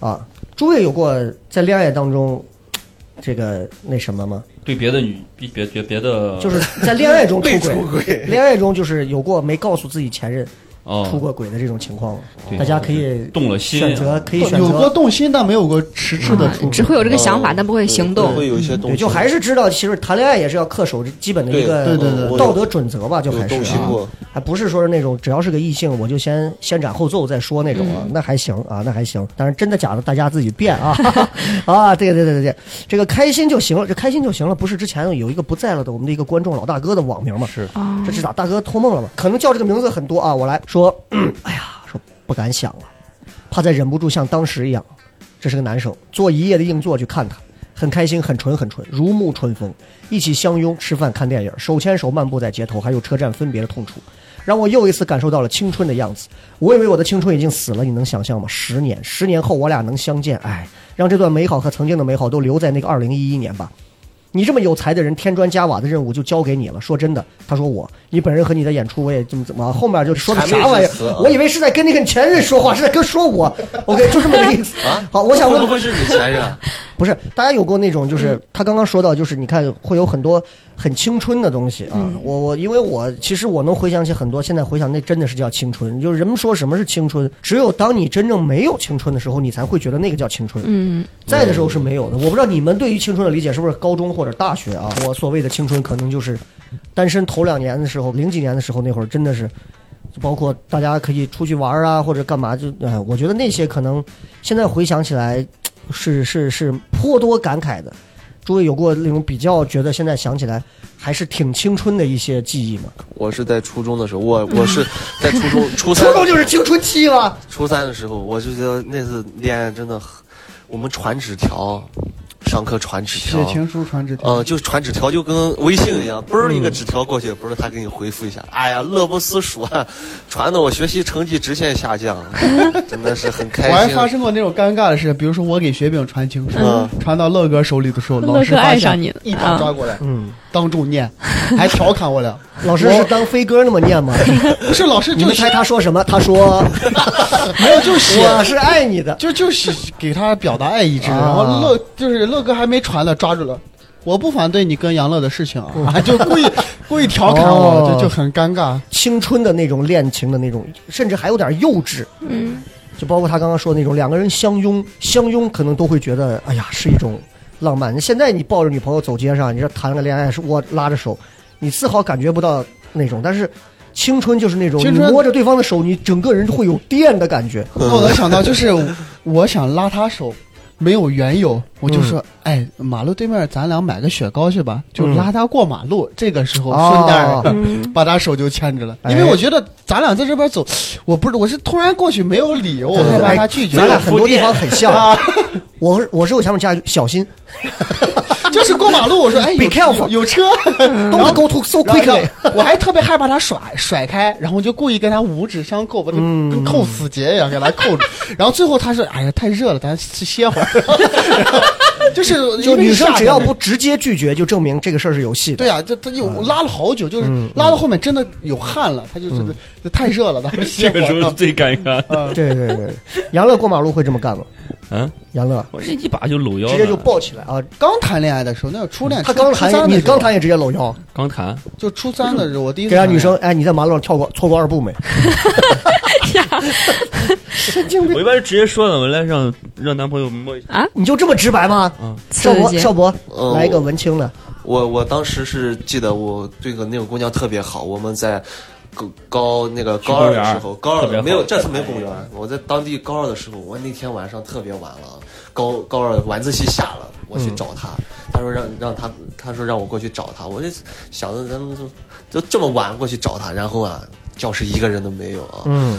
啊。诸位有过在恋爱当中这个那什么吗？对别的女别别别别的， (laughs) 就是在恋爱中出轨，出轨恋爱中就是有过没告诉自己前任，哦出过轨的这种情况了。对大家可以动了心啊选择可以选有过择。动心，但没有过迟滞的出轨、嗯啊只会有这个想法，但不会行动。(laughs) 嗯会有一些东哦对，西，就还是知道，其实谈恋爱也是要恪守基本的一个对对对对道德准则吧，就有还是动心啊，过。还不是说是那种只要是个异性我就先先斩后奏再说那种嗯啊，那还行啊，那还行。但是真的假的，大家自己变啊 (laughs) 啊！对对对对对，这个开心就行了，这开心就行了，不是之前有一个不在了的我们的一个观众老大哥的网名嘛？是，这是咋大哥托梦了吧？可能叫这个名字很多啊，我来说， (clears throat) 哎呀，说不敢想了，怕再忍不住像当时一样。这是个男生，做一夜的硬座去看他，很开心，很纯很纯，如沐春风，一起相拥吃饭看电影，手牵手漫步在街头，还有车站分别的痛楚，让我又一次感受到了青春的样子。我以为我的青春已经死了，你能想象吗？十年，十年后我俩能相见，哎，让这段美好和曾经的美好都留在那个二零一一年吧。你这么有才的人，添砖加瓦的任务就交给你了。说真的，他说我，你本人和你的演出，我也这么怎么，后面就说的啥玩意谄媚之词儿啊？我以为是在跟那个前任说话，是在跟说我。OK，就这么个意思啊好，我想问会不会是你前任啊？不是，大家有过那种，就是他刚刚说到，就是你看会有很多很青春的东西啊。我我因为我其实我能回想起很多，现在回想那真的是叫青春。就是人们说什么是青春，只有当你真正没有青春的时候，你才会觉得那个叫青春。嗯，在的时候是没有的。我不知道你们对于青春的理解是不是高中或者大学啊？我所谓的青春，可能就是单身头两年的时候，零几年的时候那会儿，真的是，就包括大家可以出去玩啊，或者干嘛，就哎，我觉得那些可能现在回想起来，是是是颇多感慨的。诸位有过那种比较，觉得现在想起来还是挺青春的一些记忆吗？ (laughs) 我是在初中的时候，我我是在初中初三初中就是青春期了，初三的时候，我就觉得那次恋爱真的很，我们传纸条，上课传纸条写，情书、传纸条。哦呃，就传纸条就跟微信一样，嘣儿一嗯个纸条过去，不是他给你回复一下，哎呀，乐不思蜀啊，传的我学习成绩直线下降，真的是很我还开心。发生过那种尴尬的事，比如说我给雪饼传情书，嗯传到乐哥手里的时候，乐哥老师发爱现上你了一把抓过来，嗯，当众念，还调侃我俩。老师是当飞哥那么念 (laughs) 吗？不是老师你就们写猜，他说什么？他说 (laughs) 没有就写，我是爱你的。就就写给他表达爱意之，啊然后乐就是乐哥还没传呢，抓住了。我不反对你跟杨乐的事情啊， (laughs) 就故意故意调侃我，哦就就很尴尬。青春的那种恋情的那种，甚至还有点幼稚。嗯，就包括他刚刚说的那种两个人相拥，相拥可能都会觉得，哎呀，是一种浪漫。现在你抱着女朋友走街上，你这谈个恋爱是握拉着手，你丝毫感觉不到那种，但是。青春就是那种，青你春摸着对方的手，你整个人会有电的感觉。我能想到就是我想拉他手，没有缘由，我就说，嗯哎，马路对面咱俩买个雪糕去吧，就拉他过马路。这个时候顺哦带把他手就牵着了，因为哎我觉得咱俩在这边走，我不是我是突然过去没有理由，我害怕哎他拒绝。啊咱俩很多地方很像。啊我我是有想法加一句小心， (laughs) 就是过马路，我说哎 Be 有 careful 有车，都能 go to so 然后 quickly。我还特别害怕他甩甩开，然后就故意跟他五指相扣，把他嗯跟扣死结一样给他扣住。然后最后他说：“哎呀，太热了，咱歇会儿。 (laughs) 然后”就是就因为女生夏只要天不直接拒绝，就证明这个事儿是有戏的。对啊，这他又拉了好久，就是嗯拉到后面真的有汗了，他就是这太热了，咱们歇这会个时候儿啊是。最尴尬 (laughs) 的，对对对，杨乐过马路会这么干吗？嗯，杨乐我这一把就搂腰直了，接就抱起来啊！刚谈恋爱的时候，那是初恋，他刚初谈，三的时候你刚谈也直接搂腰，刚谈，就初三的时候，我第一次给俩谈女恋生，爱哎，你在马路上跳过错过二步没？神经我病！一般是直接说的，我来让让男朋友摸一下，你就这么直白吗？嗯刺少博，激少博，呃哦来一个文青的，我我当时是记得我对个那个姑娘特别好，我们在高高那个高二的时候，去公园高特别二好没有这次没公园，我在当地高二的时候，我那天晚上特别晚了，高高二晚自习下了，我嗯去找她，她说让让她她说让我过去找她，我就想着咱们就就这么晚过去找她，然后啊教室一个人都没有啊，嗯，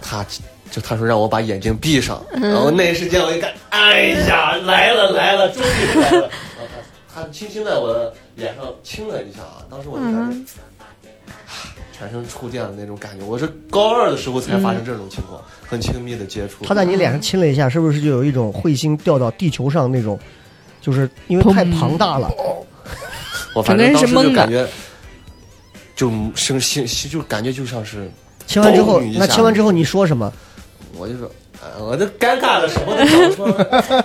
他就他说让我把眼睛闭上，然后那一瞬间我一看，哎呀，来了来了，终于来了。 (laughs) 然后他他轻轻在我的脸上亲了一下啊，当时我就感觉、嗯 (sighs) 全身触电的那种感觉。我是高二的时候才发嗯生这种情况，很亲密的接触。他在你脸上亲了一下，是不是就有一种彗星掉到地球上那种？就是因为太庞大了，我反正整个人当是时懵就的感觉就生心心就感觉就像是，亲完之后，嘣一下那亲完之后你说什么？我就说。哎，我这尴尬的什么都想说，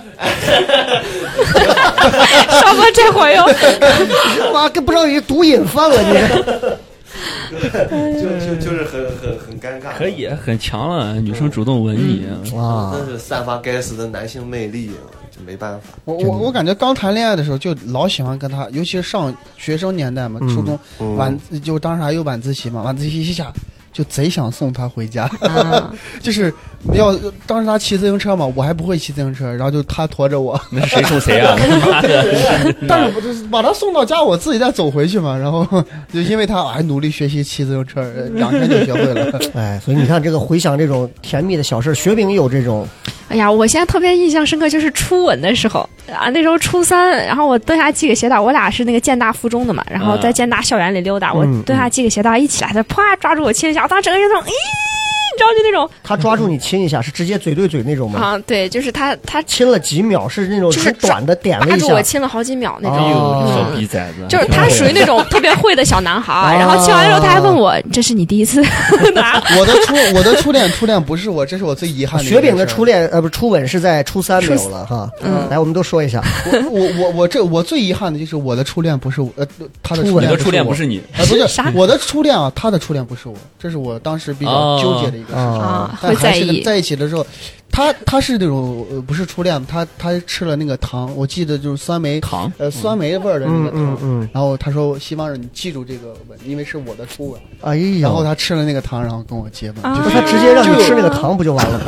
少波这会儿又妈跟不上你毒瘾犯了你！ (laughs) 就就就是很很很尴尬。可以，啊很强了，女生主动吻你，啊哇真是散发该死的男性魅力，啊就没办法。我我我感觉刚谈恋爱的时候就老喜欢跟他，尤其是上学生年代嘛，嗯初中嗯晚就当时还有晚自习嘛，晚自习一下就贼想送他回家，啊就是要当时他骑自行车嘛，我还不会骑自行车，然后就他驮着我，那是谁送谁啊？妈的但是我就是把他送到家，我自己再走回去嘛，然后就因为他我还努力学习骑自行车，呃两天就学会了。 (laughs) 哎，所以你看，这个回想这种甜蜜的小事，雪饼有这种，哎呀，我现在特别印象深刻，就是初吻的时候啊，那时候初三，然后我蹲下系个鞋带，我俩是那个建大附中的嘛，然后在建大校园里溜达，我嗯蹲下系个鞋带，一起来他啪抓住我亲了一下，我当时整个人那种，咦，你知道就那种他抓住你亲一下，是直接嘴对嘴那种吗？啊，对，就是他他亲了几秒，是那种就是很短的点了扒一住我下，啊亲了好几秒那种。哎呦，哦小逼崽子！就是他属于那种特别会的小男孩儿， (laughs) 然后亲完之后他还问我：“哦这是你第一次 (laughs) 拿我的初我的初恋初恋不是我，这是我最遗憾的一件事。雪饼的初恋呃不是初吻是在初三没有了哈。嗯，来我们都说一下，我我我这我最遗憾的就是我的初恋不是我，呃，他的初初吻你恋的不初是恋我不 (laughs) 是你啊，不 (laughs) 是啥我的初恋啊，他的初恋不是我，这是我当时比哦较纠结的一个事情。啊，但会还在是意在一起的时候，他他是那种呃不是初恋，他他吃了那个糖，我记得就是酸梅糖，呃酸梅味儿的那嗯个糖嗯。嗯，然后他说希望你记住这个吻，因为是我的初吻。哎呀，然后他吃了那个糖，然后跟我接吻，啊就是那他直接让你吃那个糖不就完了吗？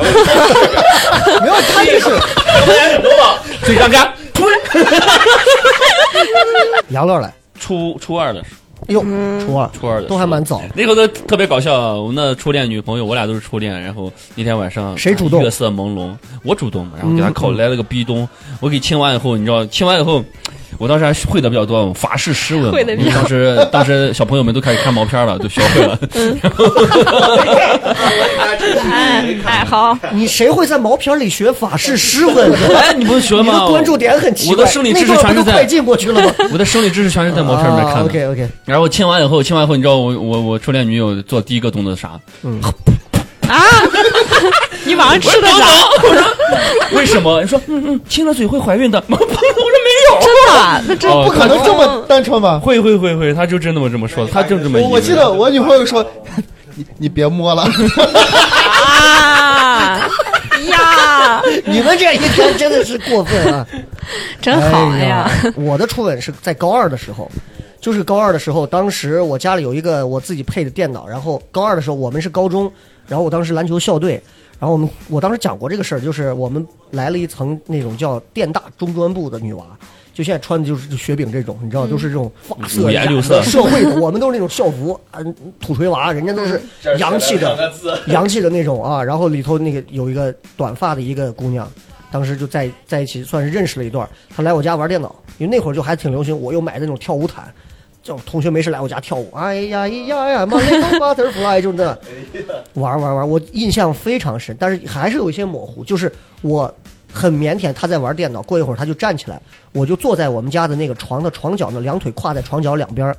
没有他就是最尴尬。杨乐来，初初二的时候，哎呦，初二初二的时候都还蛮早，那个都特别搞笑啊。我那初恋女朋友，我俩都是初恋。然后那天晚上，哎谁主动月色朦胧，我主动，然后给她烤嗯嗯来了个壁咚。我给亲完以后，你知道，亲完以后，我当时还会的比较多，法式湿吻嘛。会得比因为 (laughs) 当时当时小朋友们都开始看毛片了，都学会了。哎 (laughs) 哎好，你谁会在毛片里学法式湿吻 (laughs) 的？哎，你不是学你吗？的关注点很奇怪，我的生理知识那段全不是都快在进过去了吗？啊我的生理知识全是在毛片里面看的。哦 OK OK，然后亲完以后，亲完以后，你知道我我我初恋女友做第一个动作是啥？ (laughs) 你晚上吃的啥？为什么？你说嗯嗯，亲了嘴会怀孕 (laughs) 的？我说没真的，那真有，哦不可能这么单 (laughs) 纯吧？会会会会，他就真的这么说，他就这么以我为。我记得我女朋友说， (laughs) 你你别摸 (laughs) 了。啊哎呀，你们这一天真的是过分啊！真好哎呀！我的初吻是在高二的时候，就是高二的时候，当时我家里有一个我自己配的电脑，然后高二的时候我们是高中，然后我当时篮球校队，然后我们我当时讲过这个事儿，就是我们来了一层那种叫电大中专部的女娃。就现在穿的就是雪饼这种，你知道，都是这种发嗯色、五颜六色染的社会的，我们都是那种校服，嗯，土锤娃，人家都是洋气的，洋气的那种啊。然后里头那个有一个短发的一个姑娘，当时就在在一起，算是认识了一段儿。她来我家玩电脑，因为那会儿就还挺流行，我又买那种跳舞毯，叫同学没事来我家跳舞，哎呀哎呀哎呀，妈嘞，巴特 fly 就那玩儿玩儿玩儿，我印象非常深，但是还是有一些模糊，就是我。很腼腆，她在玩电脑。过一会儿，她就站起来，我就坐在我们家的那个床的床角那，两腿跨在床角两边儿，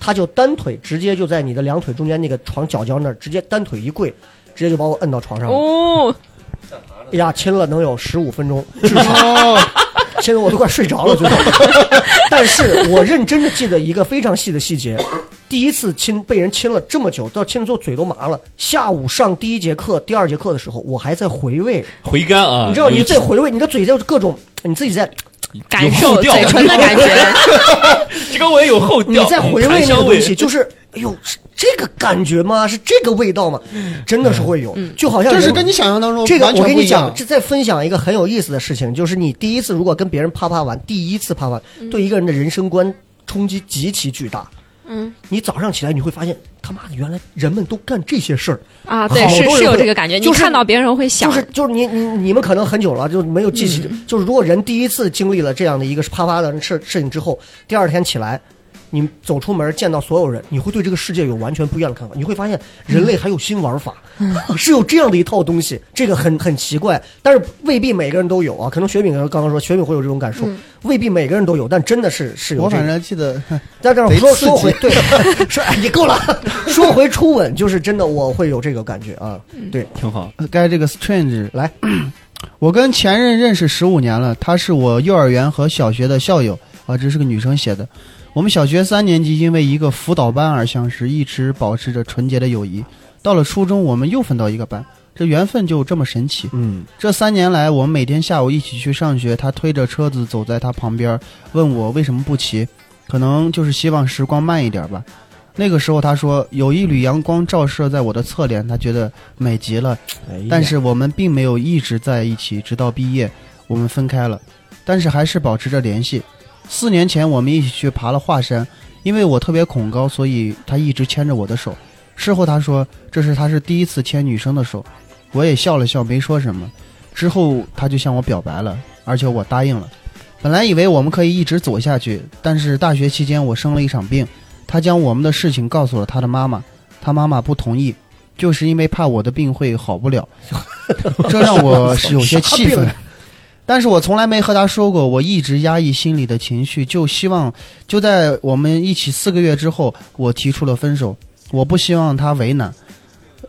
她就单腿直接就在你的两腿中间那个床脚角那儿，直接单腿一跪，直接就把我摁到床上了。哦，哎呀，亲了能有十五分钟，至少， (laughs) 亲的我都快睡着了，最后。 (laughs) 但是我认真的记得一个非常细的细节，第一次亲被人亲了这么久，到亲了之后嘴都麻了。下午上第一节课、第二节课的时候，我还在回味，回甘啊，你知道，你在回味，你的嘴在各种，你自己在，感有受后调嘴唇的感 (laughs) 觉， (laughs) 这个我也有后你调，在回味檀那个香东味西，就是，哎呦，是这个感觉吗？是这个味道吗？真的是会有，就好像这是人跟你想象当中这个完我全跟不你一样讲，。这再分享一个很有意思的事情，就是你第一次如果跟别人啪啪完，第一次啪完，对一个人的人生观冲击极其巨大。嗯你早上起来你会发现，他妈的，原来人们都干这些事儿。啊，对，好多是人是有会这个感觉，你就是看到别人会想就是就是你你你们可能很久了就没有记起，就是如果人第一次经历了这样的一个啪啪的事事情之后，第二天起来，你走出门见到所有人，你会对这个世界有完全不一样的看法，你会发现人类还有新玩法， (laughs) 是有这样的一套东西，这个很很奇怪，但是未必每个人都有啊。可能雪饼刚刚说雪饼会有这种感受，未必每个人都有，但真的是是有、我这个。反正记得，但这样贼说刺说激回 (laughs) 对，说哎你够了， (laughs) 说回初吻，就是真的我会有这个感觉啊，对，挺好。呃该这个 strange 来。我跟前任认识十五年了，她是我幼儿园和小学的校友啊，这是个女生写的。我们小学三年级因为一个辅导班而相识，一直保持着纯洁的友谊。到了初中，我们又分到一个班，这缘分就这么神奇。嗯，这三年来，我们每天下午一起去上学，他推着车子走在他旁边，问我为什么不骑，可能就是希望时光慢一点吧。那个时候，他说有一缕阳光照射在我的侧脸，他觉得美极了。啊但是我们并没有一直在一起，直到毕业，我们分开了，但是还是保持着联系。四年前，我们一起去爬了华山，因为我特别恐高，所以他一直牵着我的手。事后他说，这是他是第一次牵女生的手，我也笑了笑，没说什么。之后他就向我表白了，而且我答应了。本来以为我们可以一直走下去，但是大学期间我生了一场病，他将我们的事情告诉了他的妈妈，他妈妈不同意，就是因为怕我的病会好不了，这让我是有些气愤。但是我从来没和他说过，我一直压抑心里的情绪，就希望就在我们一起四个月之后，我提出了分手，我不希望他为难。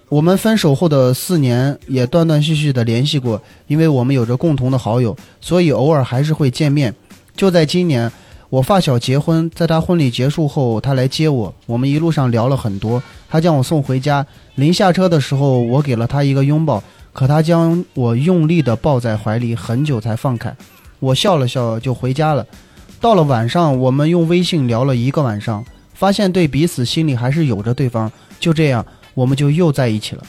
我们分手后的四年也断断续续的联系过，因为我们有着共同的好友，所以偶尔还是会见面。就在今年，我发小结婚，在他婚礼结束后，他来接我，我们一路上聊了很多。他将我送回家，临下车的时候，我给了他一个拥抱，可他将我用力的抱在怀里，很久才放开。我笑了笑就回家了。到了晚上，我们用微信聊了一个晚上，发现对彼此心里还是有着对方。就这样，我们就又在一起了。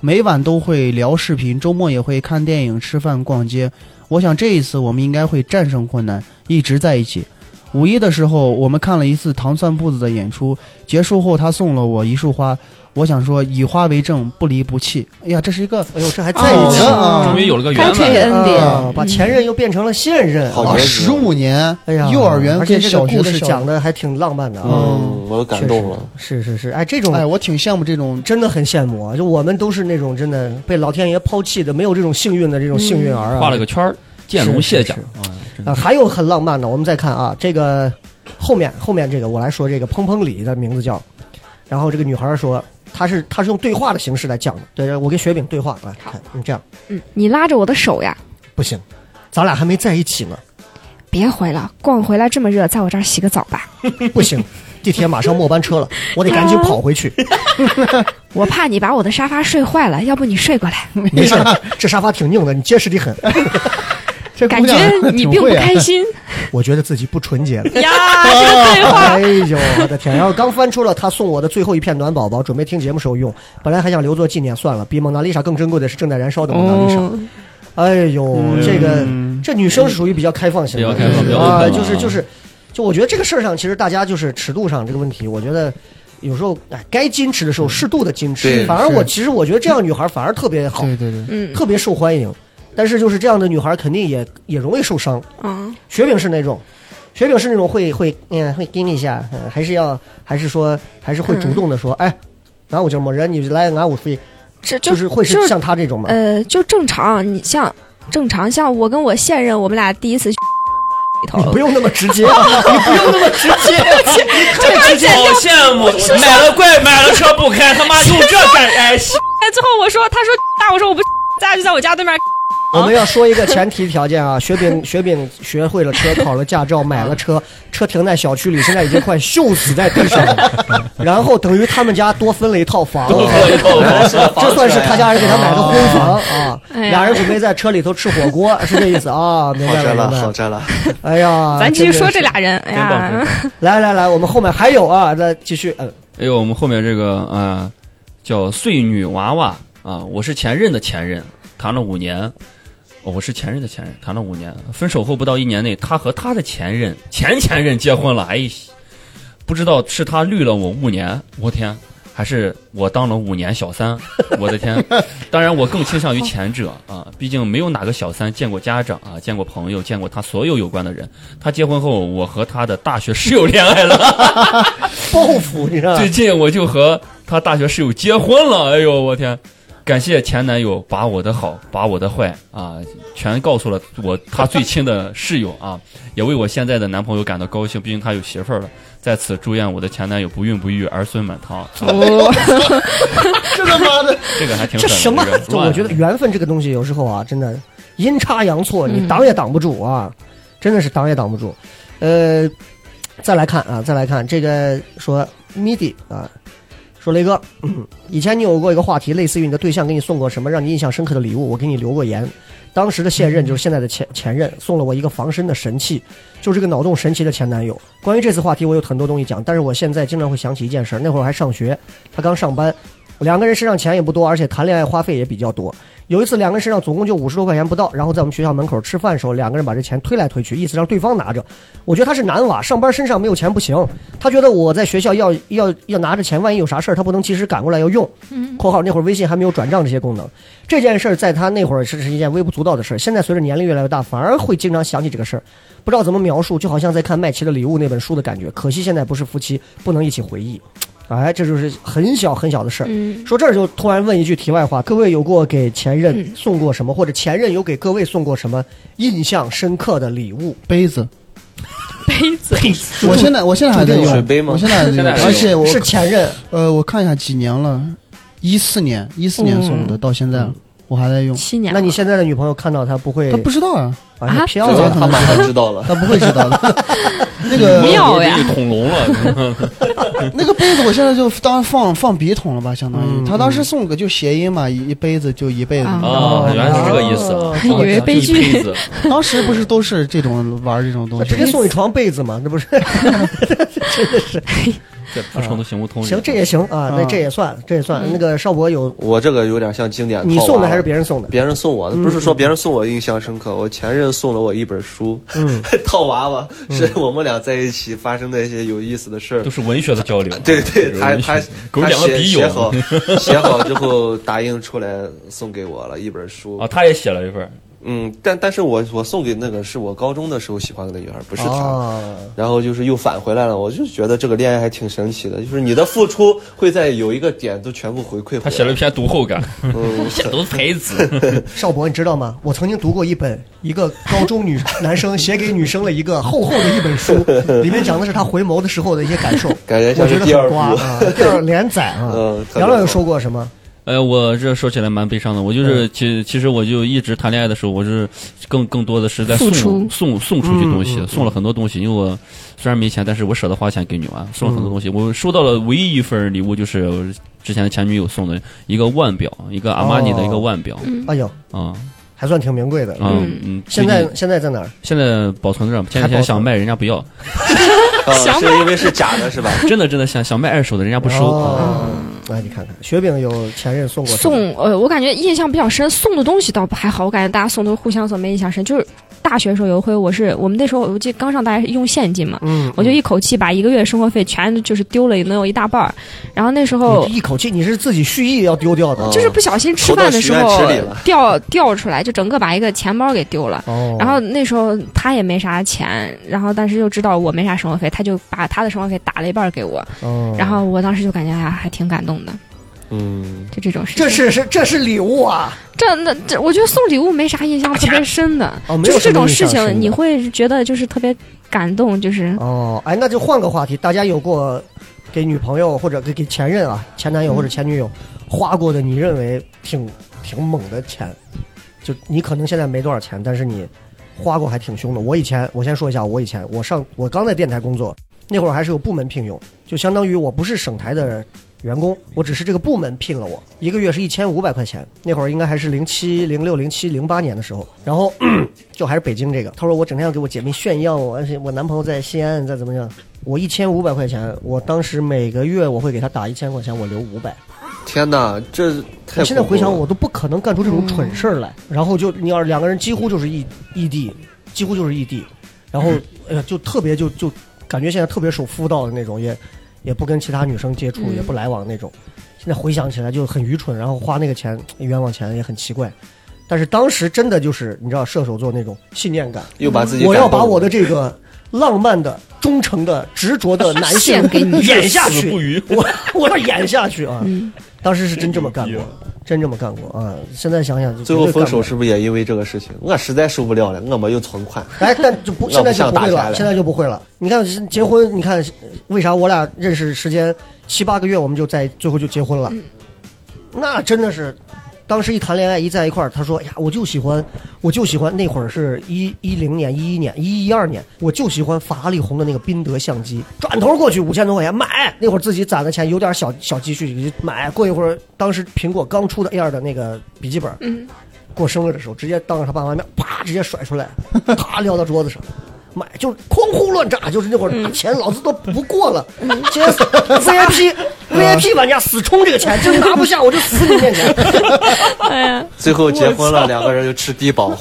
每晚都会聊视频，周末也会看电影、吃饭、逛街。我想这一次我们应该会战胜困难，一直在一起。五一的时候，我们看了一次糖蒜铺子的演出，结束后他送了我一束花。我想说，以花为证，不离不弃。哎呀，这是一个，哎呦，这还在哦一起啊！终于有了个圆满 Happy ending 啊把前任又变成了现任，好结哦十五年，哎呀，幼儿园而且跟这个小学故的事小讲的还挺浪漫的啊。嗯，我都感动了。是是是，哎，这种哎，我挺羡慕这种，真的很羡慕啊！就我们都是那种真的被老天爷抛弃的，没有这种幸运的这种幸运儿啊。嗯画了个圈儿，见龙卸甲是啊，真啊，的还有很浪漫的，我们再看啊，这个后面后面这个我来说，这个砰砰里的名字叫，然后这个女孩说，她是她是用对话的形式来讲的，对，我跟雪饼对话来看，你这样嗯，你拉着我的手呀，不行，咱俩还没在一起呢，别回了，逛回来这么热，在我这儿洗个澡吧。不行，地铁马上末班车了，我得赶紧跑回去，我怕你把我的沙发睡坏了，要不你睡过 (laughs) 来。没事儿，这沙发挺硬的，你结实的很，这感觉你并不啊开心我觉得自己不纯洁了。啊呀，这 (laughs) 个对话哎呦，我的天！然后刚翻出了他送我的最后一片暖宝宝，准备听节目时候用。本来还想留作纪念，算了。比蒙娜丽莎更珍贵的是正在燃烧的蒙娜丽莎。哦哎呦，这个这女生是属于比较开放型的，嗯比较开就放比是较啊， open 了就是啊就是，就我觉得这个事儿上，其实大家就是尺度上这个问题，我觉得。有时候，哎，该矜持的时候适度的矜持。对反而我是其实我觉得这样女孩反而特别好，对对对，嗯特别受欢迎。但是就是这样的女孩肯定也也容易受伤。啊，雪饼是那种，雪饼是那种会会嗯会盯一下，嗯，还是要还是说还是会主动的说，哎，拿我这么人，你来拿我飞，这嗯就就是会就是像他这种嘛，呃，就正常。你像正常，像我跟我现任，我们俩第一次去里头 (laughs) 你，不用那么直接，哦你不用那么直 (laughs) 接，这段剪掉。羡慕是说了怪，买了车不开，他妈用这干哎！哎，最后我说， (laughs) 他说大，我说我不，咱俩就在我家对面。我们要说一个前提条件啊，雪饼雪饼学会了车，考了驾照，买了车，车停在小区里，现在已经快锈死在地上 (laughs) 了。然后等于他们家多分了一套房，这算是他家人给他买的婚房啊。哎呀俩人准备在车里头吃火锅，是这意思啊？明好白摘了，了，明白好了。摘了。哎呀，咱继续说这真的俩人，哎真棒呀真，是。来来来，我们后面还有啊，再继续。嗯，哎呦，我们后面这个啊、呃叫碎女娃娃啊、我是前任的前任，谈了五年。哦我是前任的前任，谈了五年，分手后不到一年内，他和他的前任前前任结婚了。哎，不知道是他绿了我五年，我天，还是我当了五年小三，我的天！当然，我更倾向于前者啊，毕竟没有哪个小三见过家长啊，见过朋友，见过他所有有关的人。他结婚后，我和他的大学室友恋爱了。报复，你知道吗 (laughs) 最？近我就和他大学室友结婚了，哎呦我天！感谢前男友把我的好，把我的坏啊，全告诉了我他最亲的室友啊，也为我现在的男朋友感到高兴，毕竟他有媳妇儿了。在此祝愿我的前男友不孕不育，儿孙满堂。这他妈的，这个还挺这狠的什么这个？就乱我觉得缘分这个东西，有时候啊，真的阴差阳错，你嗯挡也挡不住啊，真的是挡也挡不住。呃，再来看啊，再来看这个说 MIDI 啊，说雷哥，嗯以前你有过一个话题，类似于你的对象给你送过什么让你印象深刻的礼物，我给你留过言。当时的现任就是现在的前前任，送了我一个防身的神器，就是这个脑洞神奇的前男友。关于这次话题，我有很多东西讲，但是我现在经常会想起一件事儿，那会儿还上学，他刚上班，两个人身上钱也不多，而且谈恋爱花费也比较多。有一次，两个人身上总共就五十多块钱不到，然后在我们学校门口吃饭的时候，两个人把这钱推来推去，意思让对方拿着。我觉得他是男娃，上班身上没有钱不行，他觉得我在学校要要要拿着钱，万一有啥事儿他不能及时赶过来要用。（括号那会儿微信还没有转账这些功能）这件事儿在他那会儿是是一件微不足道的事儿，现在随着年龄越来越大，反而会经常想起这个事儿，不知道怎么描述，就好像在看《麦琪的礼物》那本书的感觉。可惜现在不是夫妻，不能一起回忆。哎，这就是很小很小的事儿。 (laughs) 嗯说这儿就突然问一句题外话：各位有过给前任送过什么，或者前任有给各位送过什么印象深刻的礼物？杯子。 (laughs) 杯子，我现在我现在还在用水杯吗我现在还在现用在还，在而且我是前任，呃，我看一下几年了，一四年一四年送嗯的，到现在嗯我还在用。七年那了，你现在的女朋友看到他不会他不知道啊，把你飘啊这个了？他马上知道了。他不会知 (laughs) 道的。那个妙啊呀给你捅聋了，那个杯子，我现在就当放放笔筒了吧，相当嗯于。他当时送个就谐音嘛，一一杯子就一辈子。啊哦原来是这个意思哦还以为悲一辈剧，子当时不是都是这种玩这种东西直接？送你床被子嘛，那不是？这不成都行不通。行，这也行啊，那啊这也算，这也算。那个邵博有我这个有点像经典套娃你送的还是别人送的？嗯别人送我的，不是说别人送我印象深刻，我前任送了我一本书，嗯， (laughs) 套娃娃是我们俩在一起发生的一些有意思的事儿都。是文学的交流。啊对对，他他给我他两个写笔写好友写好之后打印出来送给我了一本书啊，。他也写了一份。嗯，但但是我我送给那个是我高中的时候喜欢的那女孩，不是她。啊，然后就是又返回来了，我就觉得这个恋爱还挺神奇的，就是你的付出会在有一个点都全部回馈回来。他写了一篇读后感，嗯，写都是胚子， (laughs) 邵博，你知道吗？我曾经读过一本一个高中女男生写给女生的一个厚厚的一本 (laughs) 书，里面讲的是他回眸的时候的一些感受，感觉我像觉是得第二很部。瓜啊，第二连载 (laughs) 啊嗯。特别杨老有好说过什么？哎，我这说起来蛮悲伤的。我嗯就是，其其实我就一直谈恋爱的时候，我是更更多的是在付送出送送出去东西，嗯嗯嗯送了很多东西。因为我虽然没钱，但是我舍得花钱给女娃，送了很嗯多东西。我收到了唯一一份礼物，就是我之前的前女友送的一个腕表，一个阿玛尼的一个腕表。嗯嗯哎呦，啊还算挺名贵的。啊嗯嗯，现最在近现在在哪儿？现在保存着，前还两保存天想卖，人家不要，啊，是因为是假的，(laughs) 是吧？真的真的想想卖二手的，人家不嗯收。哦，哎，你看看，雪饼有前任送过什么送呃，我感觉印象比较深，送的东西倒还好，我感觉大家送都互相送，没印象深。就是大学时候有一回，我是我们那时候我记得刚上大学用现金嘛，嗯，我就一口气把一个月生活费全就是丢了，能有一大半儿。然后那时候你一口气你是自己蓄意要丢掉的，就是不小心吃投到饭的许时愿候池里了掉掉出来，就整个把一个钱包给丢了。哦，然后那时候他也没啥钱，然后但是又知道我没啥生活费，他就把他的生活费打了一半儿给我，哦然后我当时就感觉哎呀还挺感动的，嗯，就这种事情。这是是这是礼物啊，这那这，我觉得送礼物没啥印象特别深的，哦没有就是什这么种印象事深的情你会觉得就是特别感动，就是哦，哎，那就换个话题，大家有过给女朋友或者给给前任啊、前男友或者前女友花过的，你认为挺挺猛的钱，就你可能现在没多少钱，但是你花过还挺凶的。我以前，我先说一下，我以前我上我刚在电台工作那会儿还是有部门聘用，就相当于我不是省台的员工，我只是这个部门聘了我，一个月是一千五百块钱。那会儿应该还是零七、零六、零七、零八年的时候，然后就还是北京这个。他说我整天要给我姐妹炫耀我，而且我男朋友在西安，再怎么样，我一千五百块钱，我当时每个月我会给他打一千块钱，我留五百。天哪，这太我现在恐怖回想，了嗯我都不可能干出这种蠢事儿来。然后就你要是两个人几乎就是异异地，几乎就是异地，然后嗯哎呀，就特别就就感觉现在特别守妇道的那种，也也不跟其他女生接触，嗯也不来往那种。现在回想起来就很愚蠢，然后花那个钱冤枉钱也很奇怪。但是当时真的就是你知道射手座那种信念感，又把自己我感要动把了我的这个浪漫的、忠诚的、执着的男性 (laughs) 献给你嗯演下誓死去不 (laughs) 渝，我我要演下去啊！当时是真这么干过，真这么干过啊！现在想想就嗯最后绝对分干不手了是不是也因为这个事情？我实在受不了了，我没有存款。 (laughs) 哎，但就不现在就不要会不像打起来了，了现在就不会了。你看结婚，你看为啥我俩认识时间七八个月，我们就在最后就结婚嗯了？那真的是，当时一谈恋爱一在一块儿，他说：“哎呀，我就喜欢我就喜欢那会儿是一一零年、一一年、一一二年，我就喜欢法拉利红的那个宾得相机，转头过去五千多块钱买。那会儿自己攒的钱有点小小积蓄，买。过一会儿，当时苹果刚出的 Air 的那个笔记本，嗯，过生日的时候，直接当着他爸妈面，啪，直接甩出来， (laughs) 啪撂到桌子上。买就是哐哐乱炸，就是那会儿拿钱老子都不过了，今天 VIP VIP 玩家死冲这个钱，就是拿不下我就死你面前。最后结婚了，两个人就吃低保， (laughs)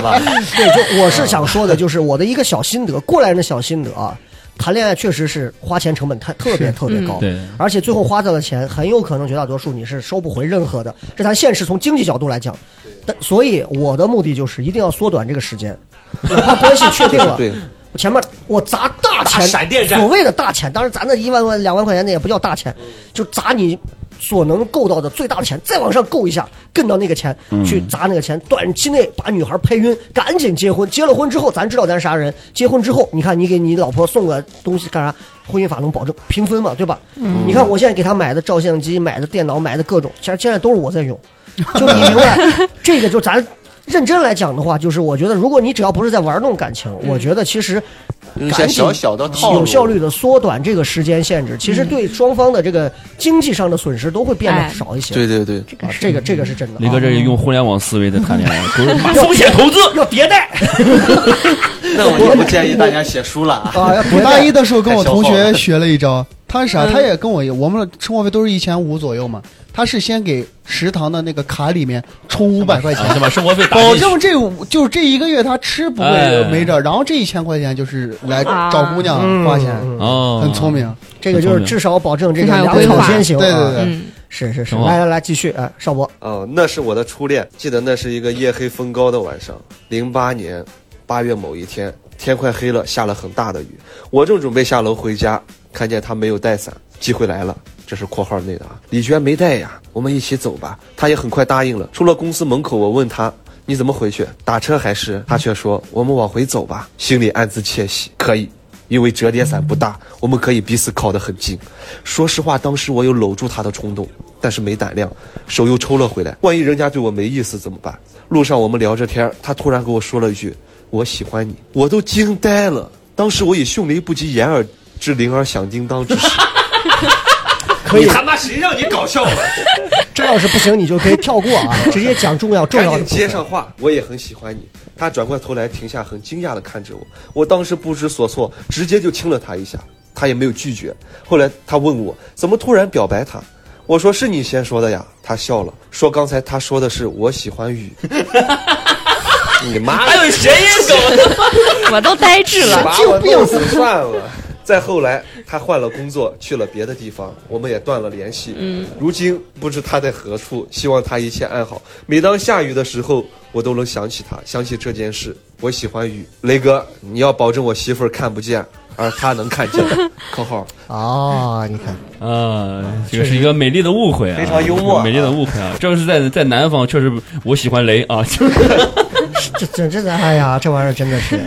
(laughs) 对，就我是想说的，就是我的一个小心得，过来人的小心得啊。谈恋爱确实是花钱成本太特别是特别高，嗯对而且最后花掉的钱很有可能绝大多数你是收不回任何的，这咱现实从经济角度来讲。但所以我的目的就是一定要缩短这个时间，哪怕关系确定了，对，我前面我砸大钱，大闪电战嗯所谓的大钱，当然咱那一万块两万块钱那也不叫大钱，就砸你所能够到的最大的钱，再往上够一下，更到那个钱、嗯去砸那个钱，短期内把女孩拍晕，赶紧结婚。结了婚之后，咱知道咱是啥人，结婚之后，你看你给你老婆送个东西干啥？婚姻法能保证平分嘛，对吧？嗯你看我现在给她买的照相机、买的电脑、买的各种，其实现在都是我在用， (laughs) 就你明白，这个就咱认真来讲的话，就是我觉得，如果你只要不是在玩弄感情，我觉得其实嗯有一些赶紧小小的套路，嗯有效率的缩短这个时间限制，其实对双方的这个经济上的损失都会变得少一些。对对对，啊，这个这个是真的。啊雷哥这是用互联网思维在谈 (laughs) 恋爱，不是要风险投资要迭代，那我就不建议大家写书了啊。 (laughs) 我大一的时候跟我同学太消耗了学了一招，他是啥？嗯他也跟我一，我们的生活费都是一千五左右嘛。他是先给食堂的那个卡里面充五百块钱啊，先把生活费打进去保证这五就是这一个月他吃不哎会没着，然后这一千块钱就是来啊找姑娘花钱，哦，很聪明。嗯这个就是至少保证这个良草先行。啊对对对，嗯是是是。挺好来来来，继续啊，邵博，哦，那是我的初恋，记得那是一个夜黑风高的晚上，零八年八月某一天，天快黑了，下了很大的雨。我正准备下楼回家，看见他没有带伞，机会来了。这是括号内的啊，李娟没带呀，我们一起走吧。他也很快答应了。出了公司门口，我问他你怎么回去，打车还是？他却说我们往回走吧。心里暗自窃喜，可以，因为折叠伞不大，我们可以彼此靠得很近。说实话，当时我有搂住他的冲动，但是没胆量，手又抽了回来。万一人家对我没意思怎么办？路上我们聊着天儿，他突然跟我说了一句：“我喜欢你。”我都惊呆了。当时我以迅雷不及掩耳之铃而响叮当之势，可以你。他妈谁让你搞笑了？这要是不行，你就可以跳过啊，直接讲重要重赶要的紧部接分。上话。我也很喜欢你。他转过头来，停下，很惊讶地看着我。我当时不知所措，直接就亲了他一下，他也没有拒绝。后来他问我怎么突然表白他，我说是你先说的呀。他笑了，说刚才他说的是我喜欢雨。 (laughs) (laughs) 你妈！还有谁也搞？ (laughs) 我都呆滞了。把我弄死算了。再后来，他换了工作，去了别的地方，我们也断了联系。嗯，如今不知他在何处，希望他一切安好。每当下雨的时候，我都能想起他，想起这件事。我喜欢雨，雷哥，你要保证我媳妇儿看不见，而他能看见。（括号啊，你看，啊，这个是一个美丽的误会啊，非常幽默啊美丽的误会啊。这要是在在南方，确实我喜欢雷啊， (laughs) 就是这这这，哎呀，这玩意儿真的是。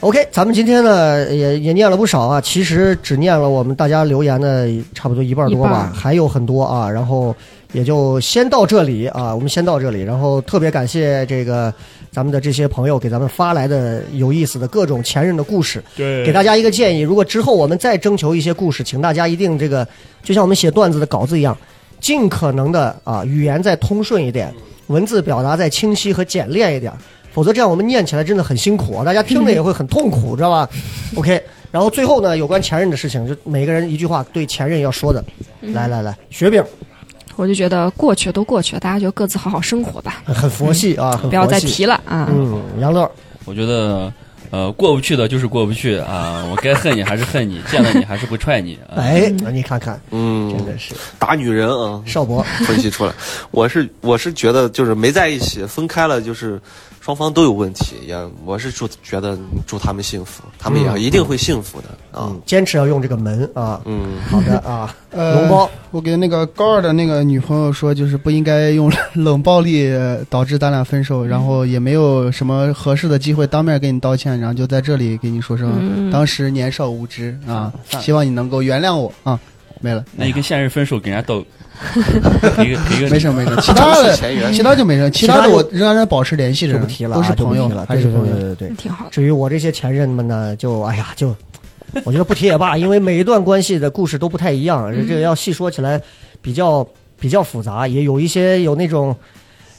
OK，咱们今天呢也也念了不少啊，其实只念了我们大家留言的差不多一半多一吧半，还有很多啊，然后也就先到这里啊，我们先到这里，然后特别感谢这个咱们的这些朋友给咱们发来的有意思的各种前任的故事，对给大家一个建议，如果之后我们再征求一些故事，请大家一定这个，就像我们写段子的稿子一样，尽可能的啊，语言再通顺一点，嗯文字表达再清晰和简练一点，否则这样我们念起来真的很辛苦啊，大家听着也会很痛苦，知道 (laughs) 吧？OK，然后最后呢，有关前任的事情，就每个人一句话对前任要说的，嗯来来来，雪饼 (laughs) 我就觉得过去都过去了，大家就各自好好生活吧，很佛系啊，很嗯不要佛再系提了啊。嗯，杨乐，我觉得。呃，过不去的就是过不去啊！我该恨你还是恨你，见了你还是会踹你。 (laughs) 嗯啊、哎，你看看，）嗯真，的是打女人啊，邵博，分析出来。 (laughs) 我是我是觉得就是没在一起，分开了就是双方都有问题。也我是祝觉得祝他们幸福，他们也一定会幸福的啊。嗯，坚持要用这个门啊，嗯，好的啊，呃龙包。我给那个高二的那个女朋友说，就是不应该用冷暴力导致咱俩分手，然后也没有什么合适的机会当面给你道歉，然后就在这里给你说声，当时年少无知啊，希望你能够原谅我啊。没了。那你跟现任分手，给人家道 (laughs) 一个一个没事没事，其他的其他就没事，其他的我仍然保持联系着，就不提了啊，都是朋友就不提了，还是朋对友，对对对，挺好。至于我这些前任们呢，就哎呀，就我觉得不提也罢，因为每一段关系的故事都不太一样，嗯这个要细说起来比较比较复杂，也有一些有那种。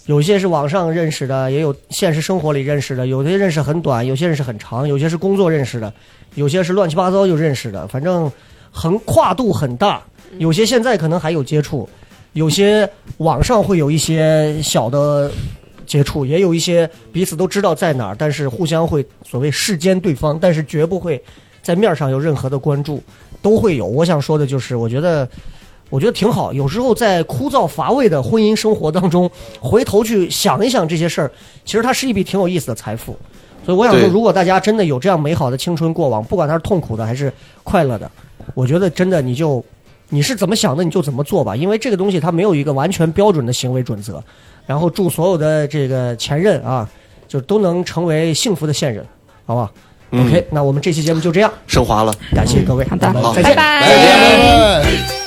有一些是网上认识的，也有现实生活里认识的，有些认识很短，有些认识很长，有些是工作认识的，有些是乱七八糟就认识的，反正横跨度很大。有些现在可能还有接触，有些网上会有一些小的接触，也有一些彼此都知道在哪儿，但是互相会所谓世间对方，但是绝不会在面儿上有任何的关注，都会有。我想说的就是，我觉得。我觉得挺好。有时候在枯燥乏味的婚姻生活当中，回头去想一想这些事儿，其实它是一笔挺有意思的财富。所以我想说，对如果大家真的有这样美好的青春过往，不管它是痛苦的还是快乐的，我觉得真的你就你是怎么想的你就怎么做吧，因为这个东西它没有一个完全标准的行为准则。然后祝所有的这个前任啊，就都能成为幸福的现任，好不好、嗯 o k 那我们这期节目就这样，升华了，感谢各位，好好再见，拜哎拜拜